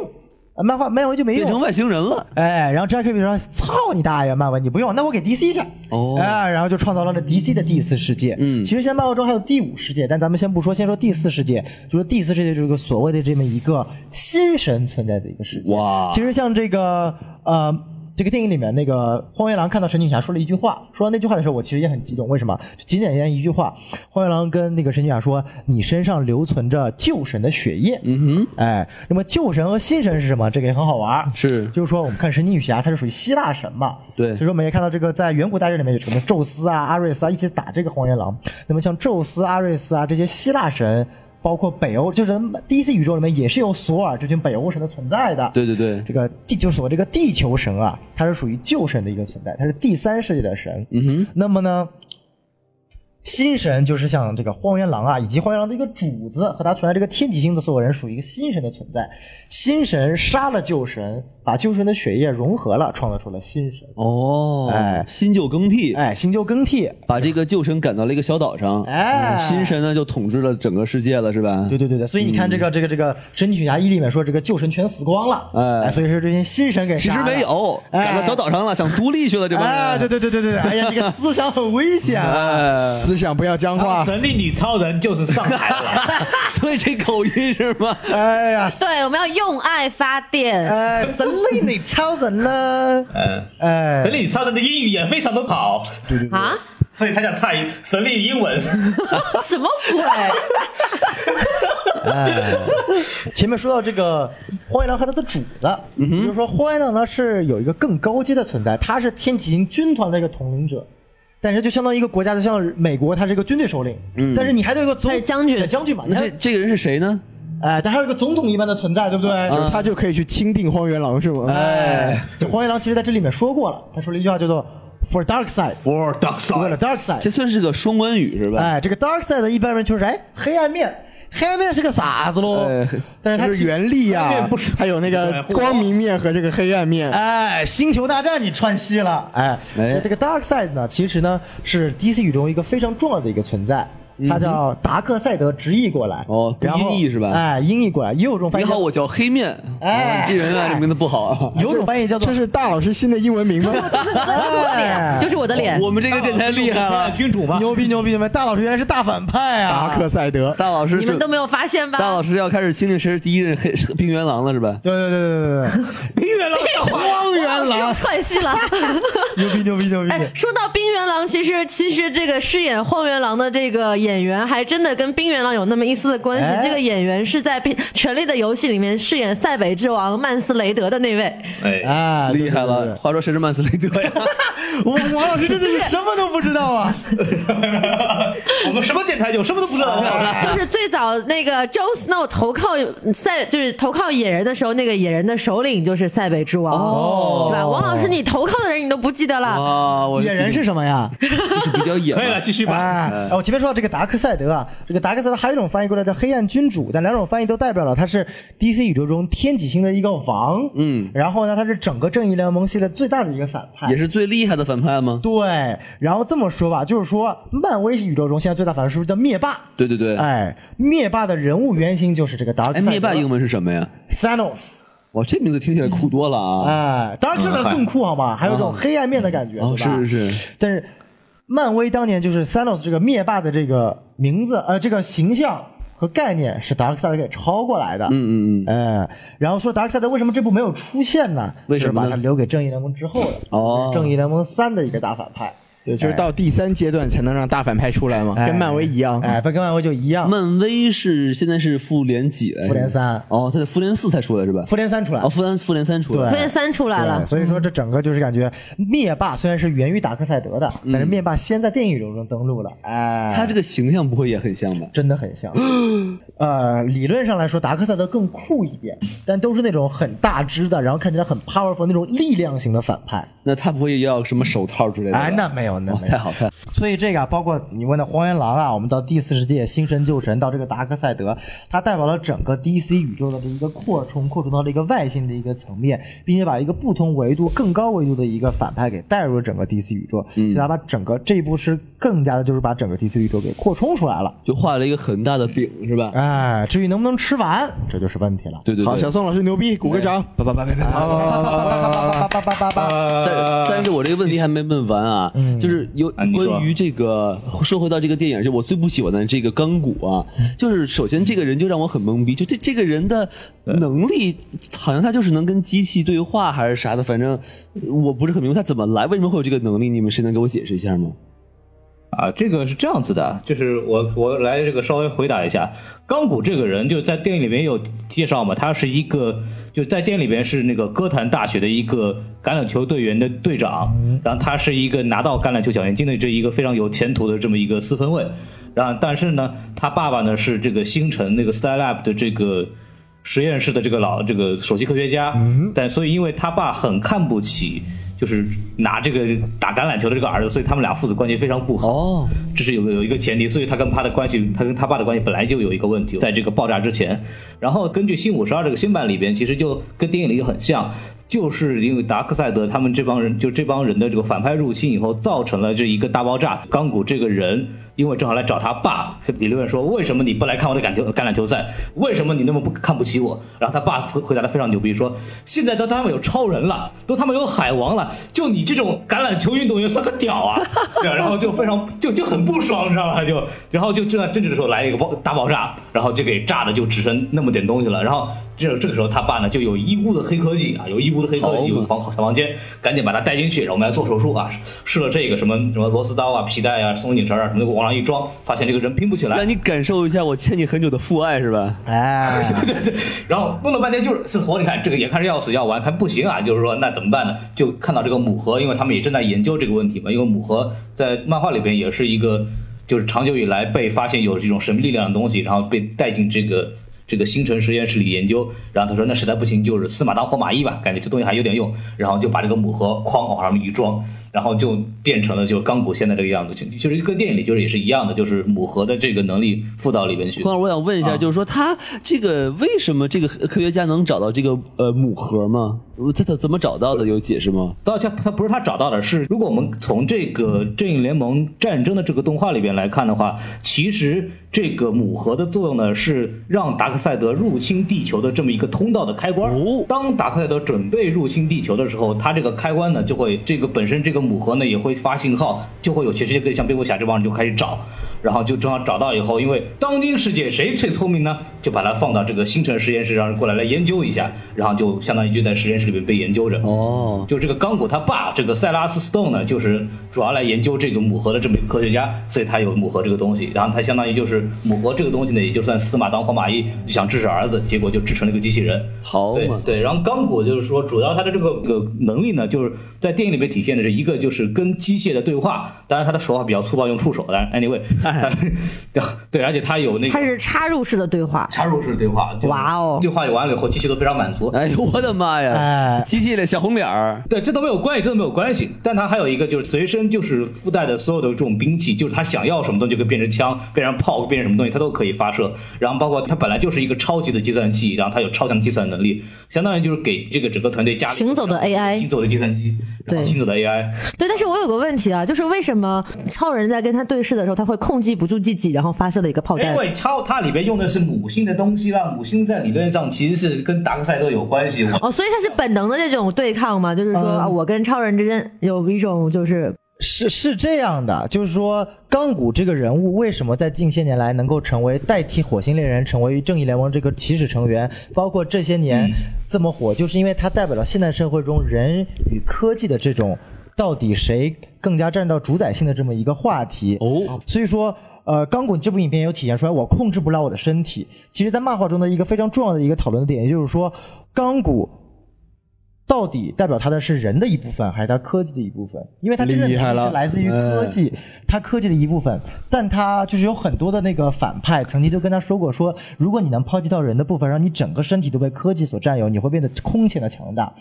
Speaker 5: 呃漫画漫威就没
Speaker 1: 变成
Speaker 5: 用，
Speaker 1: 外星人了。
Speaker 5: 哎，然后 Jack Kirby 说：“操你大爷，漫威你不用，那我给 DC 去。”
Speaker 1: 哦
Speaker 5: 哎，然后就创造了这 DC 的第四世界。
Speaker 1: 嗯
Speaker 5: 其实现在漫画中还有第五世界，但咱们先不说，先说第四世界，就是第四世界就是个所谓的这么一个新神存在的一个世界。
Speaker 1: 哇
Speaker 5: 其实像这个呃。这个电影里面，那个荒原狼看到神女侠说了一句话，说完那句话的时候，我其实也很激动。为什么？就简简单单一句话，荒原狼跟那个神女侠说：“你身上留存着旧神的血液。”
Speaker 1: 嗯
Speaker 5: 哎，那么旧神和新神是什么？这个也很好玩儿。
Speaker 1: 是
Speaker 5: 就是说我们看神奇女侠，她是属于希腊神嘛，
Speaker 1: 对
Speaker 5: 所以说我们也看到这个在远古大战里面有什么宙斯啊、阿瑞斯啊一起打这个荒原狼。那么像宙斯、阿瑞斯啊这些希腊神，包括北欧，就是 DC 宇宙里面也是有索尔这群北欧神的存在的。
Speaker 1: 哼，。对对对，
Speaker 5: 这个地就是我这个地球神啊，它是属于旧神的一个存在，它是第三世界的神。
Speaker 1: 嗯哼，
Speaker 5: 那么呢，新神就是像这个荒原狼啊，以及荒原狼的一个主子和他存在这个天体星的所有人，属于一个新神的存在。新神杀了旧神，把旧神的血液融合了，创造出了新神。
Speaker 1: 哦，
Speaker 5: 哎
Speaker 1: 新旧更替，
Speaker 5: 哎，新旧更替。
Speaker 1: 把这个旧神赶到了一个小岛上，
Speaker 5: 哎
Speaker 1: 嗯新神呢就统治了整个世界了，是吧？
Speaker 5: 对对对对，所以你看
Speaker 1: 嗯
Speaker 5: 这个、这个这个《神奇女侠一》里面说这个旧神全死光了，
Speaker 1: 哎
Speaker 5: 所以说这些新神给
Speaker 1: 其实
Speaker 5: 杀了
Speaker 1: 没。有，
Speaker 5: 哎
Speaker 1: 赶到小岛上了，想独立去了，这帮人。
Speaker 5: 哎，对对对对对对，哎呀，这个思想很危险啊！
Speaker 1: 哎，
Speaker 2: 思想不要僵化，
Speaker 4: 神力女超人就是上海 了，
Speaker 1: 所以这口音是吗？
Speaker 5: 哎呀，
Speaker 6: 对，我们要用爱发电。
Speaker 5: 哎，神力女超人呢？
Speaker 4: 嗯，
Speaker 5: 哎，
Speaker 4: 神力女超人的英语也非常的好，
Speaker 6: 啊？
Speaker 4: 所以他想差一神力英 文。
Speaker 6: 什么 鬼？
Speaker 5: 哎，前面说到这个荒原狼和他的主子，嗯、比如说荒原狼呢是有一个更高阶的存在，他是天启星军团的一个统领者。但是就相当于一个国家，就像美国，他是一个军队首领，
Speaker 1: 嗯
Speaker 5: 但是你还得有一个总哎
Speaker 6: 他是将军
Speaker 5: 对将军嘛，
Speaker 1: 那
Speaker 5: 你还
Speaker 1: 这这个人是谁呢？
Speaker 5: 哎，但还有一个总统一般的存在，对不
Speaker 1: 啊
Speaker 5: 对？
Speaker 2: 就是他就可以去钦定荒原狼是吗？
Speaker 5: 哎，这荒原狼其实在这里面说过了，他说了一句话叫做 “for dark side”。
Speaker 4: For Dark
Speaker 5: 为
Speaker 4: Side，
Speaker 5: 了 dark side，
Speaker 1: 这算是个双关语是吧？
Speaker 5: 哎，这个 dark side 的一般人就是哎黑暗面，黑暗面是个啥子喽？
Speaker 1: 哎
Speaker 5: 但是他
Speaker 2: 就
Speaker 5: 其
Speaker 2: 是原力啊，还有那个光明面和这个黑暗 面。
Speaker 5: 哎，星球大战你串戏了，哎，
Speaker 1: 哎
Speaker 5: 这个 Dark Side 呢，其实呢是 DC 宇宙一个非常重要的一个存在，它叫达克赛德，直译过来，
Speaker 1: 哦
Speaker 5: 然后
Speaker 1: 音译是吧
Speaker 5: 哎，音译过来，也有种翻
Speaker 1: 你
Speaker 5: 译
Speaker 1: 好，我叫黑面。
Speaker 5: 哎
Speaker 1: 哦你这人啊，这名字不好啊。
Speaker 5: 有种翻译叫做
Speaker 2: 这是大老师新的英文名吗？
Speaker 5: 哎
Speaker 6: 就是我的脸，
Speaker 1: 我们这个电台厉害了，
Speaker 4: 君主哎嘛，
Speaker 5: 牛逼牛逼牛逼！大老师原来是大反派啊，
Speaker 2: 达克赛德，
Speaker 1: 大老师
Speaker 6: 你
Speaker 1: 是
Speaker 6: 们都没有发现吧？
Speaker 1: 大老师要开始清定谁是第一任黑冰原狼了是吧？
Speaker 5: 对对对对对对
Speaker 4: 冰原狼大荒原
Speaker 6: 又
Speaker 4: 狼，
Speaker 6: 啊串戏了。
Speaker 5: 对，牛逼牛逼牛 逼！
Speaker 6: 哎，说到冰原狼，其实其实这个饰演荒原狼的这个演员，还真的跟冰原狼有那么一丝的关系。
Speaker 5: 哎
Speaker 6: 这个演员是在《冰权力的游戏》里面饰演塞北之王曼斯雷德的那位。
Speaker 4: 哎，
Speaker 5: 哎，对
Speaker 1: 厉害了，，话说谁是曼斯雷德 呀？
Speaker 5: 对对对王王老师真的是什么都不知道啊！
Speaker 4: 我们什么电台有什么都不知道。
Speaker 1: 哎
Speaker 6: 就是最早那个 Jon Snow 投靠塞，就是投靠野人的时候，那个野人的首领就是塞北之王，
Speaker 1: 哦
Speaker 6: 是吧？王老师，你投靠的人你都不记得了，
Speaker 1: 啊，我
Speaker 5: 野人是什么呀？
Speaker 1: 就是比较野嘛。
Speaker 4: 可以了，继续吧。
Speaker 5: 哎，
Speaker 1: 嗯
Speaker 5: 哎我前面说到这个达克赛德啊，这个达克赛德还有一种翻译过来叫黑暗君主，但两种翻译都代表了他是 DC 宇宙中天启星的一个王。
Speaker 1: 嗯，
Speaker 5: 然后呢，他是整个正义联盟系列最大的一个反派，
Speaker 1: 也是最厉害的反派吗？
Speaker 5: 对。然后这么说吧，就是说漫威宇宙中现在最大反派是不是叫灭霸？
Speaker 1: 对对对。
Speaker 5: 哎，灭霸的人物原型就是这个达克
Speaker 1: 哎，
Speaker 5: 赛德。
Speaker 1: 灭霸英文是什么呀？
Speaker 5: Thanos。
Speaker 1: 哇，这名字听起来酷多了啊！
Speaker 5: 哎，当然这个更酷好吧，还有这种黑暗面的感觉，
Speaker 1: 嗯哦，
Speaker 5: 对吧？
Speaker 1: 是是是，
Speaker 5: 但是漫威当年就是 Thanos 这个灭霸的这个名字，呃，这个形象和概念是达克赛德给抄过来的。
Speaker 1: 嗯嗯嗯，
Speaker 5: 哎，然后说达克赛德为什么这部没有出现呢？
Speaker 1: 为什么呢
Speaker 5: 就是把它留给正义联盟之后的，
Speaker 1: 哦哎
Speaker 5: 就是正义联盟三的一个大反派。
Speaker 2: 对，就是到第三阶段才能让大反派出来嘛，
Speaker 5: 哎
Speaker 2: 跟漫威一样。
Speaker 5: 哎，不跟漫威就一样，
Speaker 1: 漫威是现在是复联几来着？
Speaker 5: 复联三
Speaker 1: 哦，他得复联四才出来是吧？
Speaker 5: 复联三出来
Speaker 1: 哦，。复联复联三出来。嗯
Speaker 6: 所以三出来了
Speaker 5: 对，。所以说这整个就是感觉灭霸虽然是源于达克赛德的，但是灭霸先在电影中登陆了，哎，
Speaker 1: 嗯他这个形象不会也很像吧？
Speaker 5: 真的很像。 呃，理论上来说，达克赛德更酷一点，但都是那种很大只的，然后看起来很 powerful 那种力量型的反派。
Speaker 1: 那他不会要什么手套之类的吧？
Speaker 5: 哎，那没有，那
Speaker 1: 哦
Speaker 5: 没有。
Speaker 1: 太好太好，
Speaker 5: 所以这个啊，包括你问的荒原狼啊，我们到第四世界新神旧神，到这个达克赛德，它代表了整个 DC 宇宙的这一个扩充，扩充到了一个外星的一个层面，并且把一个不同维度、更高维度的一个反派给带入了整个 DC 宇宙，所以它把整个这一部是更加的就是把整个 DC 宇宙给扩充出来了。
Speaker 1: 就画了一个很大的饼是吧？
Speaker 5: 哎，至于能不能吃完，这就是问题了。
Speaker 1: 对对对。
Speaker 2: 好，小宋老师牛逼，鼓个掌！啊
Speaker 1: 叭叭叭叭叭叭。
Speaker 5: 叭叭叭叭叭叭叭！
Speaker 1: 但但是我这个问题还没问完啊，就是有
Speaker 4: 啊你说
Speaker 1: 关于这个，说回到这个电影，就我最不喜欢的这个钢骨啊，就是首先这个人就让我很懵逼，就这这个人的能力，好像他就是能跟机器对话还是啥的，反正呃我不是很明白他怎么来，为什么会有这个能力？你们谁能给我解释一下吗？
Speaker 4: 啊，这个是这样子的，就是我我来这个稍微回答一下，钢骨这个人就在电影里面有介绍嘛，他是一个就在电影里面是那个哥谭大学的一个橄榄球队员的队长，然后他是一个拿到橄榄球奖学金的这一个非常有前途的这么一个四分卫，然后但是呢，他爸爸呢是这个星辰那个 Star Lab 的这个实验室的这个老这个首席科学家，但所以因为他爸很看不起，就是拿这个打橄榄球的这个儿子，所以他们俩父子关系非常不好。
Speaker 1: 哦，
Speaker 4: 这是有个有一个前提，所以他跟他的关系，他跟他爸的关系本来就有一个问题，在这个爆炸之前。然后根据新五十二这个新版里边，其实就跟电影里很像，就是因为达克赛德他们这帮人，就这帮人的这个反派入侵以后，造成了这一个大爆炸。钢骨这个人。因为正好来找他爸，理论说为什么你不来看我的橄球橄榄球赛？为什么你那么不看不起我？然后他爸回回答的非常牛逼，说现在都他们有超人了，都他们有海王了，就你这种橄榄球运动员算个屌啊！ 对，然后就非常就就很不爽，你知道吧？就然后就这这这时候来一个爆大爆炸，然后就给炸的就只剩那么点东西了。然后这这个时候他爸呢就有一屋子黑科技啊，有一屋子黑科技，有房小房间，赶紧把他带进去，然后我们来做手术啊，试了这个什么什么螺丝刀啊、皮带啊、松紧绳啊什么的往上一装，发现这个人拼不起来
Speaker 1: 让。你感受一下我欠你很久的父爱是吧？
Speaker 5: 哎，
Speaker 4: 然后弄了半天就是死活，你看这个眼看是要死要完，看不行啊，就是说那怎么办呢？就看到这个母盒，因为他们也正在研究这个问题嘛，因为母盒在漫画里边也是一个，就是长久以来被发现有这种神秘力量的东西，然后被带进这个。这个星辰实验室里研究。然后他说那实在不行就是司马当活马医吧，感觉这东西还有点用。然后就把这个母盒哐往上一装，然后就变成了就是钢骨现在这个样子情景，就是跟电影里就是也是一样的，就是母盒的这个能力附到里边去。
Speaker 1: 匡老师，我想问一
Speaker 4: 啊
Speaker 1: 下，就是说他这个为什么这个科学家能找到这个呃母盒吗？这他怎么找到的？有解释吗？
Speaker 4: 到他他不是他找到的，是如果我们从这个《正义联盟战争》的这个动画里边来看的话，其实这个母盒的作用呢是让达克赛德入侵地球的这么一个通道的开关。哦，当达克赛德准备入侵地球的时候，他这个开关呢就会这个本身这个母盒呢也会发信号，就会有全世界各地像蝙蝠侠这帮人就开始找，然后就正好找到以后，因为当今世界谁最聪明呢？就把它放到这个星辰实验室，让人过来来研究一下，然后就相当于就在实验室里面被研究着。
Speaker 1: 哦，
Speaker 4: 就这个钢骨他爸这个塞拉斯 Stone 呢，就是主要来研究这个母核的这么一个科学家，所以他有母核这个东西。然后他相当于就是母核这个东西呢，也就算司马当活马医就想治治儿子，结果就制成了一个机器人。
Speaker 1: 好
Speaker 4: 对
Speaker 1: 嘛，
Speaker 4: 对，然后钢骨就是说，主要它的这个这个能力呢，就是在电影里面体现的是一个就是跟机械的对话，当然他的手法比较粗暴，用触手，当然 anyway，但是 对，而且他有那
Speaker 6: 它
Speaker 4: 个
Speaker 6: 是插入式的对话，
Speaker 4: 插入式对话，就是
Speaker 6: 哇哦
Speaker 4: 对话完了以后，机器都非常满足，
Speaker 1: 哎呦我的妈呀！
Speaker 5: 哎
Speaker 1: 机器脸小红脸儿，
Speaker 4: 对，这都没有关系，这都没有关系。但他还有一个就是随身就是附带的所有的这种兵器，就是他想要什么东西就可以变成枪、变成炮、变成什么东西，他都可以发射。然后包括他本来就是一个超级的计算器，然后他有超强的计算能力，相当于就是给这个整个团队加了一个
Speaker 6: 行走的 AI
Speaker 4: 行走的计算机，然后
Speaker 6: 对
Speaker 4: 行走的 AI。
Speaker 6: 对，但是我有个问题啊，就是为什么超人在跟他对视的时候，他会控制不住自己，然后发射了一个炮
Speaker 4: 因
Speaker 6: 弹？
Speaker 4: 为超它里边用的是母性的东西啦，母性在理论上其实是跟达克赛德有关系。我
Speaker 6: 哦，所以他是本能的这种对抗嘛，就是说、啊我跟超人之间有一种就是
Speaker 5: 是是这样的，就是说钢骨这个人物为什么在近些年来能够成为代替火星猎人成为正义联盟这个起始成员，包括这些年这么火，就是因为他代表了现代社会中人与科技的这种到底谁更加占到主宰性的这么一个话题。
Speaker 1: 哦，
Speaker 5: 所以说。呃，钢骨这部影片有体现出来，我控制不了我的身体。其实，在漫画中的一个非常重要的一个讨论点，也就是说，钢骨到底代表它的是人的一部分，还是它科技的一部分？因为它真正
Speaker 2: 厉害了嗯
Speaker 5: 是来自于科技，它科技的一部分。但它就是有很多的那个反派曾经就跟他说过说，如果你能抛弃到人的部分，让你整个身体都被科技所占有，你会变得空前的强大。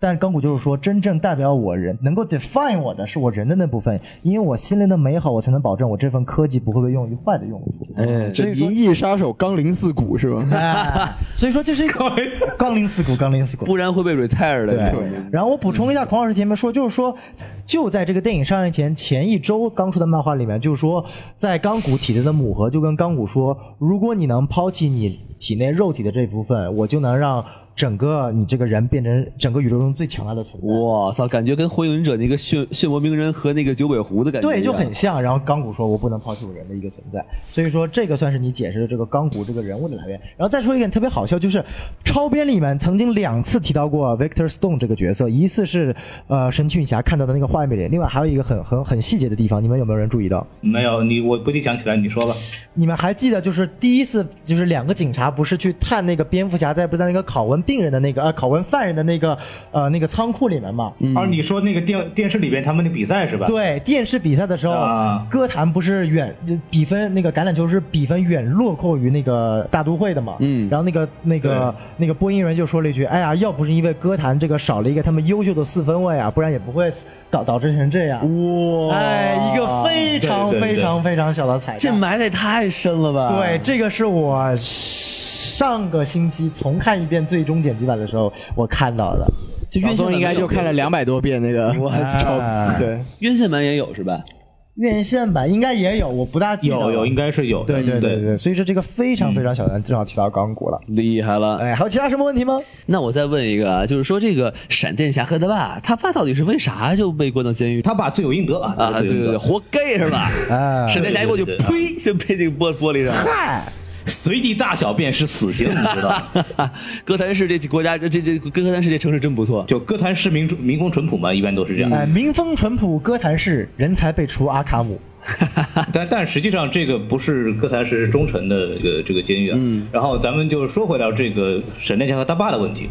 Speaker 5: 但钢骨就是说，真正代表我人，能够 define 我的是我人的那部分，因为我心灵的美好，我才能保证我这份科技不会被用于坏的用途。
Speaker 1: 哎，
Speaker 2: 这银翼杀手刚零四骨是吧？
Speaker 5: 哎， 所以说这是一个杠铃四骨，杠铃四骨。
Speaker 1: 不然会被 retire 的。
Speaker 5: 对，然后我补充一下，孔老师前面说，就是说，就在这个电影上映前前一周刚出的漫画里面，就是说，在钢骨体内的母核就跟钢骨说，如果你能抛弃你体内肉体的这部分，我就能让整个你这个人变成整个宇宙中最强大的存在。
Speaker 1: 我操，感觉跟《火影忍者》那个血血魔鸣人和那个九尾狐的感觉一
Speaker 5: 对，
Speaker 1: 样
Speaker 5: 就很像。然后钢骨说：“我不能抛弃我人的一个存在。”所以说，这个算是你解释的这个钢骨这个人物的来源。然后再说一点特别好笑，就是超编里面曾经两次提到过 Victor Stone 这个角色，一次是呃神奇女侠看到的那个画面里，另外还有一个很很很细节的地方，你们有没有人注意到？
Speaker 4: 没有你，我不一定想起来，你说吧。
Speaker 5: 你们还记得就是第一次就是两个警察不是去探那个蝙蝠侠在不是在那个拷问病人的那个呃拷问犯人的那个呃那个仓库里面嘛？
Speaker 4: 而你说那个电电视里边他们的比赛是吧？
Speaker 5: 对，电视比赛的时候，
Speaker 4: 啊
Speaker 5: 歌坛不是远比分那个橄榄球是比分远落后于那个大都会的嘛。
Speaker 1: 嗯
Speaker 5: 然后那个那个那个播音员就说了一句：“哎呀，要不是因为歌坛这个少了一个他们优秀的四分卫啊，不然也不会搞导致成这样。”
Speaker 1: 哇，
Speaker 5: 哎，一个非常
Speaker 4: 对对对
Speaker 5: 非常非常小的彩蛋。
Speaker 1: 这埋的也太深了吧？
Speaker 5: 对，这个是我上个星期重看一遍最终剪辑版的时候我看到的。
Speaker 2: 就
Speaker 1: 院线
Speaker 2: 应该就看了两百多遍那个 超
Speaker 5: 哎
Speaker 2: 对。
Speaker 1: 冤线蛮也有是吧？
Speaker 5: 院线版应该也有，我不大记得了。
Speaker 4: 有有应该是有的。
Speaker 5: 对对对
Speaker 4: 嗯对
Speaker 5: 对，所以说这个非常非常小的，正好提到钢骨了。
Speaker 1: 厉害了！
Speaker 5: 哎，还有其他什么问题吗？
Speaker 1: 那我再问一个啊，就是说这个闪电侠和他爸，他爸到底是为啥就被关到监狱？
Speaker 4: 他爸罪有应得啊！
Speaker 1: 啊，对
Speaker 4: 罪有应
Speaker 1: 对对，
Speaker 4: 得
Speaker 1: 活该是吧？
Speaker 5: 哎
Speaker 1: 闪电侠一过去，
Speaker 4: 对对对
Speaker 1: 呸，先呸这个玻玻璃上。
Speaker 4: 随地大小便是死刑，你知道吗？
Speaker 1: 哥谭市这国家，这这哥谭市这城市真不错。
Speaker 4: 就歌坛市民民工淳朴嘛，一般都是这样。
Speaker 5: 哎，民风淳朴，歌坛市，人才辈出，阿卡姆。
Speaker 4: 但但实际上这个不是歌坛市忠诚的这个这个监狱啊。然后咱们就说回到这个沈殿霞和他爸的问题，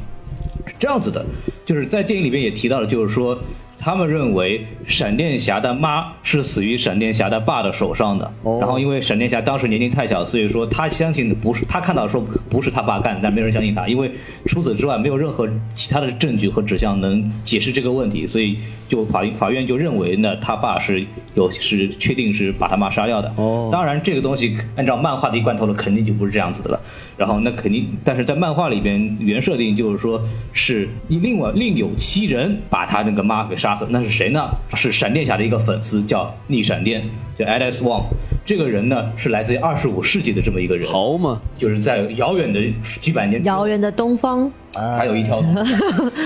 Speaker 4: 是这样子的，就是在电影里边也提到了，就是说。他们认为闪电侠的妈是死于闪电侠的爸的手上的。然后因为闪电侠当时年龄太小，所以说他相信的不是他看到说不是他爸干的，但没人相信他，因为除此之外没有任何其他的证据和指向能解释这个问题，所以就法法院就认为呢他爸是有是确定是把他妈杀掉的。
Speaker 1: 哦
Speaker 4: 当然这个东西按照漫画的一贯套路肯定就不是这样子的了。然后那肯定，但是在漫画里边原设定就是说是另外另有其人把他那个妈给杀死，那是谁呢？是闪电侠的一个粉丝叫逆闪电，叫 Alex Wong。这个人呢是来自于二十五世纪的这么一个人，
Speaker 1: 逃嘛，
Speaker 4: 就是在遥远的几百年之后
Speaker 6: 遥远的东方，
Speaker 4: 还有一
Speaker 6: 哎
Speaker 4: 条龙，没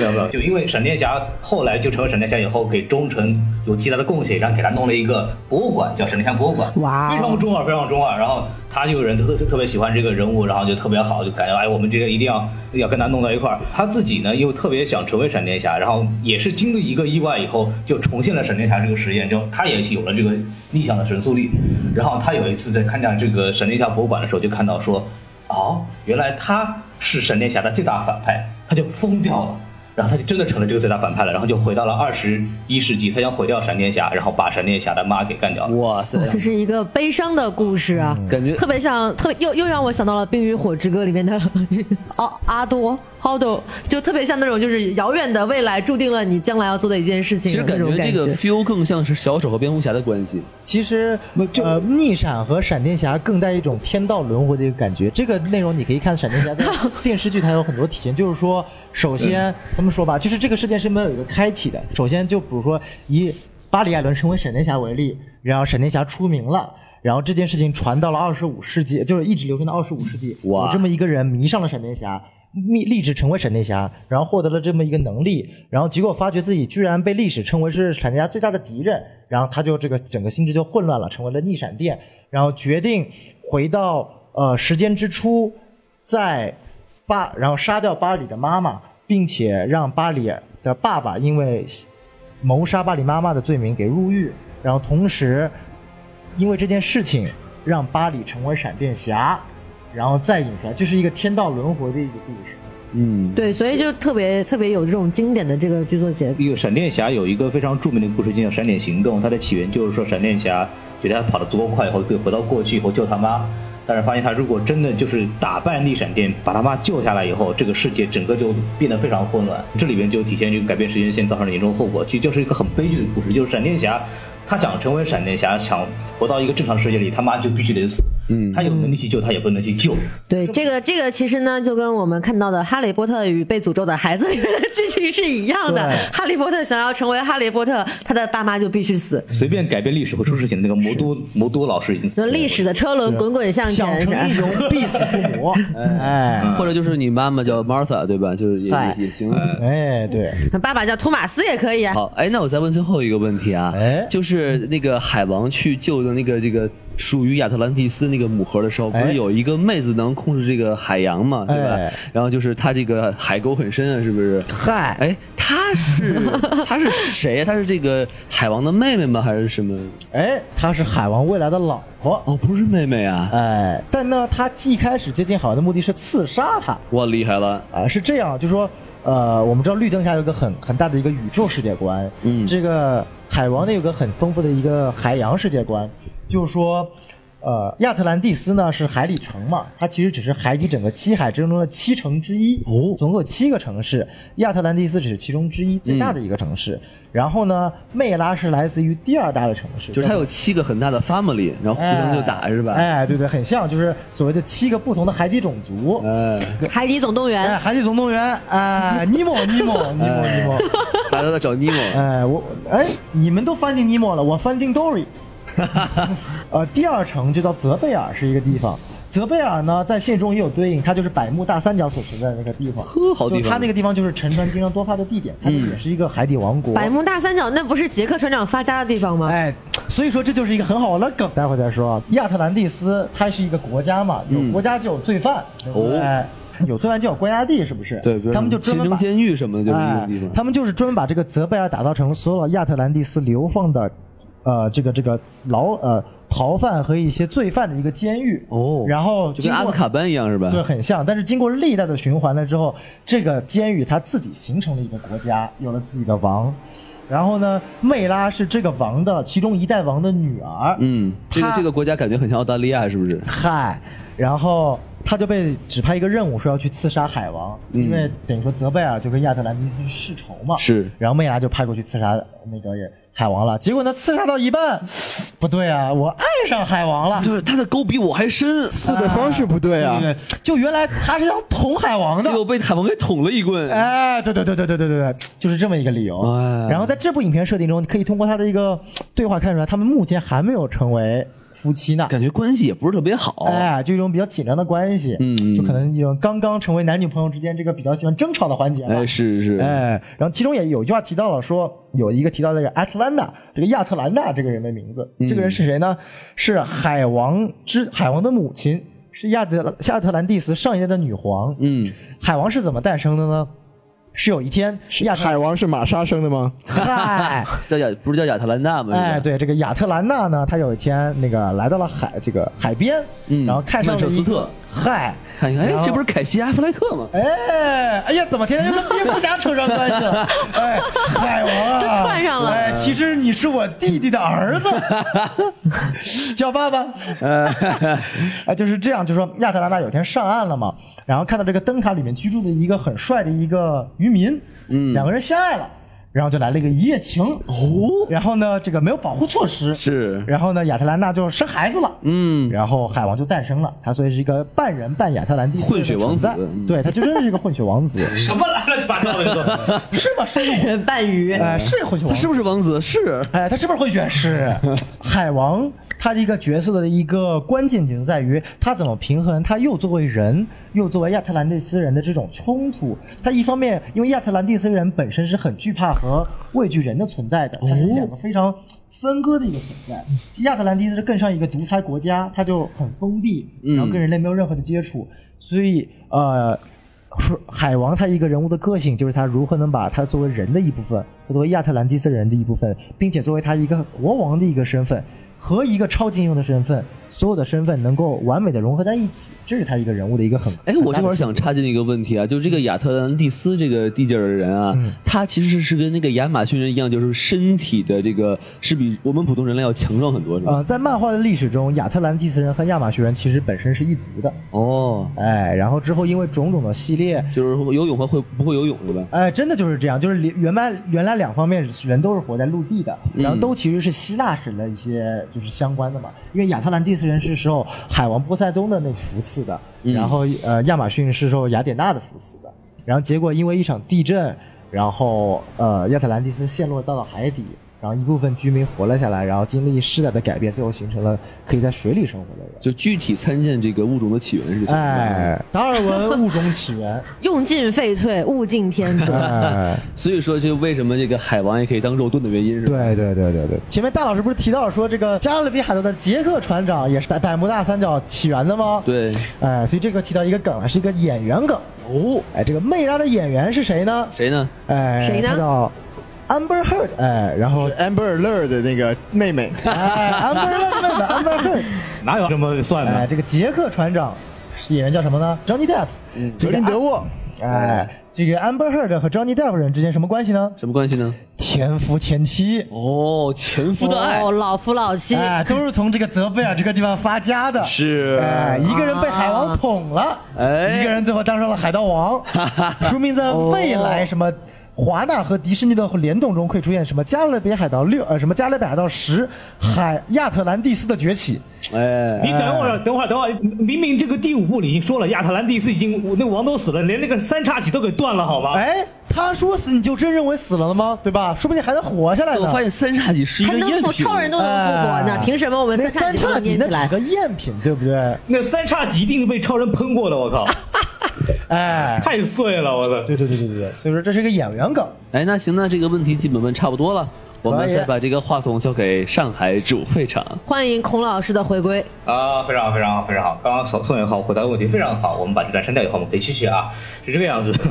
Speaker 4: 有没有，就因为闪电侠后来就成为闪电侠以后，给忠诚有极大的贡献，然后给他弄了一个博物馆，叫闪电侠博物馆，
Speaker 6: 哇哦
Speaker 4: 非常啊中二，非常中二。然后他就有人特特特别喜欢这个人物，然后就特别好，就感觉哎，我们这个一定要要跟他弄到一块儿。他自己呢又特别想成为闪电侠，然后也是经历一个意外以后，就重现了闪电侠这个实验，就他也有了这个逆向的神速力。然后他有一次在看见这个闪电侠博物馆的时候，就看到说。哦，原来他是闪电侠的最大反派，他就疯掉了，然后他就真的成了这个最大反派了，然后就回到了二十一世纪，他想毁掉闪电侠，然后把闪电侠的妈给干掉了。
Speaker 1: 哇塞，
Speaker 6: 这是一个悲伤的故事啊，
Speaker 1: 感觉
Speaker 6: 特别像，特别又又让我想到了《冰与火之歌》里面的 阿阿多。好多就特别像那种，就是遥远的未来注定了你将来要做的一件事 情。
Speaker 1: 其实感
Speaker 6: 那
Speaker 1: 觉
Speaker 6: 种
Speaker 1: 这个 feel 更像是小丑和蝙蝠侠的关系。
Speaker 5: 其实呃，逆闪和闪电侠更带一种天道轮回的一个感觉。这个内容你可以看闪电侠在电视剧，它有很多体现，就是说，首先咱们说吧，就是这个事件是没有一个开启的。首先就比如说以巴里艾伦成为闪电侠为例，然后闪电侠出名了。然后这件事情传到了二十五世纪，就是一直流传到二十五世纪。
Speaker 1: 哇
Speaker 5: 有这么一个人迷上了闪电侠，立立志成为闪电侠，然后获得了这么一个能力，然后结果发觉自己居然被历史称为是闪电侠最大的敌人，然后他就这个整个心智就混乱了，成为了逆闪电，然后决定回到呃时间之初，在巴然后杀掉巴里的妈妈，并且让巴里的爸爸因为谋杀巴里妈妈的罪名给入狱，然后同时因为这件事情让巴里成为闪电侠，然后再引出来，这是一个天道轮回的一个故事。
Speaker 1: 嗯，
Speaker 6: 对，所以就特别特别有这种经典的这个剧作结构。
Speaker 4: 有闪电侠有一个非常著名的故事，就叫《闪点行动》，它的起源就是说闪电侠觉得他跑得足够快以后，可以回到过去以后救他妈。但是发现他如果真的就是打败逆闪电，把他妈救下来以后，这个世界整个就变得非常混乱。这里边就体现这个改变时间线造成的严重后果，其实就是一个很悲剧的故事。就是闪电侠，他想成为闪电侠，想活到一个正常世界里，他妈就必须得死。嗯，他有能力去救，他也不能去救。
Speaker 6: 对，这个这个其实呢，就跟我们看到的《哈利波特与被诅咒的孩子》里面的剧情是一样的
Speaker 5: 对。
Speaker 6: 哈利波特想要成为哈利波特，他的爸妈就必须死。
Speaker 4: 随便改变历史会出事情的那个魔都魔都老师已经
Speaker 6: 那历史的车轮滚滚向
Speaker 5: 想
Speaker 6: 前，是吧
Speaker 5: 成英雄，必死父母。哎
Speaker 1: 或者就是你妈妈叫 Martha 对吧？就是也
Speaker 5: 哎
Speaker 1: 也也行。
Speaker 5: 哎，对，
Speaker 6: 爸爸叫托马斯也可以啊。
Speaker 1: 好，哎，那我再问最后一个问题啊，
Speaker 5: 哎
Speaker 1: 就是那个海王去救的那个这个属于亚特兰蒂斯那个母盒的时候，不
Speaker 5: 哎
Speaker 1: 是有一个妹子能控制这个海洋嘛，对吧
Speaker 5: 哎？
Speaker 1: 然后就是她这个海沟很深啊，是不是？
Speaker 5: 嗨，
Speaker 1: 哎，她 是她是谁啊？她是这个海王的妹妹吗？还是什么？
Speaker 5: 哎，她是海王未来的老婆。
Speaker 1: 哦，不是妹妹啊！
Speaker 5: 哎，但呢，她一开始接近海王的目的是刺杀他。
Speaker 1: 哇，厉害了！
Speaker 5: 啊，是这样，就说，呃，我们知道绿灯侠有一个很很大的一个宇宙世界观，
Speaker 1: 嗯
Speaker 5: 这个海王呢有个很丰富的一个海洋世界观，就是说，呃，亚特兰蒂斯呢是海里城嘛，它其实只是海底整个七海之中的七城之一，哦，总共有七个城市，亚特兰蒂斯只是其中之一最大
Speaker 1: 嗯
Speaker 5: 的一个城市，然后呢，魅拉是来自于第二大的城市，
Speaker 1: 就是
Speaker 5: 叫
Speaker 1: 她有七个很大的 family，然后互相就打、
Speaker 5: 哎
Speaker 1: 是吧？
Speaker 5: 哎，对对，很像，就是所谓的七个不同的海底种族，
Speaker 1: 哎，
Speaker 6: 海底总动
Speaker 5: 哎，
Speaker 6: 员，
Speaker 5: 海底总动员，哎，尼莫，尼莫，尼莫，尼莫，
Speaker 1: 大家都在找尼莫。
Speaker 5: 哎，我，哎，你们都翻进尼莫了，我翻进 Dory。呃，第二城就叫泽贝尔，是一个地方。泽贝尔呢，在现实中也有对应，它就是百慕大三角所存在的那个地方。
Speaker 1: 呵好地方
Speaker 5: 就它那个地方就是沉船经常多发的地点，它就也是一个海底王国。
Speaker 6: 百慕大三角那不是杰克船长发家的地方吗？
Speaker 5: 哎，所以说这就是一个很好玩的梗，待会儿再说啊。亚特兰蒂斯它是一个国家嘛，有国家就有罪犯，对不对？
Speaker 1: 哦
Speaker 5: 哎有罪犯就有关押地，是不是？
Speaker 1: 对，比如
Speaker 5: 他们就专
Speaker 1: 行
Speaker 5: 门把
Speaker 1: 政监狱什么的，就是那
Speaker 5: 哎
Speaker 1: 种地方。
Speaker 5: 他们就是专门把这个泽贝尔打造成所有亚特兰蒂斯流放的，呃，这个这个牢呃逃犯和一些罪犯的一个监狱。
Speaker 1: 哦
Speaker 5: 然后
Speaker 1: 就
Speaker 5: 经
Speaker 1: 跟阿
Speaker 5: 过
Speaker 1: 斯卡班一样是吧？
Speaker 5: 对，很像。但是经过历代的循环了之后，这个监狱它自己形成了一个国家，有了自己的王。然后呢，魅拉是这个王的其中一代王的女儿，
Speaker 1: 嗯，这个
Speaker 5: 他
Speaker 1: 这个国家感觉很像澳大利亚，是不是？
Speaker 5: 嗨，然后他就被指派一个任务，说要去刺杀海王，因为等于说泽贝尔就跟亚特兰蒂斯世仇嘛。
Speaker 1: 是
Speaker 5: 然后魅拉就派过去刺杀那个海王了。结果呢，刺杀到一半，不对啊，我爱上海王了。
Speaker 1: 就是他的沟比我还深，
Speaker 2: 刺的方式不对啊，
Speaker 5: 对，就原来他是要捅海王的
Speaker 1: 结。果被海王给捅了一棍。
Speaker 5: 哎，对对对对对对对对，就是这么一个理由。
Speaker 1: 哎
Speaker 5: 然后在这部影片设定中，你可以通过他的一个对话看出来，他们目前还没有成为夫妻呢。
Speaker 1: 感觉关系也不是特别好，
Speaker 5: 哎，就一种比较紧张的关系，
Speaker 1: 哦嗯嗯
Speaker 5: 就可能一种刚刚成为男女朋友之间这个比较喜欢争吵的环节吧。
Speaker 1: 哎，是是，
Speaker 5: 哎，然后其中也有一句话提到了说，有一个提到那个 Atlanta 这个亚特兰大这个人的名字，
Speaker 1: 嗯
Speaker 5: 这个人是谁呢？是海王之海王的母亲，是亚特亚特兰蒂斯上一代的女皇。
Speaker 1: 嗯，
Speaker 5: 海王是怎么诞生的呢？是有一天亚特
Speaker 2: 海王是玛莎生的吗？
Speaker 5: 嗨，
Speaker 1: 叫亚不是叫亚特兰大吗？
Speaker 5: 哎，
Speaker 1: 是吧，
Speaker 5: 对，这个亚特兰大呢，他有一天那个来到了海这个海边，
Speaker 1: 嗯
Speaker 5: 然后看上了
Speaker 1: 曼彻斯
Speaker 5: 一个
Speaker 1: 特
Speaker 5: 嗨，
Speaker 1: 看一看，
Speaker 5: 然
Speaker 1: 哎，
Speaker 5: 后
Speaker 1: 这不是凯西·阿弗莱克吗？
Speaker 5: 哎，哎呀，怎么天天跟蝙蝠侠扯上关 系了？哎，海王啊，
Speaker 6: 都串上了
Speaker 5: 哎，其实你是我弟弟的儿 子，叫爸爸。 哎，就是这样，就说亚特兰大有一天上岸了嘛，然后看到这个灯塔里面居住的一个很帅的一个渔民，嗯，两个人相爱了，然后就来了一个一夜情哦，然后呢，这个没有保护措施
Speaker 1: 是
Speaker 5: 然后呢，亚特兰大就生孩子了，
Speaker 1: 嗯，
Speaker 5: 然后海王就诞生了，他所以是一个半人半亚特兰蒂斯
Speaker 1: 混血王子
Speaker 5: 的存在
Speaker 1: 嗯
Speaker 5: 对，他就真的是一个混血王子，
Speaker 4: 什么乱七八糟的你说？
Speaker 5: 是吗？是一个
Speaker 6: 人半鱼，
Speaker 5: 哎，是一个混血王
Speaker 1: 他
Speaker 5: 子，
Speaker 1: 是不是王子？是，
Speaker 5: 哎，他是不是混血？是 海王，他这个角色的一个关键点在于他怎么平衡他又作为人又作为亚特兰蒂斯人的这种冲突。他一方面因为亚特兰蒂斯人本身是很惧怕和畏惧人的存在的，他是两个非常分割的一个存在。亚特兰蒂斯更像一个独裁国家，他就很封闭，然后跟人类没有任何的接触，所以呃。说海王他一个人物的个性，就是他如何能把他作为人的一部分，他作为亚特兰蒂斯人的一部分，并且作为他一个国王的一个身份和一个超级英雄的身份，所有的身份能够完美的融合在一起，这是他一个人物的一个很
Speaker 1: 哎，我这会儿想插进一个问题啊，就是这个亚特兰蒂斯这个地界儿的人啊，他其实是跟那个亚马逊人一样，就是身体的这个是比我们普通人类要强壮很多，是吧？
Speaker 5: 呃，在漫画的历史中，亚特兰蒂斯人和亚马逊人其实本身是一族的，
Speaker 1: 哦，
Speaker 5: 哎，然后之后因为种种的系列，
Speaker 1: 就是游泳和会不会游泳的呗？
Speaker 5: 哎，真的就是这样，就是原来原来两方面人都是活在陆地的，然后都其实是希腊神的一些就是相关的嘛，因为亚特兰蒂斯人是受海王波塞冬的那扶持的，然后呃亚马逊是受雅典娜的扶持的，然后结果因为一场地震，然后呃亚特兰蒂斯陷落到了海底。然后一部分居民活了下来，然后经历世代的改变，最后形成了可以在水里生活 的人。
Speaker 1: 就具体参见这个物种的起源是什么？啊
Speaker 5: 哎，达尔文物种起源，
Speaker 6: 用尽废退，物竞天 择。
Speaker 5: 哎，
Speaker 1: 所以说，就为什么这个海王也可以当肉盾的原因是吧？
Speaker 5: 对对对对对，前面大老师不是提到说这个加勒比海盗的杰克船长也是百百慕大三角起源的吗？，
Speaker 1: 对，
Speaker 5: 哎、所以这个提到一个梗啊，是一个演员梗哦。哎，这个魅拉的演员是谁呢？
Speaker 1: 谁呢？
Speaker 5: 哎，
Speaker 6: 谁呢
Speaker 5: 他叫 Amber Heard，哎，然后
Speaker 2: 是 Amber Alert 的那个妹 妹，
Speaker 5: 哎 Amber Heard 妹妹 Amber Heard，
Speaker 4: 哪有这么算
Speaker 5: 哎，
Speaker 4: 的？
Speaker 5: 这个杰克船长是演员叫什么呢？Johnny 嗯 Depp，
Speaker 2: 格林德沃，
Speaker 5: 哎，这个 Amber Heard 和 Johnny Depp 人之间什么关系呢？
Speaker 1: 什么关系呢？
Speaker 5: 前夫前妻。
Speaker 1: 哦，前夫的爱
Speaker 6: 哦，老夫老妻，
Speaker 5: 哎，都是从这个泽贝尔这个地方发家的，
Speaker 1: 是
Speaker 4: 啊
Speaker 5: 哎，一个人被海王捅了，
Speaker 1: 哎
Speaker 5: 一个人最后当上了海盗王，说明在未来什么。华纳和迪士尼的联动中会出现什么《加勒比海盗六》呃什么《加勒比海盗十》海亚特兰蒂斯的崛起，
Speaker 1: 哎，
Speaker 4: 你等会儿，等会儿，等会儿，明明这个第五部里已经说了，亚特兰蒂斯已经那个王都死了，连那个三叉戟都给断了，好吗？
Speaker 5: 哎，他说死你就真认为死了了吗？对吧？说不定还能活下来呢。
Speaker 1: 我发现三叉戟是一
Speaker 6: 还
Speaker 1: 个
Speaker 6: 能
Speaker 1: 赝
Speaker 6: 复
Speaker 1: 品，
Speaker 6: 超人都能复活呢
Speaker 5: 哎，
Speaker 6: 凭什么我们
Speaker 5: 那
Speaker 6: 三
Speaker 5: 三
Speaker 6: 叉
Speaker 5: 叉
Speaker 6: 戟
Speaker 5: 戟
Speaker 6: 都
Speaker 5: 那
Speaker 6: 能捏起
Speaker 5: 只是
Speaker 6: 来？
Speaker 5: 个赝品，对不对？
Speaker 4: 那三叉戟一定是被超人喷过的，我靠，
Speaker 5: 哎，
Speaker 4: 太碎了，我操！
Speaker 5: 对对对对对对，所以说这是一个演员梗。
Speaker 1: 哎，那行，那这个问题基本问差不多了，我们
Speaker 5: 可以
Speaker 1: 再把这个话筒交给上海主会场。
Speaker 6: 欢迎孔老师的回归。
Speaker 4: 啊，非常好，非常好，非常好！刚刚宋宋元浩回答的问题非常好，我们把这段删掉以后，我们可以继续啊，是这个样子。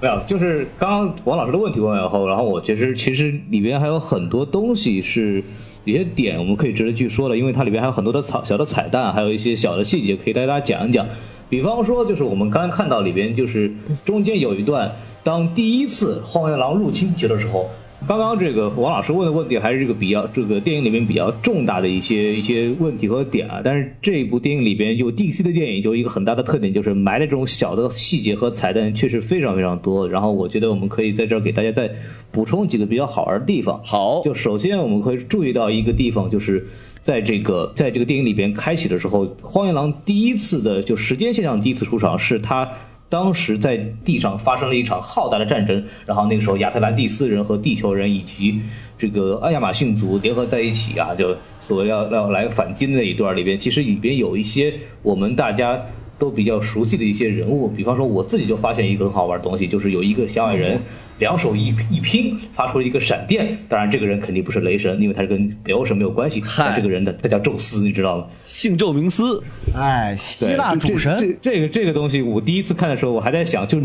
Speaker 4: 没有，就是刚刚王老师的问题问完以后，然后我其实其实里边还有很多东西是有些点我们可以值得去说的，因为它里边还有很多的草小的彩蛋，还有一些小的细节可以带大家讲一讲。比方说，就是我们刚刚看到里边，就是中间有一段，当第一次荒原狼入侵地球的时候，刚刚这个王老师问的问题还是这个比较这个电影里面比较重大的一些一些问题和点啊，但是这部电影里边就 DC 的电影有一个很大的特点，就是埋的这种小的细节和彩蛋确实非常非常多。然后我觉得我们可以在这儿给大家再补充几个比较好玩的地方。
Speaker 1: 好，
Speaker 4: 就首先我们会注意到一个地方，就是在这个在这个电影里边开启的时候，荒原狼第一次的就时间线上第一次出场是他。当时在地上发生了一场浩大的战争，然后那个时候亚特兰蒂斯人和地球人以及这个亚马逊族联合在一起啊，就所谓要要来反击的那一段里边，其实里边有一些我们大家都比较熟悉的一些人物，比方说我自己就发现一个很好玩的东西，就是有一个小矮人两手一一拼发出了一个闪电，当然这个人肯定不是雷神，因为他是跟北欧神没有关系，但这个人的他叫宙斯，你知道吗？
Speaker 1: 姓宙名斯，
Speaker 5: 哎，希腊
Speaker 4: 对
Speaker 5: 主神
Speaker 4: 这这这个这个东西，我第一次看的时候，我还在想，就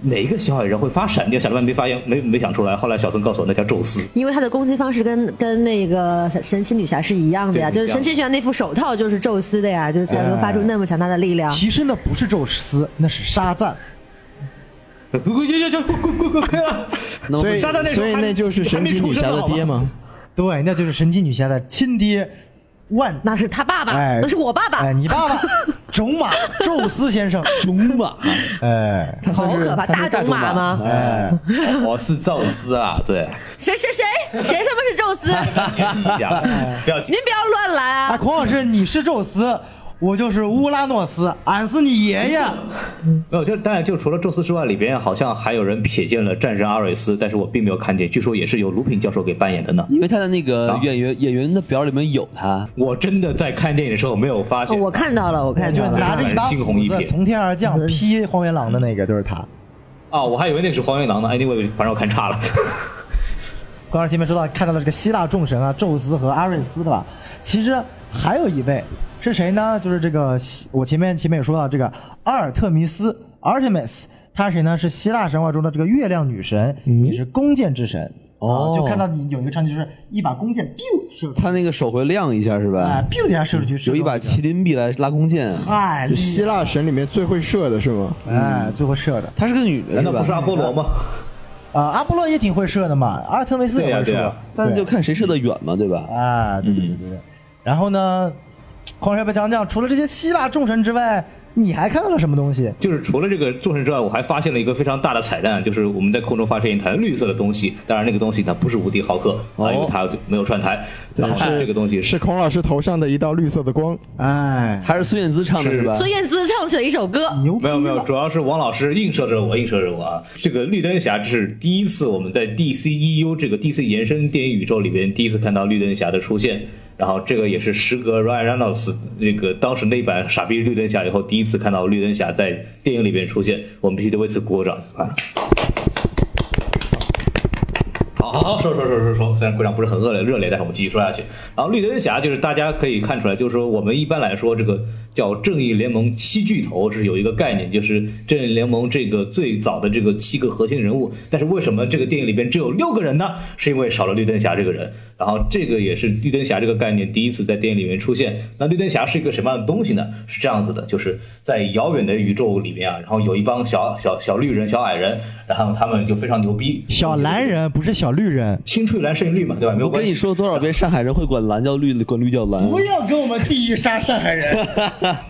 Speaker 4: 哪一个小矮人会发闪电，想了半天发现没没想出来。后来小孙告诉我，那叫宙斯。
Speaker 6: 因为他的攻击方式跟跟那个神奇女侠是一样的呀，
Speaker 4: 对
Speaker 6: 就是神奇女侠那副手套就是宙斯的呀，就是才能发出那么强大的力量。
Speaker 5: 其实那不是宙斯，那是沙赞。
Speaker 4: 滚滚滚滚滚滚滚滚开了！
Speaker 2: 所以
Speaker 4: 杀到那时候
Speaker 2: 所以
Speaker 4: 还
Speaker 2: 那就是神奇女侠的爹吗？
Speaker 5: 对，那就是神奇女侠的亲爹万，
Speaker 6: 那是他爸爸，
Speaker 5: 哎
Speaker 6: 那是我爸爸，
Speaker 5: 哎，你爸爸种马宙斯先生，
Speaker 1: 种马，
Speaker 5: 哎
Speaker 2: 他
Speaker 6: 好
Speaker 2: 算是
Speaker 6: 可怕！
Speaker 2: 他是
Speaker 6: 种马吗？
Speaker 5: 哎，
Speaker 4: 我是宙斯啊，对，
Speaker 6: 谁谁谁谁他妈是宙斯？
Speaker 4: 学习一下，不要紧
Speaker 6: 您。不要乱来
Speaker 5: 啊，
Speaker 6: 啊！
Speaker 5: 孔老师，你是宙斯，我就是乌拉诺斯，俺是你爷爷。
Speaker 4: 没有，就是当然，就除了宙斯之外，里边好像还有人瞥见了战神阿瑞斯，但是我并没有看见，据说也是由卢品教授给扮演的呢。
Speaker 1: 因为他的那个
Speaker 4: 啊
Speaker 1: 演员演员的表里面有他，
Speaker 4: 我真的在看电影的时候没有发
Speaker 6: 哦
Speaker 4: 现，
Speaker 6: 我看到了，我看
Speaker 5: 哎就
Speaker 6: 到了。
Speaker 5: 拿着一把
Speaker 4: 惊鸿
Speaker 5: 斧
Speaker 4: 一
Speaker 5: 子
Speaker 4: 瞥
Speaker 5: 从天而降劈荒原狼的那个就是他。
Speaker 4: 啊，我还以为那个是黄原狼呢。Anyway，反正我看差 了。
Speaker 5: 刚刚前面说到看到了这个希腊众神啊，宙斯和阿瑞斯的吧？其实还有一位是谁呢？就是这个希我前面前面有说到这个阿尔特弥斯 （Artemis），她是谁呢？是希腊神话中的这个月亮女神，也是弓箭之神。
Speaker 1: 哦
Speaker 5: 啊就看到你有一个场景，就是一把弓箭 biu 射出去，
Speaker 1: 他那个手会亮一下是
Speaker 5: 哎
Speaker 1: 吧？
Speaker 5: biu 一下射出去，射
Speaker 1: 有一
Speaker 5: 中
Speaker 1: 把
Speaker 5: 这个
Speaker 1: 麒麟臂来拉弓箭，
Speaker 5: 哎，厉害
Speaker 2: 希腊神里面最会射的是吗？
Speaker 5: 哎，最会射的。
Speaker 1: 她是个女的
Speaker 4: 难道
Speaker 1: 是吧？
Speaker 4: 不是阿波罗吗？
Speaker 5: 啊，阿波罗也挺会射的嘛，阿尔特弥斯也会射
Speaker 4: 对呀对呀，
Speaker 1: 但是就
Speaker 5: 对
Speaker 1: 看谁射得远嘛，对吧？
Speaker 5: 啊，对对对。然后呢，狂帅白讲讲，除了这些希腊众神之外，你还看到了什么东西？
Speaker 4: 就是除了这个众神之外，我还发现了一个非常大的彩蛋，就是我们在空中发现一团绿色的东西。当然，那个东西它不是无敌浩克啊，
Speaker 1: 哦
Speaker 4: 因为它没有串台。然后
Speaker 2: 是
Speaker 4: 这个东西
Speaker 2: 是孔老师头上的一道绿色的光。
Speaker 5: 哎，
Speaker 1: 还是孙燕姿唱的是吧？
Speaker 6: 孙燕姿唱起了一首歌，
Speaker 5: 牛逼
Speaker 4: 没
Speaker 5: 了
Speaker 4: 有没有，主要是王老师映射着我，映射着我啊！这个绿灯侠这是第一次我们在 DCEU 这个 DC 延伸电影宇宙里边第一次看到绿灯侠的出现，然后这个也是时隔 Ryan Reynolds 那个当时那版傻逼绿灯侠以后第一次看到绿灯侠在电影里边出现，我们必须得为此鼓个掌啊！好好好，说说说说说，虽然鼓掌不是很热烈热烈，但是我们继续说下去。然后绿灯侠就是大家可以看出来，就是说我们一般来说这个叫正义联盟七巨头是有一个概念，就是正义联盟这个最早的这个七个核心人物，但是为什么这个电影里边只有六个人呢？是因为少了绿灯侠这个人。然后这个也是绿灯侠这个概念第一次在电影里面出现。那绿灯侠是一个什么样的东西呢？是这样子的，就是在遥远的宇宙里面啊，然后有一帮小小小绿人、小矮人，然后他们就非常牛逼，
Speaker 5: 小蓝人不是小绿人，
Speaker 4: 青翠蓝胜于绿嘛，对吧？没有
Speaker 1: 我
Speaker 4: 关
Speaker 1: 跟
Speaker 4: 系。
Speaker 1: 你说多少遍，上海人会管蓝叫绿，管绿叫蓝。
Speaker 5: 要跟我们地狱杀上海人。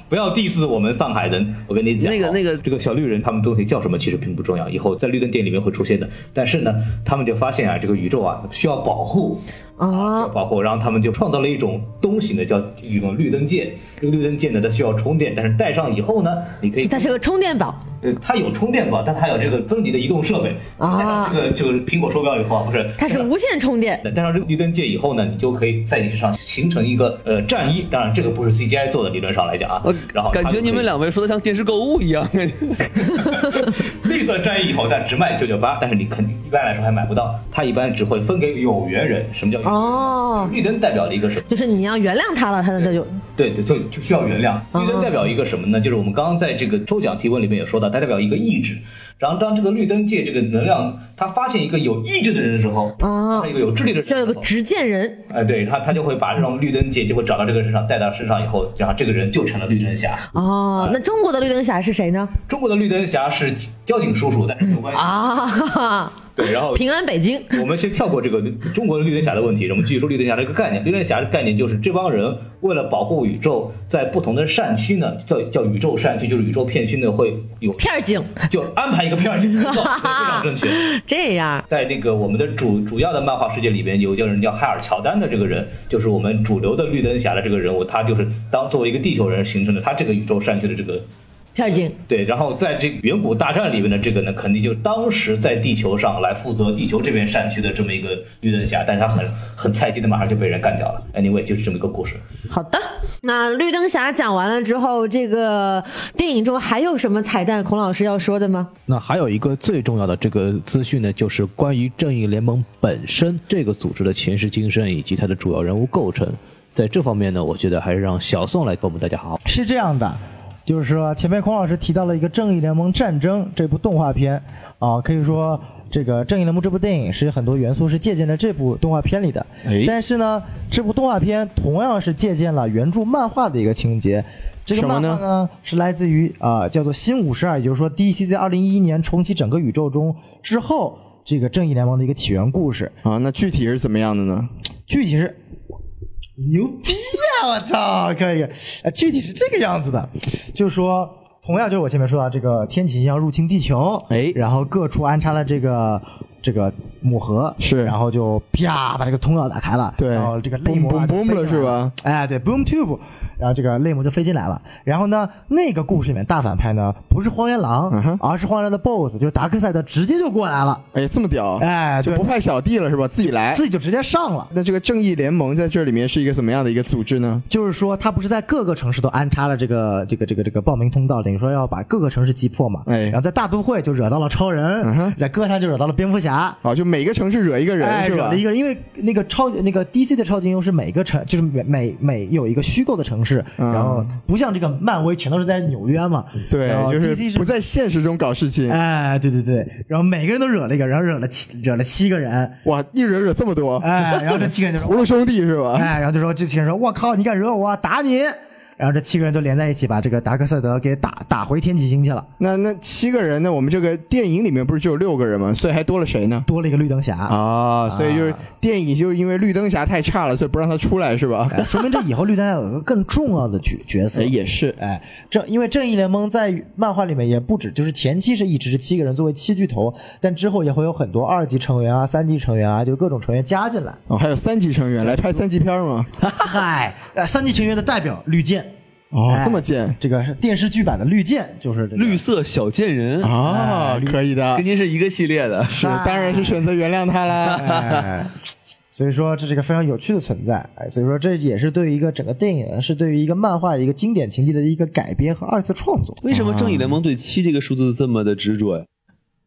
Speaker 4: 不要 diss 我们上海人，我跟你讲，哦
Speaker 1: 那个那个
Speaker 4: 这个小绿人他们东西叫什么其实并不重要，以后在绿灯店里面会出现的。但是呢，他们就发现啊，这个宇宙啊需要保护需要
Speaker 6: 啊，
Speaker 4: 保护，然后他们就创造了一种东西呢，叫一种绿灯戒。这个绿灯戒呢，它需要充电，但是戴上以后呢，你可以
Speaker 6: 它是个充电宝，
Speaker 4: 呃，它有充电宝，但它有这个分离的移动设备。
Speaker 6: 啊
Speaker 4: 戴上这个就是苹果手表以后啊，不是
Speaker 6: 它是无线充电。
Speaker 4: 戴上这个绿灯戒以后呢，你就可以在你身上形成一个呃战衣。当然，这个不是 CGI 做的，理论上来讲啊
Speaker 1: 我。
Speaker 4: 然后它
Speaker 1: 感
Speaker 4: 就
Speaker 1: 觉
Speaker 4: 可以
Speaker 1: 你们两位说的像电视购物一样，感觉
Speaker 4: 绿色战役以后，但只卖九九八，但是你肯定一般来说还买不到，它一般只会分给有缘人。什么叫有缘人？
Speaker 6: 哦
Speaker 4: 绿灯代表了一个什么？
Speaker 6: 就是你要原谅他了，他就
Speaker 4: 对对，就就需要原谅。绿灯代表一个什么呢？就是我们刚刚在这个抽奖提问里面有说到，它代表一个意志。然后当这个绿灯界这个能量，它发现一个有意志的人的时候，
Speaker 6: 啊
Speaker 4: 它一个有智力的人的时
Speaker 6: 需
Speaker 4: 候，
Speaker 6: 要有个执剑人
Speaker 7: 呃
Speaker 4: 哎，对他，他就会把这种绿灯戒就会找到这个身上，带到身上以后，然后这个人就成了绿灯侠。
Speaker 6: 哦。那中国的绿灯侠是谁呢？
Speaker 4: 中国的绿灯侠是交警叔叔，但是没有关系。
Speaker 6: 啊，
Speaker 7: 对，然后
Speaker 6: 嗯平安北京，
Speaker 7: 我们先跳过这个中国的绿灯侠的问题，我们继续说绿灯侠这个概念。绿灯侠的概念就是这帮人为了保护宇宙，在不同的善区呢，叫叫宇宙善区，就是宇宙片区呢会有
Speaker 6: 片儿警
Speaker 7: 就安排一个片儿警 工作，非常正确。
Speaker 6: 这样，
Speaker 7: 在那个我们的主主要的漫画世界里边，有一个人叫海尔乔丹的这个人，就是我们主流的绿灯侠的这个人物，他就是当作为一个地球人形成的他这个宇宙善区的这个
Speaker 6: 片儿警
Speaker 7: 对，然后在这个远古大战里面的这个呢，肯定就是当时在地球上来负责地球这边战区的这么一个绿灯侠，但是他很很菜鸡的，马上就被人干掉了。Anyway，就是这么一个故事。
Speaker 6: 好的，那绿灯侠讲完了之后，这个电影中还有什么彩蛋？孔老师要说的吗？
Speaker 4: 那还有一个最重要的这个资讯呢，就是关于正义联盟本身这个组织的前世今生以及它的主要人物构成。在这方面呢，我觉得还是让小宋来给我们大家好好
Speaker 5: 是这样的，就是说前面孔老师提到了一个《正义联盟战争》这部动画片啊，可以说这个《正义联盟》这部电影是很多元素是借鉴了这部动画片里的，但是呢，这部动画片同样是借鉴了原著漫画的一个情节。这个
Speaker 2: 什么
Speaker 5: 漫
Speaker 2: 呢
Speaker 5: 画呢是来自于啊、叫做《新五十二》，也就是说 DC 在二零一一年重启整个宇宙中之后，这个正义联盟的一个起源故事。
Speaker 2: 啊，那具体是怎么样的呢？
Speaker 5: 具体是牛逼啊！我操，可以，呃，具体是这个样子的，就是说，同样就是我前面说到这个天启要入侵地球，
Speaker 4: 哎
Speaker 5: 然后各处安插了这个这个母盒，
Speaker 2: 是
Speaker 5: 然后就啪把这个通道打开了，
Speaker 2: 对
Speaker 5: 然后这个类魔
Speaker 2: Boom,
Speaker 5: 啊
Speaker 2: boom,
Speaker 5: 就飞
Speaker 2: boom 了
Speaker 5: 进来
Speaker 2: 是吧？
Speaker 5: 哎，对，Boom Tube。然后这个类魔就飞进来了，然后呢，那个故事里面大反派呢不是荒原狼，
Speaker 2: 嗯哼
Speaker 5: 而是荒原狼的 BOSS，就是达克赛德直接就过来了，
Speaker 2: 哎，这么屌，
Speaker 5: 哎，
Speaker 2: 就
Speaker 5: 对
Speaker 2: 不，派小弟了是吧？自己来
Speaker 5: 自。己就直接上了。
Speaker 2: 那这个正义联盟在这里面是一个怎么样的一个组织呢？
Speaker 5: 就是说，它不是在各个城市都安插了这个这个这个这个报名通道，等于说要把各个城市击破嘛。
Speaker 2: 哎
Speaker 5: 然后在大都会就惹到了超
Speaker 2: 嗯
Speaker 5: 人
Speaker 2: 哼，
Speaker 5: 在哥谭就惹到了蝙蝠侠。
Speaker 2: 啊，就每个城市惹一个人、
Speaker 5: 哎，
Speaker 2: 是
Speaker 5: 惹
Speaker 2: 吧
Speaker 5: 了一？个人，因为那个超那个 DC 的超级英雄是每个城，就是每每每有一个虚构的城市，
Speaker 2: 嗯
Speaker 5: 然后不像这个漫威全都是在纽约嘛，
Speaker 2: 对
Speaker 5: 然，后
Speaker 2: 就
Speaker 5: DC
Speaker 2: 是
Speaker 5: 是
Speaker 2: 不在现实中搞事情。
Speaker 5: 哎，对对对，然后每个人都惹了一个，然后惹了七惹了七个人，
Speaker 2: 哇，一惹惹这么多，
Speaker 5: 哎，然后这七个人就说
Speaker 2: 葫芦兄弟是吧？
Speaker 5: 哎，然后就说这七个人说：“我靠，你敢惹我，打你！”然后这七个人就连在一起，把这个达克赛德给打打回天启星去了，
Speaker 2: 那那七个人呢？我们这个电影里面不是只有六个人吗？所以还多了谁呢？
Speaker 5: 多了一个绿灯侠。
Speaker 2: 啊，所以就是电影就是因为绿灯侠太差了，所以不让他出来是吧？
Speaker 5: 哎说明这以后绿灯侠有一个更重要的角角色
Speaker 2: 哎，。也是，
Speaker 5: 哎，正因为正义联盟在漫画里面也不止，就是前期是一直是七个人作为七巨头，但之后也会有很多二级成员啊、三级成员啊，就各种成员加进来。
Speaker 2: 哦，还有三级成员
Speaker 5: 哎
Speaker 2: 来拍三级片吗？
Speaker 5: 嗨，呃三级成员的代表绿箭，
Speaker 2: 哦
Speaker 5: 哎，
Speaker 2: 这么贱
Speaker 5: 这个是电视剧版的绿箭，就是这个
Speaker 1: 绿色小贱
Speaker 5: 哎
Speaker 1: 人，
Speaker 2: 啊，可以的
Speaker 1: 跟，您是一个系列的。
Speaker 2: 是，当然是选择原谅他啦。
Speaker 5: 啊 哎，所以说这是一个非常有趣的存在。哎，所以说这也是对于一个整个电影，是对于一个漫画一个经典情节的一个改编和二次创作。
Speaker 1: 为什么正义联盟对七这个数字这么的执着呀？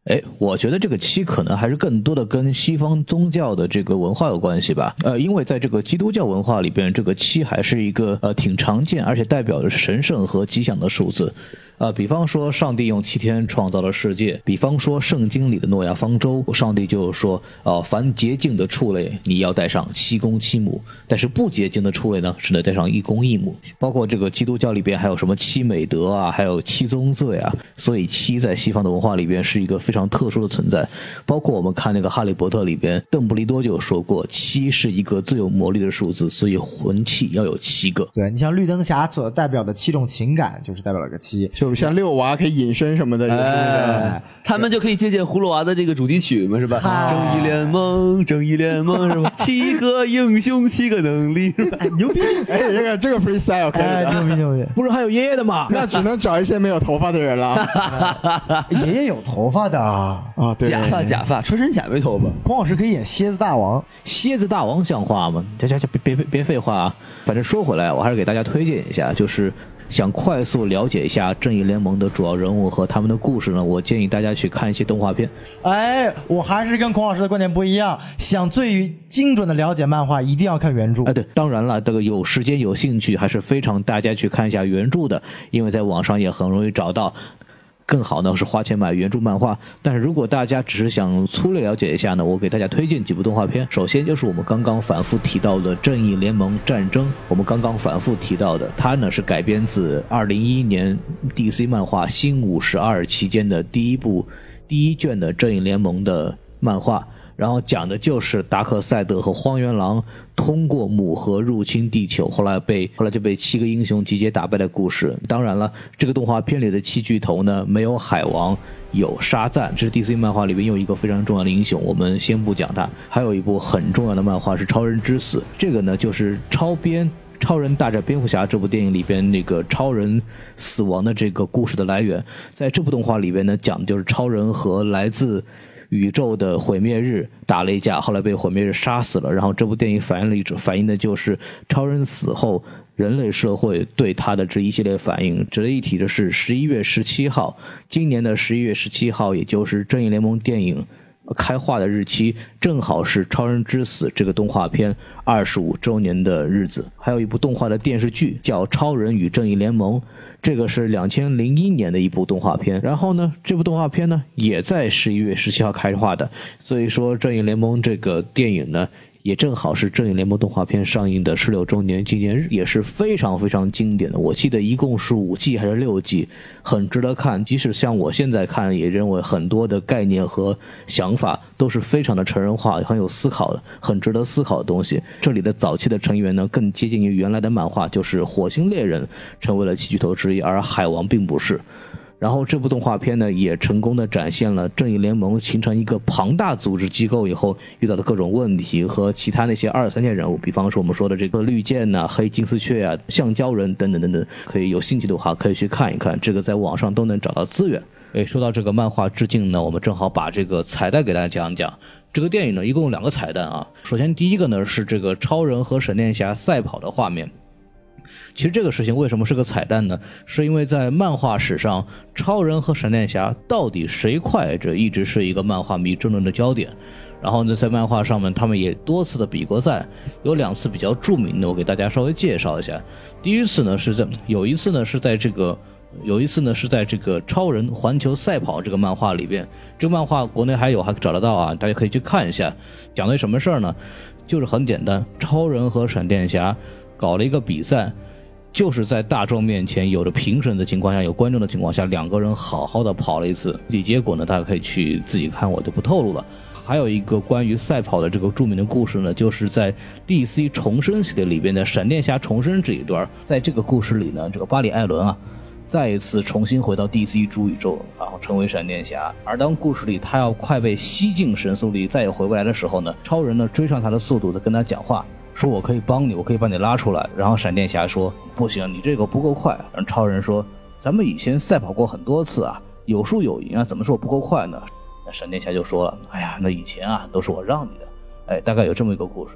Speaker 4: 哎，我觉得这个七可能还是更多的跟西方宗教的这个文化有关系吧。呃，因为在这个基督教文化里边，这个七还是一个呃挺常见，而且代表着神圣和吉祥的数字。呃，比方说上帝用七天创造了世界，比方说圣经里的诺亚方舟，上帝就说，呃，凡洁净的畜类你要带上七公七母，但是不洁净的畜类呢，只能带上一公一母。包括这个基督教里边还有什么七美德啊，还有七宗罪啊，所以七在西方的文化里边是一个非常特殊的存在。包括我们看那个《哈利波特》里边，邓布利多就有说过，七是一个最有魔力的数字，所以魂器要有七个。
Speaker 5: 对你像绿灯侠所代表的七种情感，就是代表了个七。
Speaker 2: 就像六娃可以隐身什么的，也是的。
Speaker 1: 哎，他们就可以借鉴葫芦娃的这个主题曲嘛，是吧？
Speaker 5: 嗨
Speaker 1: 正义联盟，正义联盟 是吧？七个英雄，七个能力是吧？
Speaker 5: 牛逼！
Speaker 2: 哎，这个这个 freestyle 可以
Speaker 5: 哎，
Speaker 2: 的，
Speaker 5: 牛逼牛逼！
Speaker 4: 不是还有爷爷的吗？
Speaker 2: 那只能找一些没有头发的 人了。
Speaker 5: 爷爷有头发的啊，
Speaker 2: 啊，对，
Speaker 1: 假发，假发，穿山甲没头发。
Speaker 5: 孔老师可以演蝎子大王。
Speaker 4: 蝎子大王像话吗？这这这别别别废话啊！反正说回来，我还是给大家推荐一下，就是想快速了解一下正义联盟的主要人物和他们的故事呢，我建议大家去看一些动画片。
Speaker 5: 哎，我还是跟孔老师的观点不一样，想最精准的了解漫画，一定要看原著。
Speaker 4: 哎，对，当然了，这个有时间有兴趣，还是非常大家去看一下原著的，因为在网上也很容易找到。更好呢是花钱买原著漫画，但是如果大家只是想粗略了解一下呢，我给大家推荐几部动画片。首先就是我们刚刚反复提到的《正义联盟战争》，我们刚刚反复提到的，它呢是改编自2011年 DC 漫画《新五十二》期间的第一部第一卷的《正义联盟》的。漫画，然后讲的就是达克赛德和荒原狼通过母核入侵地球，后来被后来就被七个英雄集结打败的故事。当然了，这个动画片里的七巨头呢，没有海王，有沙赞，这是 DC 漫画里面又一个非常重要的英雄，我们先不讲他。还有一部很重要的漫画是《超人之死》，这个呢就是超编。《超人大战蝙蝠侠》这部电影里边那个超人死亡的这个故事的来源，在这部动画里边呢，讲的就是超人和来自宇宙的毁灭日打了一架，后来被毁灭日杀死了。然后这部电影反映了一种反映的就是超人死后人类社会对他的这一系列反应。值得一提的是，十一月十七号，今年的十一月十七号，也就是《正义联盟》电影。开画的日期正好是《超人之死》这个动画片二十五周年的日子。还有一部动画的电视剧叫《超人与正义联盟》，这个是两千零一年的一部动画片。然后呢，这部动画片呢也在十一月十七号开画的，所以说《正义联盟》这个电影呢。也正好是《正义联盟》动画片上映的十六周年纪念日，也是非常非常经典的。我记得一共是五季还是六季，很值得看。即使像我现在看，也认为很多的概念和想法都是非常的成人化，很有思考的，很值得思考的东西。这里的早期的成员呢，更接近于原来的漫画，就是火星猎人成为了七巨头之一，而海王并不是。然后这部动画片呢，也成功的展现了正义联盟形成一个庞大组织机构以后遇到的各种问题和其他那些二三线人物，比方说我们说的这个绿箭呐、啊、黑金丝雀啊、橡胶人等等等等，可以有兴趣的话可以去看一看，这个在网上都能找到资源。诶，说到这个漫画致敬呢，我们正好把这个彩蛋给大家讲一讲。这个电影呢，一共有两个彩蛋啊。首先第一个呢是这个超人和闪电侠赛跑的画面。其实这个事情为什么是个彩蛋呢？是因为在漫画史上，超人和闪电侠到底谁快，这一直是一个漫画迷争论的焦点。然后呢，在漫画上面，他们也多次的比过赛，有两次比较著名的，我给大家稍微介绍一下。第一次呢是在有一次呢是在这个。有一次呢，是在这个《超人环球赛跑》这个漫画里边，这个漫画国内还有，还找得到啊，大家可以去看一下。讲的什么事儿呢？就是很简单，超人和闪电侠搞了一个比赛，就是在大众面前，有着评审的情况下，有观众的情况下，两个人好好的跑了一次。具体结果呢，大家可以去自己看，我就不透露了。还有一个关于赛跑的这个著名的故事呢，就是在 DC 重生系列里边的闪电侠重生这一段，在这个故事里呢，这个巴里·艾伦啊。再一次重新回到 DC 主宇宙，然后成为闪电侠。而当故事里他要快被吸进神速力，再也回不来的时候呢，超人呢追上他的速度，在跟他讲话，说我可以帮你，我可以把你拉出来。然后闪电侠说不行，你这个不够快。然后超人说咱们以前赛跑过很多次啊，有输有赢啊，怎么说我不够快呢？那闪电侠就说了，哎呀，那以前啊都是我让你的。哎，大概有这么一个故事。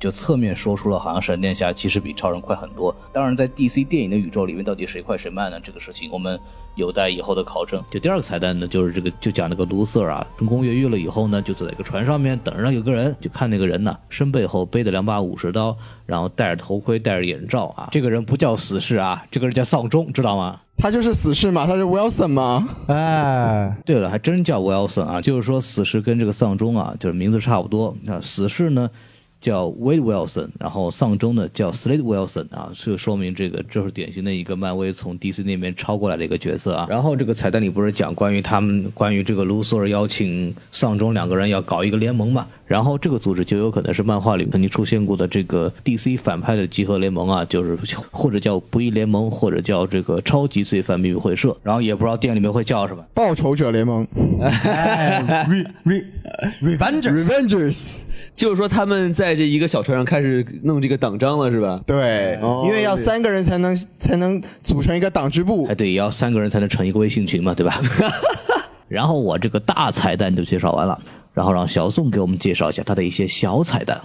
Speaker 4: 就侧面说出了，好像闪电侠其实比超人快很多。当然，在 DC 电影的宇宙里面，到底谁快谁慢呢？这个事情我们有待以后的考证。就第二个彩蛋呢，就是这个就讲那个卢瑟啊，成功越狱了以后呢，就坐在一个船上面等着有个人，就看那个人呢、啊、身背后背着两把武士刀，然后戴着头盔，戴着眼罩啊。这个人不叫死侍啊，这个人叫丧钟，知道吗？
Speaker 2: 他就是死侍嘛，他是 Wilson 嘛。
Speaker 5: 呃
Speaker 4: 哎，对了，还真叫 Wilson 啊，就是说死侍跟这个丧钟啊，就是名字差不多。那死侍呢？叫 Wade Wilson，然后丧钟呢叫 Slade Wilson 啊，就说明这个这是典型的一个漫威从 DC 那边抄过来的一个角色啊。然后这个彩蛋里不是讲关于他们关于这个卢索尔邀请丧钟两个人要搞一个联盟嘛？然后这个组织就有可能是漫画里曾经出现过的这个 DC 反派的集合联盟啊，就是或者叫不义联盟，或者叫这个超级罪犯秘密会社，然后也不知道电影里面会叫什么，
Speaker 2: 报仇者联盟
Speaker 5: Re Re Revengers
Speaker 2: Revengers，
Speaker 1: 就是说他们在。在这一个小船上开始弄这个党章了，是吧？
Speaker 2: 对，哦、因为要三个人才能才能组成一个党支部。
Speaker 4: 哎，对，也要三个人才能成一个微信群嘛，对吧？然后我这个大彩蛋就介绍完了，然后让小宋给我们介绍一下他的一些小彩蛋。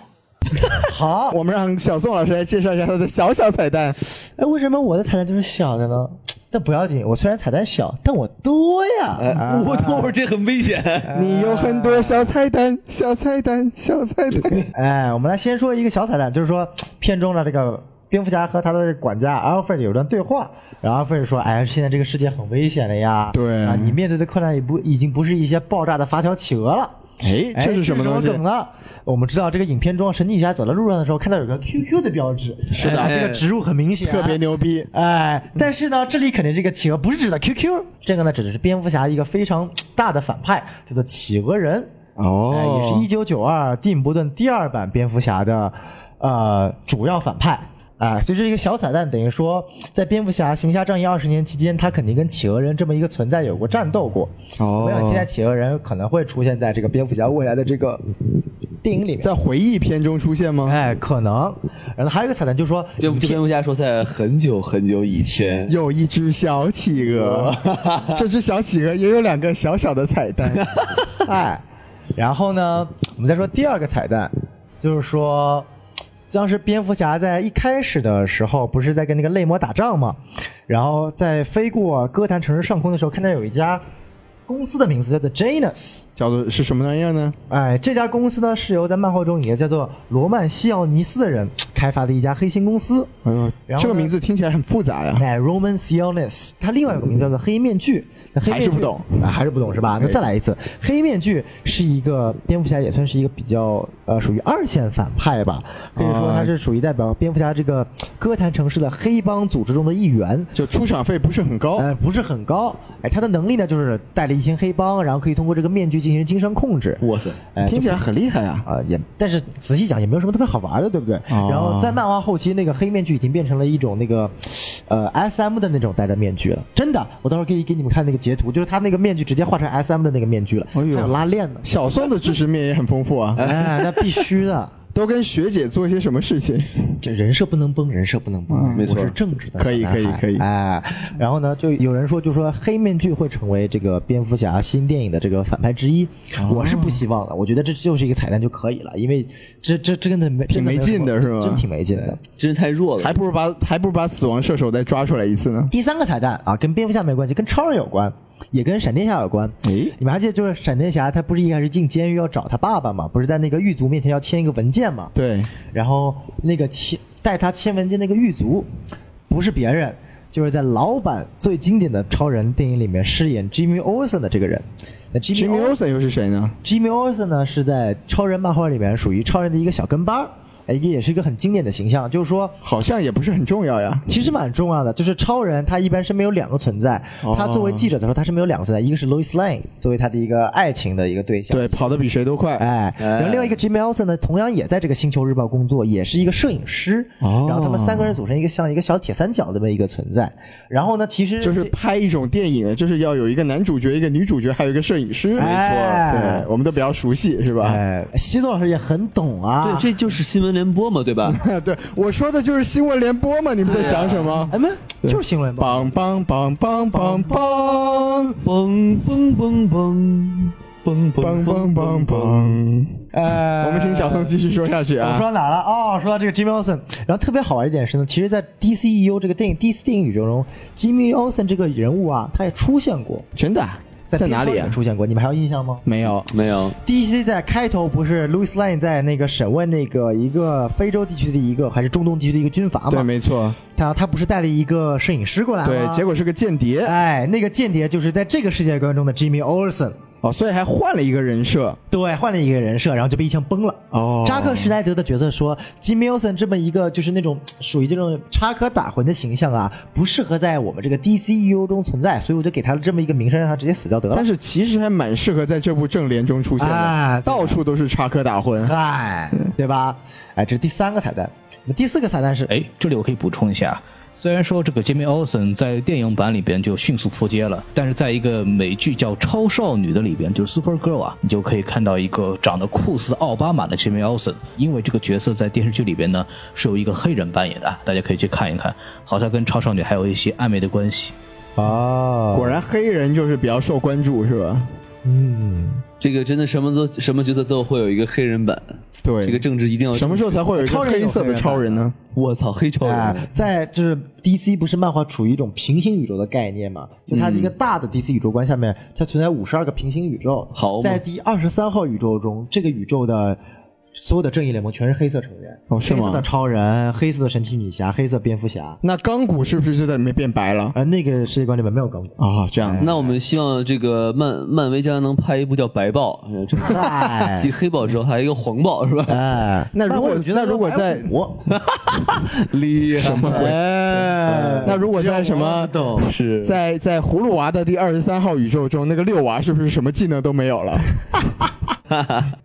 Speaker 2: 好，我们让小宋老师来介绍一下他的小小彩蛋。
Speaker 5: 哎，为什么我的彩蛋就是小的呢？但不要紧，我虽然彩蛋小，但我多呀。
Speaker 1: 啊、我等会儿这很危险。啊、
Speaker 2: 你有很多小彩蛋，小彩蛋，小彩蛋。
Speaker 5: 哎，我们来先说一个小彩蛋，就是说片中的这个。蝙蝠侠和他的管家 Alfred 有段对话，然后 Alfred 说：“哎，现在这个世界很危险的呀，
Speaker 2: 对
Speaker 5: 啊，你面对的困难也不已经不是一些爆炸的发条企鹅了。”
Speaker 2: 哎，这是什么东西？
Speaker 5: 梗呢？我们知道这个影片中，神奇女侠走在路上的时候，看到有个 QQ 的标志，哎
Speaker 2: 是的，哎
Speaker 5: 这个植入很明显，啊
Speaker 2: 特别牛逼。
Speaker 5: 哎，但是呢，这里肯定这个企鹅不是指的 QQ，这个呢指的是蝙蝠侠一个非常大的反派，叫做企鹅人。
Speaker 2: 哎
Speaker 5: 哦，也是一九九二蒂姆·伯顿第二版蝙蝠侠的呃主要反派。啊，所以这是一个小彩蛋，等于说在蝙蝠侠行侠仗义二十年期间，他肯定跟企鹅人这么一个存在有过战斗过。
Speaker 2: 哦
Speaker 5: 我想现在企鹅人可能会出现在这个蝙蝠侠未来的这个电影里面。
Speaker 2: 在回忆片中出现吗？
Speaker 5: 哎，可能。然后还有一个彩蛋，就是说
Speaker 4: 嗯
Speaker 1: 蝙蝠蝙蝠侠说在很久很久以前，
Speaker 2: 有一只小企鹅，这只小企鹅也有两个小小的彩蛋。
Speaker 5: 哎，然后呢，我们再说第二个彩蛋，就是说，当时蝙蝠侠在一开始的时候，不是在跟那个泪魔打仗吗？然后在飞过哥谭城市上空的时候，看到有一家公司的名字叫做 Janus。
Speaker 2: 叫做是什么玩意儿呢？
Speaker 5: 哎，这家公司呢是由在漫画中一个叫做罗曼·西奥尼斯的人开发的一家黑心公司。
Speaker 2: 哎呦
Speaker 5: 然后呢
Speaker 2: 这个名字听起来很复杂呀。
Speaker 5: 哎，Roman Sionis，它另外一个名字叫做黑面具。那黑面具
Speaker 2: 还是不懂
Speaker 5: 啊，还是不懂是吧？那再来一次，黑面具是一个蝙蝠侠，也算是一个比较呃属于二线反派吧，可以说
Speaker 2: 啊
Speaker 5: 他是属于代表蝙蝠侠这个哥谭城市的黑帮组织中的一员。
Speaker 2: 就出场费不是很高，
Speaker 5: 呃，不是很高，哎，他的能力呢，就是带了一群黑帮，然后可以通过这个面具进行精神控制。
Speaker 1: 哇塞，
Speaker 5: 哎，
Speaker 2: 听起来很厉害啊。
Speaker 5: 啊、也，但是仔细讲也没有什么特别好玩的，对不对？然后在漫画后期，那个黑面具已经变成了一种那个，呃，S M 的那种戴着面具了。真的，我到时候可以给你们看那个截图，就是他那个面具直接画成 S M 的那个面具了，
Speaker 2: 哎呦
Speaker 5: 还有拉链呢。
Speaker 2: 小宋的知识面也很丰富啊，
Speaker 5: 哎，那必须的，
Speaker 2: 都跟学姐做些什么事 情？
Speaker 5: 这人设不能崩，人设不能崩，
Speaker 2: 没错
Speaker 5: 我是正直的
Speaker 2: 嗯可以
Speaker 5: 小男
Speaker 2: 可
Speaker 5: 孩
Speaker 2: 以可以
Speaker 5: 哎，然后呢，就有人说，就说黑面具会成为这个蝙蝠侠新电影的这个反派之一，
Speaker 2: 哦
Speaker 5: 我是不希望的，我觉得这就是一个彩蛋就可以了，因为这这这真的没
Speaker 2: 挺没劲的是吧
Speaker 5: 真挺没劲的。
Speaker 1: 真是太弱了。
Speaker 2: 还不如把还不如把死亡射手再抓出来一次呢。
Speaker 5: 第三个彩蛋啊，跟蝙蝠侠没关系，跟超人有关，也跟闪电侠有关。
Speaker 2: 诶
Speaker 5: 你们还记得就是闪电侠他不是一开始进监狱要找他爸爸嘛，不是在那个狱卒面前要签一个文件嘛？
Speaker 2: 对，
Speaker 5: 然后那个签带他签文件那个狱卒，不是别人，就是在老版最经典的超人电影里面饰演 Jimmy Olsen 的这个人。那
Speaker 2: Jimmy
Speaker 5: Jimmy Olsen
Speaker 2: Olsen 又是谁呢？
Speaker 5: Jimmy Olsen 呢是在超人漫画里面属于超人的一个小跟班儿，哎，也是一个很经典的形象，就是说。
Speaker 2: 好像也不是很重要呀。
Speaker 5: 其实蛮重要的，就是超人他一般身边有两个存在，他作为记者的时候他身边有两个存在，一个是 Lois Lane 作为他的一个爱情的一个对象，
Speaker 2: 对，跑得比谁都快。
Speaker 5: 哎，然后另外一个 Jimmy Olsen 呢，同样也在这个《星球日报》工作，也是一个摄影师。
Speaker 2: 哦
Speaker 5: 然后他们三个人组成一个像一个小铁三角这么一个存在。然后呢，其实
Speaker 2: 就是拍一种电影，就是要有一个男主角、一个女主角，还有一个摄影师。没
Speaker 5: 哎
Speaker 2: 对，我们都比较熟悉，是吧？
Speaker 5: 哎，西多老师也很懂啊。
Speaker 1: 对，这就是新闻联播嘛，对吧？
Speaker 2: 对，我说的就是新闻联播嘛，你们在想什么？
Speaker 5: 哎没有，就是新闻报。
Speaker 2: 梆梆梆梆梆梆
Speaker 1: 嘣嘣嘣嘣嘣
Speaker 2: 梆梆梆梆。
Speaker 5: 呃，
Speaker 2: 我们请小宋继续说下去
Speaker 5: 我
Speaker 2: 啊
Speaker 5: 说。到哪儿了？哦，说到这个 Jimmy Olsen，然后特别好玩一点是呢，其实，在 DCEU 这个电影 DC 电影宇宙中，Jimmy Olsen 这个人物啊，他也出现过，
Speaker 2: 真的啊？在哪里
Speaker 5: 蝙蝠侠
Speaker 2: 啊
Speaker 5: 里？出现过？你们还有印象吗？
Speaker 2: 没有。
Speaker 1: 没有，
Speaker 5: DC 在开头不是 Louis Lane 在那个审问那个一个非洲地区的一个还是中东地区的一个军阀
Speaker 2: 对，
Speaker 5: 嘛？
Speaker 2: 没错。
Speaker 5: 他他不是带了一个摄影师过来吗？
Speaker 2: 对，结果是个间谍
Speaker 5: 哎，那个间谍就是在这个世界观中的 Jimmy Olsen，
Speaker 2: 哦，所以还换了一个人设。
Speaker 5: 对，换了一个人设，然后就被一枪崩了。
Speaker 2: 哦
Speaker 5: 扎克施耐德的角色说，Jimmy Olsen 这么一个就是那种属于这种插科打诨的形象啊，不适合在我们这个 DCU 中存在，所以我就给他这么一个名声，让他直接死掉得了
Speaker 2: 但。是其实还蛮适合在这部正联中出现的，
Speaker 5: 啊对
Speaker 2: 到处都是插科打诨。
Speaker 5: 哎，对吧？哎，这是第三个彩蛋。那么第四个彩蛋是，
Speaker 8: 哎，这里我可以补充一下，虽然说这个 Jimmy Olsen 在电影版里边就迅速扑街了，但是在一个美剧叫《超少女》的里边，就是 Super Girl 啊，你就可以看到一个长得酷似奥巴马的 Jimmy Olsen，因为这个角色在电视剧里边呢是由一个黑人扮演的，大家可以去看一看，好像跟超少女还有一些暧昧的关系。
Speaker 5: 哦，
Speaker 2: 果然黑人就是比较受关注，是吧？
Speaker 5: 嗯，
Speaker 1: 这个真的什么都什么角色都会有一个黑人版，
Speaker 2: 对
Speaker 1: 这个政治一定要
Speaker 2: 什么时候才会有一个
Speaker 5: 超人
Speaker 2: 黑
Speaker 5: 有
Speaker 2: 色的超人呢？
Speaker 1: 我操，黑超人，
Speaker 2: 嗯
Speaker 5: 哎，在就是 DC 不是漫画处于一种平行宇宙的概念嘛？就它的一个大的 DC 宇宙观下面，它存在五十二个平行宇宙。
Speaker 1: 好嘛
Speaker 5: 在第二十三号宇宙中，这个宇宙的所有的正义联盟全是黑色成员，
Speaker 2: 哦是吗
Speaker 5: 黑色的超人、黑色的神奇女侠、黑色蝙蝠侠。
Speaker 2: 那钢骨是不是就在里面变白了？
Speaker 5: 而那个世界观里面没有钢骨。
Speaker 2: 啊，这样子。
Speaker 1: 那我们希望这个漫漫威将来能拍一部叫《白豹》呃，这个
Speaker 5: 哎
Speaker 1: 继黑豹之后还有一个黄豹是吧？
Speaker 5: 哎，
Speaker 2: 那如果
Speaker 5: 我觉得
Speaker 2: 那如果在
Speaker 5: 我
Speaker 1: 厉害，什么鬼？
Speaker 2: 那如果在什么
Speaker 1: 懂是
Speaker 2: 在在葫芦娃的第二十三号宇宙中，那个六娃是不是什么技能都没有了？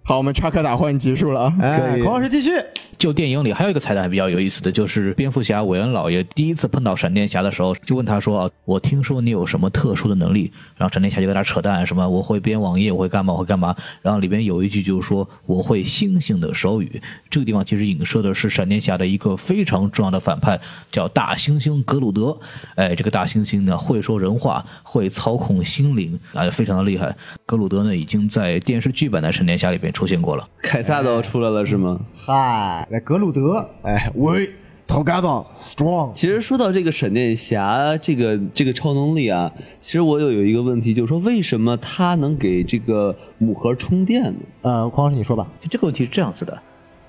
Speaker 2: 好，我们插科打诨结束了啊。
Speaker 5: 哎，孔老师继续。
Speaker 4: 就电影里还有一个彩蛋还比较有意思的，就是蝙蝠侠韦恩老爷第一次碰到闪电侠的时候，就问他说：“啊，我听说你有什么特殊的能力？”然后闪电侠就跟他扯淡，什么我会编网页，我会干嘛，我会干嘛。然后里边有一句就是说我会星星的手语，这个地方其实影射的是闪电侠的一个非常重要的反派，叫呃大猩猩格鲁德。哎，这个大猩猩呢会说人话，会操控心灵，啊，非常的厉害。格鲁德呢已经在电视剧版的闪电侠里边出现过了。
Speaker 1: 凯撒都要出来了是吗？
Speaker 5: 嗨，那格鲁德，哎，喂，Together strong。
Speaker 1: 其实说到这个闪电侠这个这个超能力啊，其实我有有一个问题，就是说为什么他能给这个母盒充电呢？
Speaker 5: 呃，孔老师你说吧。
Speaker 4: 就这个问题是这样子的，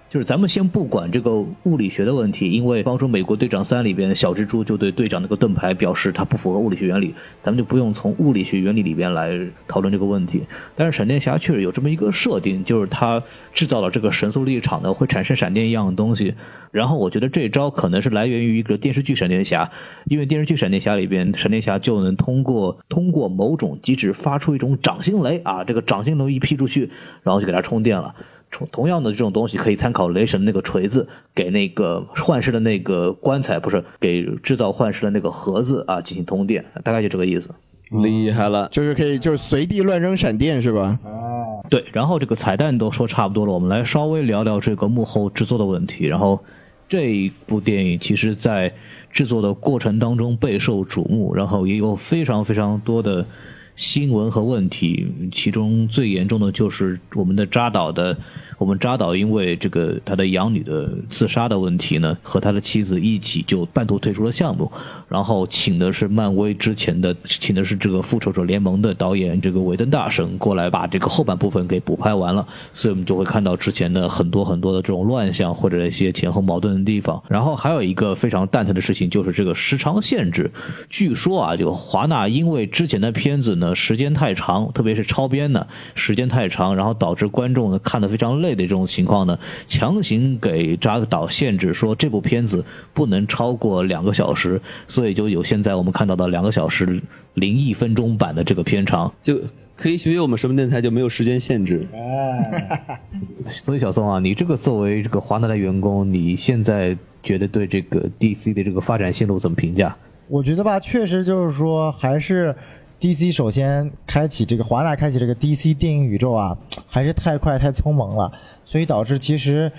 Speaker 4: 就是咱们先不管这个物理学的问题，因为帮助美国队长三里边小蜘蛛就对队长那个盾牌表示它不符合物理学原理，咱们就不用从物理学原理里边来讨论这个问题。但是闪电侠确实有这么一个设定，就是它制造了这个神速力场呢会产生闪电一样的东西。然后我觉得这招可能是来源于一个电视剧闪电侠，因为电视剧闪电侠里边闪电侠就能通过通过某种机制发出一种掌心雷啊，这个掌心雷一劈出去，然后就给它充电了。同同样的这种东西可以参考雷神那个锤子给那个幻视的那个棺材，不是给制造幻视的那个盒子啊进行通电，大概就这个意思。
Speaker 1: 厉害了，
Speaker 2: 就是可以就是随地乱扔闪电是吧？
Speaker 4: 对，然后这个彩蛋都说差不多了，我们来稍微聊聊这个幕后制作的问题。然后这部电影其实在制作的过程当中备受瞩目，然后也有非常非常多的新闻和问题，其中最严重的就是我们的扎导的，我们扎导因为这个他的养女的自杀的问题呢，和他的妻子一起就半途退出了项目，然后请的是漫威之前的，请的是这个复仇者联盟的导演这个韦登大神过来把这个后半部分给补拍完了，所以我们就会看到之前的很多很多的这种乱象或者一些前后矛盾的地方。然后还有一个非常蛋疼的事情就是这个时长限制，据说啊，这个华纳因为之前的片子呢时间太长，特别是超编呢时间太长，然后导致观众呢看得非常累的这种情况呢，强行给扎导限制说这部片子不能超过两个小时，所以就有现在我们看到的两个小时零一分钟版的这个片长。
Speaker 1: 就可以学学我们什么电台就没有时间限制。
Speaker 4: 所以小宋啊，你这个作为这个华纳的员工，你现在觉得对这个 DC 的这个发展线路怎么评价？
Speaker 5: 我觉得吧，确实就是说，还是 DC 首先开启这个华纳开启这个 DC 电影宇宙啊，还是太快太匆忙了，所以导致其实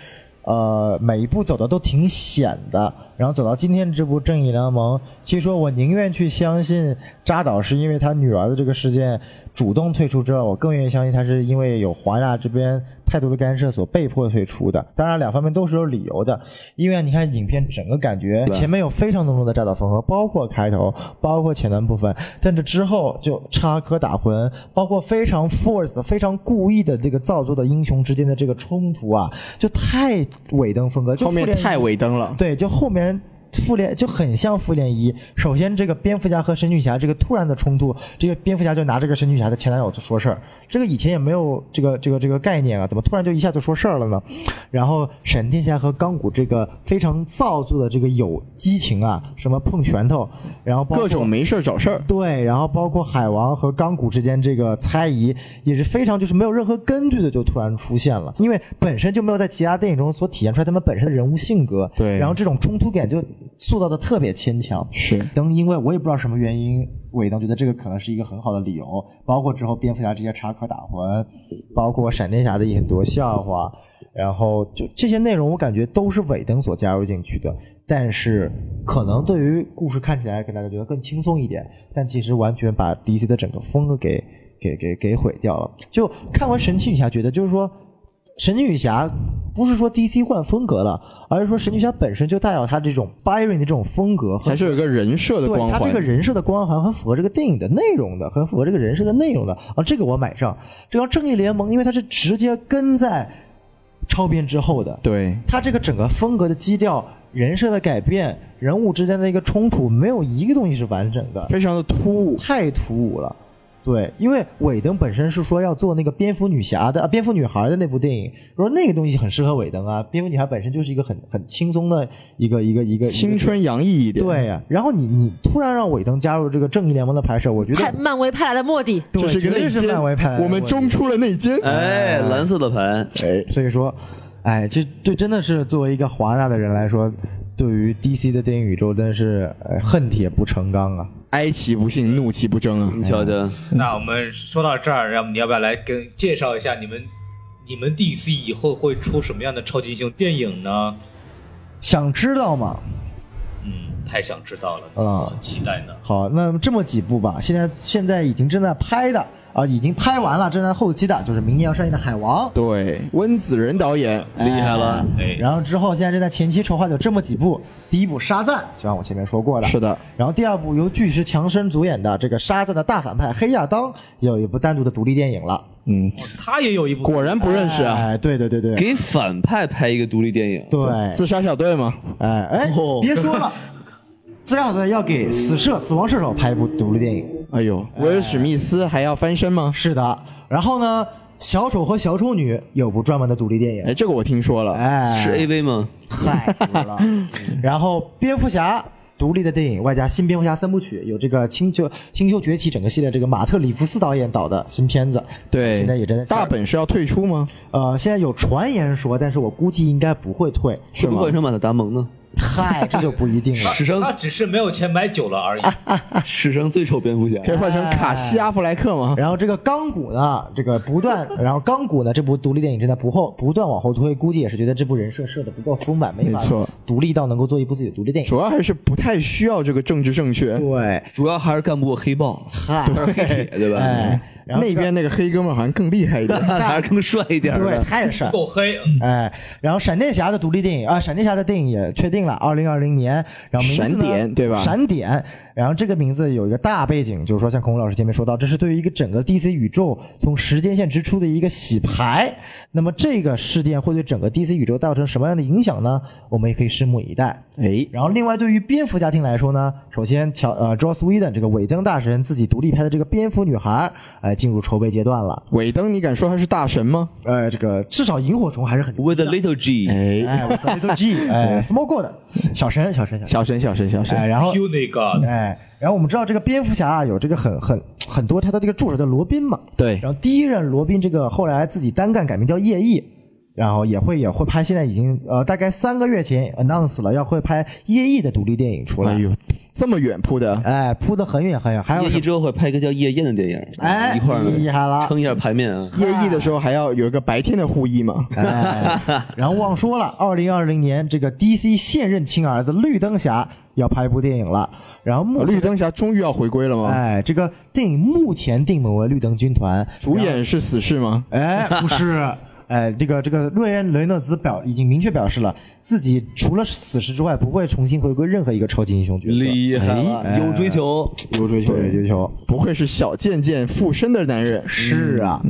Speaker 5: 呃每一步走的都挺险的，然后走到今天这部《正义联盟》，其实说我宁愿去相信扎导是因为他女儿的这个事件主动退出之外，我更愿意相信他是因为有华纳这边太多的干涉所被迫退出的。当然，两方面都是有理由的，因为你看影片整个感觉前面有非常浓重的扎导风格，包括开头，包括前半部分，但这之后就插科打诨，包括非常 force、非常故意的这个造作的英雄之间的这个冲突啊，就太尾灯风格，就
Speaker 2: 后面
Speaker 5: 复联
Speaker 2: 太尾灯了。
Speaker 5: 对，就后面复联就很像复联一。首先，这个蝙蝠侠和神女侠这个突然的冲突，这个蝙蝠侠就拿这个神女侠的前男友就说事儿，这个以前也没有这个这个这个概念啊，怎么突然就一下就说事儿了呢？然后闪电侠和钢骨这个非常造作的这个有激情啊，什么碰拳头，然后包括
Speaker 2: 各种没事儿找事儿，
Speaker 5: 对，然后包括海王和钢骨之间这个猜疑也是非常就是没有任何根据的就突然出现了，因为本身就没有在其他电影中所体现出来他们本身的人物性格，
Speaker 2: 对
Speaker 5: 然后这种冲突感就塑造的特别牵强。
Speaker 2: 是
Speaker 5: 等因为我也不知道什么原因，尾灯觉得这个可能是一个很好的理由，包括之后蝙蝠侠这些插科打诨，包括闪电侠的很多笑话，然后就这些内容我感觉都是尾灯所加入进去的，但是可能对于故事看起来给大家觉得更轻松一点，但其实完全把 DC 的整个风格给给给给毁掉了。就看完神奇女侠，觉得就是说。神奇女侠不是说 DC 换风格了，而是说神奇女侠本身就带有它这种 Byron 的这种风格和
Speaker 2: 还是有一个人设的
Speaker 5: 对
Speaker 2: 光
Speaker 5: 他这个
Speaker 2: 环。
Speaker 5: 人设的光环很符合这个电影的内容的，很符合这个人设的内容的啊，这个我买账。这个正义联盟，因为它是直接跟在超编之后的，
Speaker 2: 对，
Speaker 5: 它这个整个风格的基调、人设的改变、人物之间的一个冲突，没有一个东西是完整的，
Speaker 2: 非常的突兀。
Speaker 5: 太突兀了。对，因为尾灯本身是说要做那个蝙蝠女侠的、啊、蝙蝠女孩的那部电影，说那个东西很适合尾灯啊。蝙蝠女孩本身就是一个很很轻松的一个一个一个
Speaker 2: 青春洋溢一点。
Speaker 5: 对呀、然后你你突然让尾灯加入这个正义联盟的拍摄，我觉
Speaker 6: 派
Speaker 5: 得
Speaker 6: 漫威派来的莫蒂，
Speaker 5: 对
Speaker 2: 这是一个
Speaker 5: 绝对
Speaker 2: 内
Speaker 5: 是
Speaker 2: 奸
Speaker 5: 漫威派来，的
Speaker 2: 我们
Speaker 5: 问题
Speaker 2: 中出了内奸。
Speaker 1: 哎，蓝色的盘，
Speaker 2: 哎，
Speaker 5: 所以说，哎，这这真的是作为一个华纳的人来说，对于 DC 的电影宇宙真是、呃恨铁不成钢啊。
Speaker 2: 哀其不幸，怒其不争啊！
Speaker 1: 你瞧瞧，
Speaker 4: 那我们说到这儿，要么你要不要来跟介绍一下你们你们 DC 以后会出什么样的超级英雄电影呢？
Speaker 5: 想知道吗？
Speaker 4: 嗯，太想知道了，
Speaker 5: 啊
Speaker 4: 期待呢。
Speaker 5: 好，那么这么几部吧，现在现在已经正在拍的啊，已经拍完了，正在后期的，就是明年要上映的《海王》。
Speaker 2: 对，温子仁导演，
Speaker 1: 厉害了，
Speaker 4: 哎，
Speaker 5: 然后之后现在正在前期筹划，有这么几部：第一部《沙赞》，就像我前面说过的，
Speaker 2: 是的。
Speaker 5: 然后第二部由巨石强森主演的这个《沙赞》的大反派黑亚当，有一部单独的独立电影了。
Speaker 2: 嗯，
Speaker 4: 他也有一部，
Speaker 2: 果然不认识啊。
Speaker 5: 哎，对对对对，
Speaker 1: 给反派拍一个独立电影，
Speaker 5: 对，
Speaker 2: 自杀小队嘛，
Speaker 5: 哎哎
Speaker 1: 哦，
Speaker 5: 别说了，自杀小队要给死射死亡射手拍一部独立电影。
Speaker 2: 哎呦，威尔史密斯还要翻身吗？
Speaker 5: 是的，然后呢，小丑和小丑女有部专门的独立电
Speaker 2: 哎，
Speaker 5: 影，
Speaker 2: 这个我听说了。
Speaker 5: 哎，
Speaker 1: 是 AV 吗？
Speaker 5: 太多了。 然后蝙蝠侠独立的电影，外加新蝙蝠侠三部曲，有这个星球星球崛起整个系列，这个马特里夫斯导演导的新片子，
Speaker 2: 对，
Speaker 5: 现在也正在
Speaker 2: 大本是要退出吗？
Speaker 5: 呃，现在有传言说，但是我估计应该不会退。
Speaker 1: 是不换成马特达蒙呢？
Speaker 5: 嗨，这就不一定了。
Speaker 1: 史上
Speaker 4: 他只是没有钱买酒了而已。
Speaker 1: 史上最丑蝙蝠侠，
Speaker 2: 可以换成卡西阿弗莱克吗？
Speaker 5: 哎然后这个钢骨呢，这个不断，然后钢骨呢，这部独立电影正在不后不断往后推，估计也是觉得这部人设设的不够丰满，没
Speaker 2: 没
Speaker 5: 法
Speaker 2: 错
Speaker 5: 独立到能够做一部自己的独立电影。
Speaker 2: 主要还是不太需要这个政治正确。
Speaker 5: 对，
Speaker 1: 主要还是干不过黑豹，
Speaker 5: 嗨，
Speaker 1: 黑铁对 吧？嗯
Speaker 5: 哎，然后
Speaker 2: 那边那个黑哥们儿好像更厉害一点。
Speaker 1: 还是更帅一点
Speaker 5: 对，
Speaker 1: 的。
Speaker 5: 太神
Speaker 4: 够黑，嗯
Speaker 5: 哎，然后闪电侠的独立电影啊，闪电侠的电影也确定了，二零二零年，然后名字呢
Speaker 2: 闪点对吧
Speaker 5: 闪点，然后这个名字有一个大背景，就是说像孔老师前面说到，这是对于一个整个 DC 宇宙从时间线之出的一个洗牌。那么这个事件会对整个 DC 宇宙造成什么样的影响呢？我们也可以拭目以待。
Speaker 2: 哎，
Speaker 5: 然后，另外对于蝙蝠家庭来说呢，首先乔呃 Joss Whedon 这个尾灯大神自己独立拍的这个蝙蝠女孩，哎，进入筹备阶段了。
Speaker 2: 尾灯，你敢说他是大神吗？
Speaker 5: 呃，这个至少萤火虫还是很
Speaker 1: With a little G，
Speaker 2: 哎，
Speaker 5: 哎，我是 Little G，哎，Small God，小神，小神，小神，
Speaker 2: 小神，小神，小
Speaker 5: 哎，
Speaker 2: 神。
Speaker 5: 然后，
Speaker 4: ，You n God，
Speaker 5: 哎，然后我们知道这个蝙蝠侠啊，有这个很很很多他的这个助手叫罗宾嘛，
Speaker 2: 对，
Speaker 5: 然后第一任罗宾这个后来自己单干改名叫夜翼，然后也会也会拍，现在已经呃大概三个月前 announce 了要会拍夜翼的独立电影出来
Speaker 2: 哎，呦，这么远铺的，
Speaker 5: 哎，铺的很远很远，还有
Speaker 1: 夜
Speaker 5: 什
Speaker 1: 一
Speaker 5: 么
Speaker 1: 之后会拍一个叫《夜宴》的电影，
Speaker 5: 哎
Speaker 1: 一块儿
Speaker 5: 厉害了
Speaker 1: 撑一下牌面啊。
Speaker 2: 夜翼的时候还要有一个白天的护翼嘛？
Speaker 5: 哎，然后忘说了，二零二零年这个 DC 现任亲儿子绿灯侠要拍一部电影了，然后目
Speaker 2: 绿灯侠终于要回归了吗？
Speaker 5: 嗯哎，这个电影目前定名为《绿灯军团》，
Speaker 2: 主演是死侍吗？
Speaker 5: 哎，不是， 哎，这个这个瑞恩·雷诺兹表已经明确表示了，自己除了死侍之外，不会重新回归任何一个超级英雄角色。
Speaker 1: 厉害了，哎有追求。
Speaker 5: 有追求，有追求。
Speaker 2: 不愧是小贱贱附身的男人。嗯
Speaker 5: 是啊，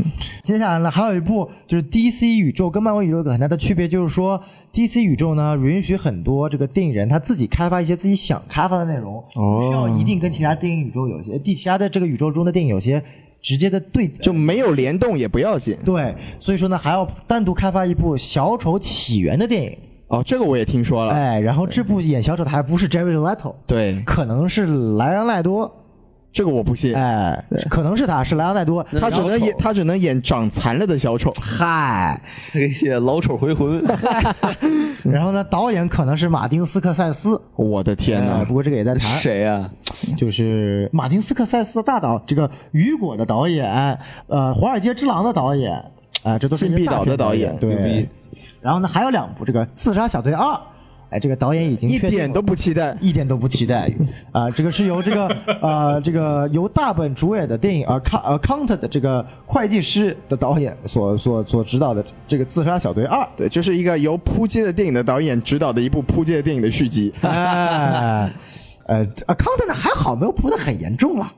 Speaker 5: 接下来呢，还有一部就是 DC 宇宙跟漫威宇宙有个很大的区别，就是说 DC 宇宙呢允许很多这个电影人他自己开发一些自己想开发的内容，不需要一定跟其他电影宇宙有些，地其他的这个宇宙中的电影有些直接的对
Speaker 2: 就没有联动也不要紧
Speaker 5: 对，所以说呢，还要单独开发一部《小丑起源》的电影。
Speaker 2: 哦，这个我也听说了。
Speaker 5: 哎，然后这部演小丑的还不是 Jerry Leto，
Speaker 2: 对，
Speaker 5: 可能是莱昂奈多，
Speaker 2: 这个我不信，
Speaker 5: 哎，可能是他是莱昂奈多，
Speaker 2: 他只能演他只能演长残了的小丑。
Speaker 5: 嗨，
Speaker 1: 给写老丑回魂，
Speaker 2: 嗯
Speaker 5: 然后呢，导演可能是马丁斯克塞斯，
Speaker 2: 我的天
Speaker 5: 哎
Speaker 2: 哪
Speaker 5: 不！过这个也在谈，
Speaker 1: 谁啊呀？
Speaker 5: 就是 马丁斯克塞斯大导，这个雨果的导演，呃，《华尔街之狼》的导演，啊、这都是一些
Speaker 2: 禁闭岛
Speaker 5: 大片
Speaker 2: 的导演
Speaker 1: 牛逼
Speaker 5: 对。然后呢，还有两部，这个《自杀小队二》，哎，这个导演已经
Speaker 2: 一
Speaker 5: 确定
Speaker 2: 点
Speaker 5: 了
Speaker 2: 都不期待。
Speaker 5: 一点都不期待 啊、这个是由这个呃这个由大本主演的电影呃康呃康特的这个会计师的导演所所所指导的这个《自杀小 队二
Speaker 2: 对，就是一个由扑街的电影的导演执导的一部扑街的电影的续集，》
Speaker 5: 哎，呃啊康特呢还好没有扑的很严重了，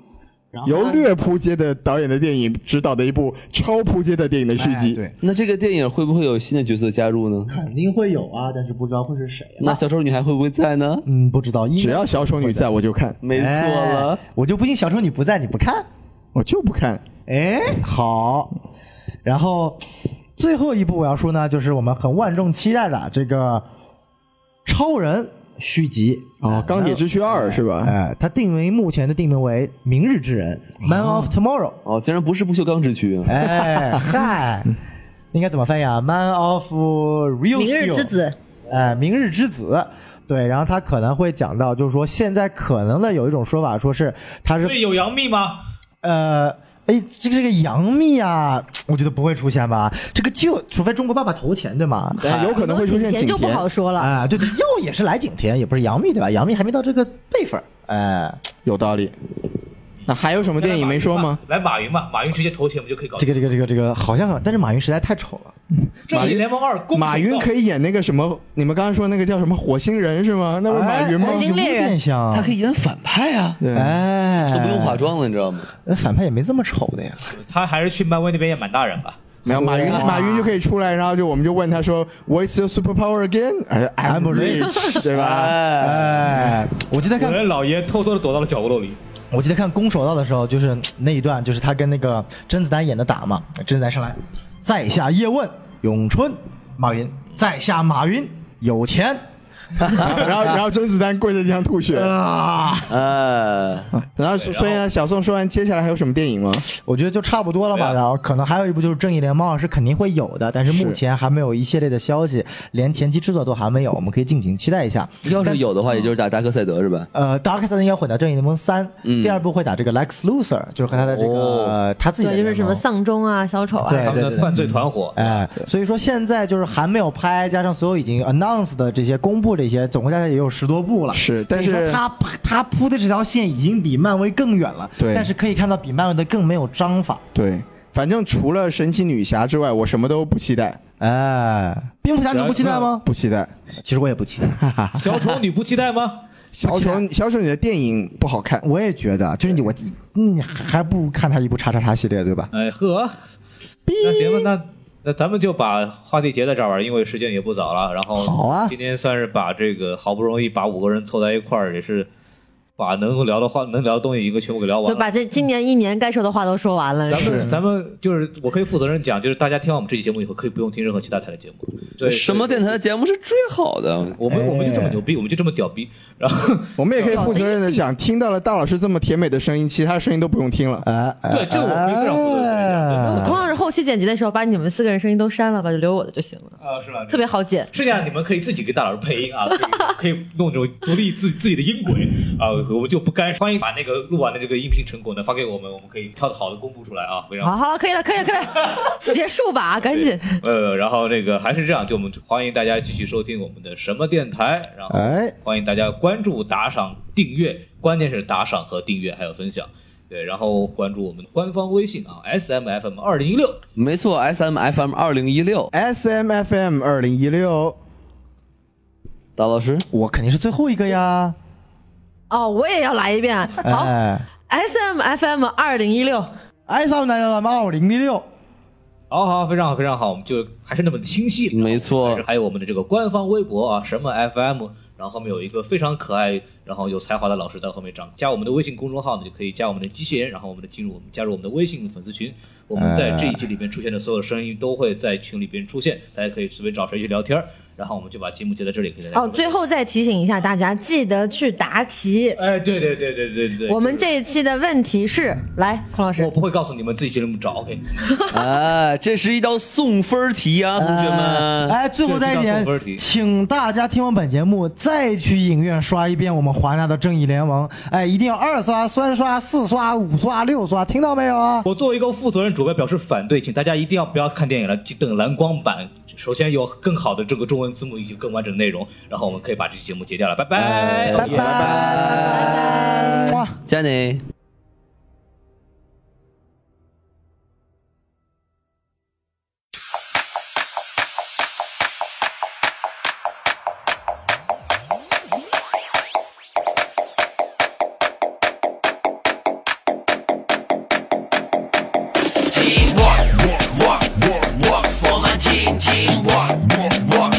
Speaker 2: 由略扑街的导演的电影执导的一部超扑街的电影的续集。
Speaker 5: 哎对，
Speaker 1: 那这个电影会不会有新的角色加入呢？
Speaker 5: 肯定会有啊，但是不知道会是谁、
Speaker 1: 那小丑女还会不会在呢？
Speaker 5: 嗯，不知道，因为哎
Speaker 2: 只要小丑女在我就看。
Speaker 1: 没错了
Speaker 5: 哎，我就不信小丑你不在你不看。
Speaker 2: 我就不看。
Speaker 5: 哎，好，然后最后一部我要说呢，就是我们很万众期待的这个超人续集
Speaker 2: 哦，《钢铁之躯二》是吧？
Speaker 5: 哎，它定名目前的定名为《明日之人》（Man of Tomorrow）。
Speaker 1: 哦，竟然不是不锈钢之躯。啊
Speaker 5: 哎，嗨，应该怎么翻译啊？Man of Real，
Speaker 6: 明日
Speaker 5: Steel
Speaker 6: 之子，
Speaker 5: 哎，明日之子。对，然后他可能会讲到，就是说现在可能的有一种说法，说是他是
Speaker 4: 所以有杨幂吗？
Speaker 5: 呃，哎，这个这个杨幂啊，我觉得不会出现吧？这个就除非中国爸爸投钱，对吗？
Speaker 2: 但哎有可能会出现
Speaker 6: 田
Speaker 2: 景
Speaker 6: 就不
Speaker 2: 甜，哎
Speaker 6: 好说了。
Speaker 5: 啊，对对，又也是来景甜，也不是杨幂对吧？杨幂还没到这个辈分儿，哎，
Speaker 2: 有道理。那还有什么电影没说吗？
Speaker 4: 来马云吧，马云直接投钱不就可以搞
Speaker 5: 这？个这个这个这个好像，但是马云实在太丑了，
Speaker 4: 正义联盟二，攻守
Speaker 2: 马云
Speaker 4: 斗
Speaker 2: 可以演那个什么，你们刚才说那个叫什么火星人是吗？那不是马云吗
Speaker 6: 火？星
Speaker 5: 哎有
Speaker 6: 猎人
Speaker 5: 点像，
Speaker 1: 他可以演反派啊，
Speaker 2: 对，
Speaker 5: 哎，
Speaker 1: 都不用化妆了，你知道吗？
Speaker 5: 那反派也没这么丑的呀，
Speaker 4: 他还是去漫威那边演满大人吧。
Speaker 2: 没有马云，马云就可以出来，然后就我们就问他说，What's your superpower again？哎，I'm rich，对吧？
Speaker 1: 哎，
Speaker 5: 哎，我记得
Speaker 4: 我
Speaker 5: 看
Speaker 4: 人老爷偷偷的躲到了角落里。
Speaker 5: 我记得看《攻守道》的时候，就是嗯那一段，就是他跟那个甄子丹演的打嘛。甄子丹上来，在下叶问，咏春，马云，在下马云，有钱
Speaker 2: 然后然后甄子丹跪在地上吐血。
Speaker 5: 啊！
Speaker 1: 哎，
Speaker 2: 然后所以呢，小宋说完，接下来还有什么电影吗？
Speaker 5: 我觉得就差不多了吧。
Speaker 4: 对啊
Speaker 5: 然后可能还有一部就是《正义联盟二》是肯定会有的，但是目
Speaker 2: 是
Speaker 5: 前还没有一系列的消息，连前期制作都还没有，我们可以敬请期待一下。
Speaker 1: 要是有的话，也就是打达克赛德是吧？
Speaker 5: 呃，Dark Side 应该会打《正义联盟三》，嗯第二部会打这个 Lex Luthor，就是和他的这个、
Speaker 1: 哦
Speaker 5: 呃他自己的
Speaker 6: 对，就是
Speaker 5: 联
Speaker 6: 什么
Speaker 5: 盟
Speaker 6: 丧钟啊、小丑啊。
Speaker 5: 对
Speaker 4: 他们的
Speaker 5: 对对
Speaker 4: 犯罪团伙，
Speaker 5: 哎，所以说现在就是还没有拍，加上所有已经 announce 的这些公布这些，总共加起来也有十多部了。
Speaker 2: 是但是
Speaker 5: 所以说他他铺的这条线已经比漫威更远了。
Speaker 2: 对
Speaker 5: 但是可以看到比漫威的更没有章法。
Speaker 2: 对，反正除了神奇女侠之外，我什么都不期待，
Speaker 5: 哎，蝙蝠侠你不期待吗？
Speaker 2: 不期待。
Speaker 5: 其实我也不 期待，
Speaker 4: 小丑女不期待吗？
Speaker 2: 小丑，小丑，你的电影不好看。
Speaker 5: 我也觉得，就是你我嗯，还不如看他一部叉叉叉系列，对吧？
Speaker 4: 哎呵，那行了，那那咱们就把话题截在这儿吧，因为时间也不早了。然后
Speaker 5: 好啊
Speaker 4: 今天算是把这个好不容易把五个人凑在一块儿，也是把能够聊的话、能聊的东西一个全部给聊完
Speaker 6: 就
Speaker 4: 了。
Speaker 6: 把这今年一年该说的话都说完了，
Speaker 4: 咱
Speaker 6: 是
Speaker 4: 们咱们就是我可以负责任讲，就是大家听完我们这期节目以后，可以不用听任何其他台的节目。对，
Speaker 1: 什么
Speaker 4: 对？
Speaker 1: 电台的节目是最好的？
Speaker 4: 我们我们就这么牛逼，我们就这么屌逼。然后
Speaker 2: 我们也可以负责任的讲，听到了大老师这么甜美的声音，其他声音都不用听了。
Speaker 5: 哎，哎
Speaker 4: 对这我可以非常负责任
Speaker 2: 啊
Speaker 5: 哎
Speaker 6: 通常是后期剪辑的时候，把你们四个人声音都删了吧，就留我的就行了，
Speaker 4: 啊，是吧？
Speaker 6: 特别好剪。
Speaker 4: 剩下你们可以自己给大老师配音啊，可以可以弄这种独立自己自己的音轨啊，我们就不干涉。欢迎把那个录完的这个音频成果呢发给我们，我们可以挑的好的公布出来啊，非常
Speaker 6: 好，好了，可以了，可以了，可以了， 结束吧，赶紧。
Speaker 4: 呃，然后这个还是这样，就我们欢迎大家继续收听我们的什么电台，然后
Speaker 5: 哎
Speaker 4: 欢迎大家关注、打赏、订阅，关键是打赏和订阅还有分享。对，然后关注我们的官方微信啊，S M F M 二零一六。
Speaker 1: 没错，S M F M 二零一六，
Speaker 2: S M F M 二零一六，
Speaker 1: 大老师，
Speaker 5: 我肯定是最后一个呀。
Speaker 6: 哦，我也要来一遍。好
Speaker 5: 哎
Speaker 6: ，S M F M 二零一六，
Speaker 5: ，S 三奶奶妈二零一六。
Speaker 4: 好好，非常好，非常好，我们就还是那么的清晰。
Speaker 1: 没错
Speaker 4: 还是，还有我们的这个官方微博啊，什么 FM，然后后面有一个非常可爱，然后有才华的老师在后面长。加我们的微信公众号呢，就可以加我们的机器人，然后我们的进入我们加入我们的微信粉丝群。我们在这一季里边出现的所有声音都会在群里边出现，大家可以随便找谁去聊天儿。然后我们就把节目接在这里，给大家。
Speaker 6: 哦，最。后再提醒一下大家，记得去答题。
Speaker 4: 哎，对对对对对对，
Speaker 6: 我们这一期的问题是，来，孔老
Speaker 4: 我
Speaker 6: 师，
Speaker 4: 不会告诉你们自己去那么找，OK？
Speaker 1: 哎，这是一道送分题啊，同学们。
Speaker 5: 哎，最后再一
Speaker 4: 这个叫送分题
Speaker 5: 点，请大家听完本节目再去影院刷一遍我们华纳的《正义联盟》，哎，一定要二刷、三刷、四刷、五刷、六刷，听到没有啊？
Speaker 4: 我作为一个负责任主播表示反对，请大家一定要不要看电影了，去等蓝光版。首先有更好的这个中文字幕以及更完整的内容，然后我们可以把这期节目截掉了，拜拜，
Speaker 5: 哎拜拜拜拜。
Speaker 1: 加你。
Speaker 9: Walk, walk, walk,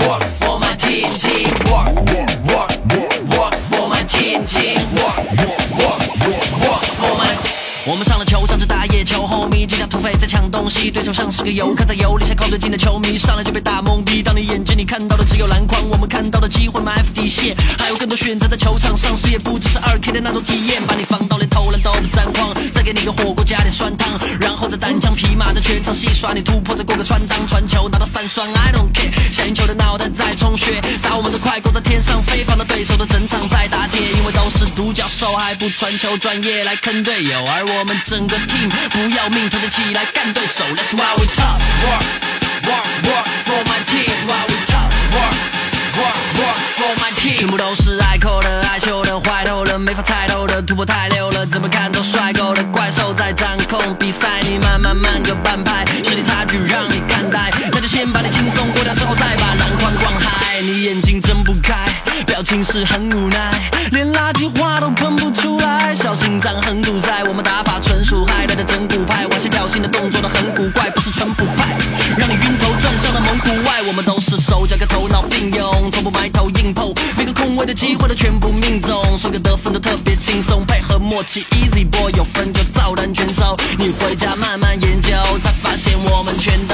Speaker 9: walk for my team, team. Walk, walk, walk, walk 们上了球，仗着打野球，后迷几家土匪在抢东西，对手像是个游客在游里，像靠最近的球迷，上来就被打懵逼。当你眼睛里看到的只有篮筐，我们看到的机会埋伏底线，还有更多选择在球场上，视野不只是二 K 的那种体验，把你防到连投篮都不沾光，再给你个火锅加点酸汤，然后再单枪匹马在全场戏耍，你突破再过个穿裆，传球拿到三双，I don't care，想赢球的脑袋在充血，打我们的快攻在天上飞，防到对手的整场在打铁，因为都是独角兽，还不传球，专业来坑队友，而我们整个 team 不要命，团结起来干对手，That's why we tough work work work for my team，That's why we tough work work work for my team，全部都是爱扣的、爱秀的、坏透了、没法猜透的，突破太溜了，怎么看都帅够的怪兽在掌控比赛，你慢慢慢个半拍，实力差距让你看呆，那就先把你轻松过掉，之后再把篮筐逛嗨，你眼睛睁不开，表情是很无奈，连垃圾话都喷不出来，小心脏很堵塞，我们打法纯属嗨，来的整蛊派，玩些挑衅的动作都很古怪，不是淳朴派，让你晕头转向的蒙古外，我们都是手脚跟头脑并用，从不埋头硬碰，每个空位的机会都全部命中，所有得分都特别轻松，配合默契，easy boy 有分就照单全收，你回家慢慢研究，才发现我们全都。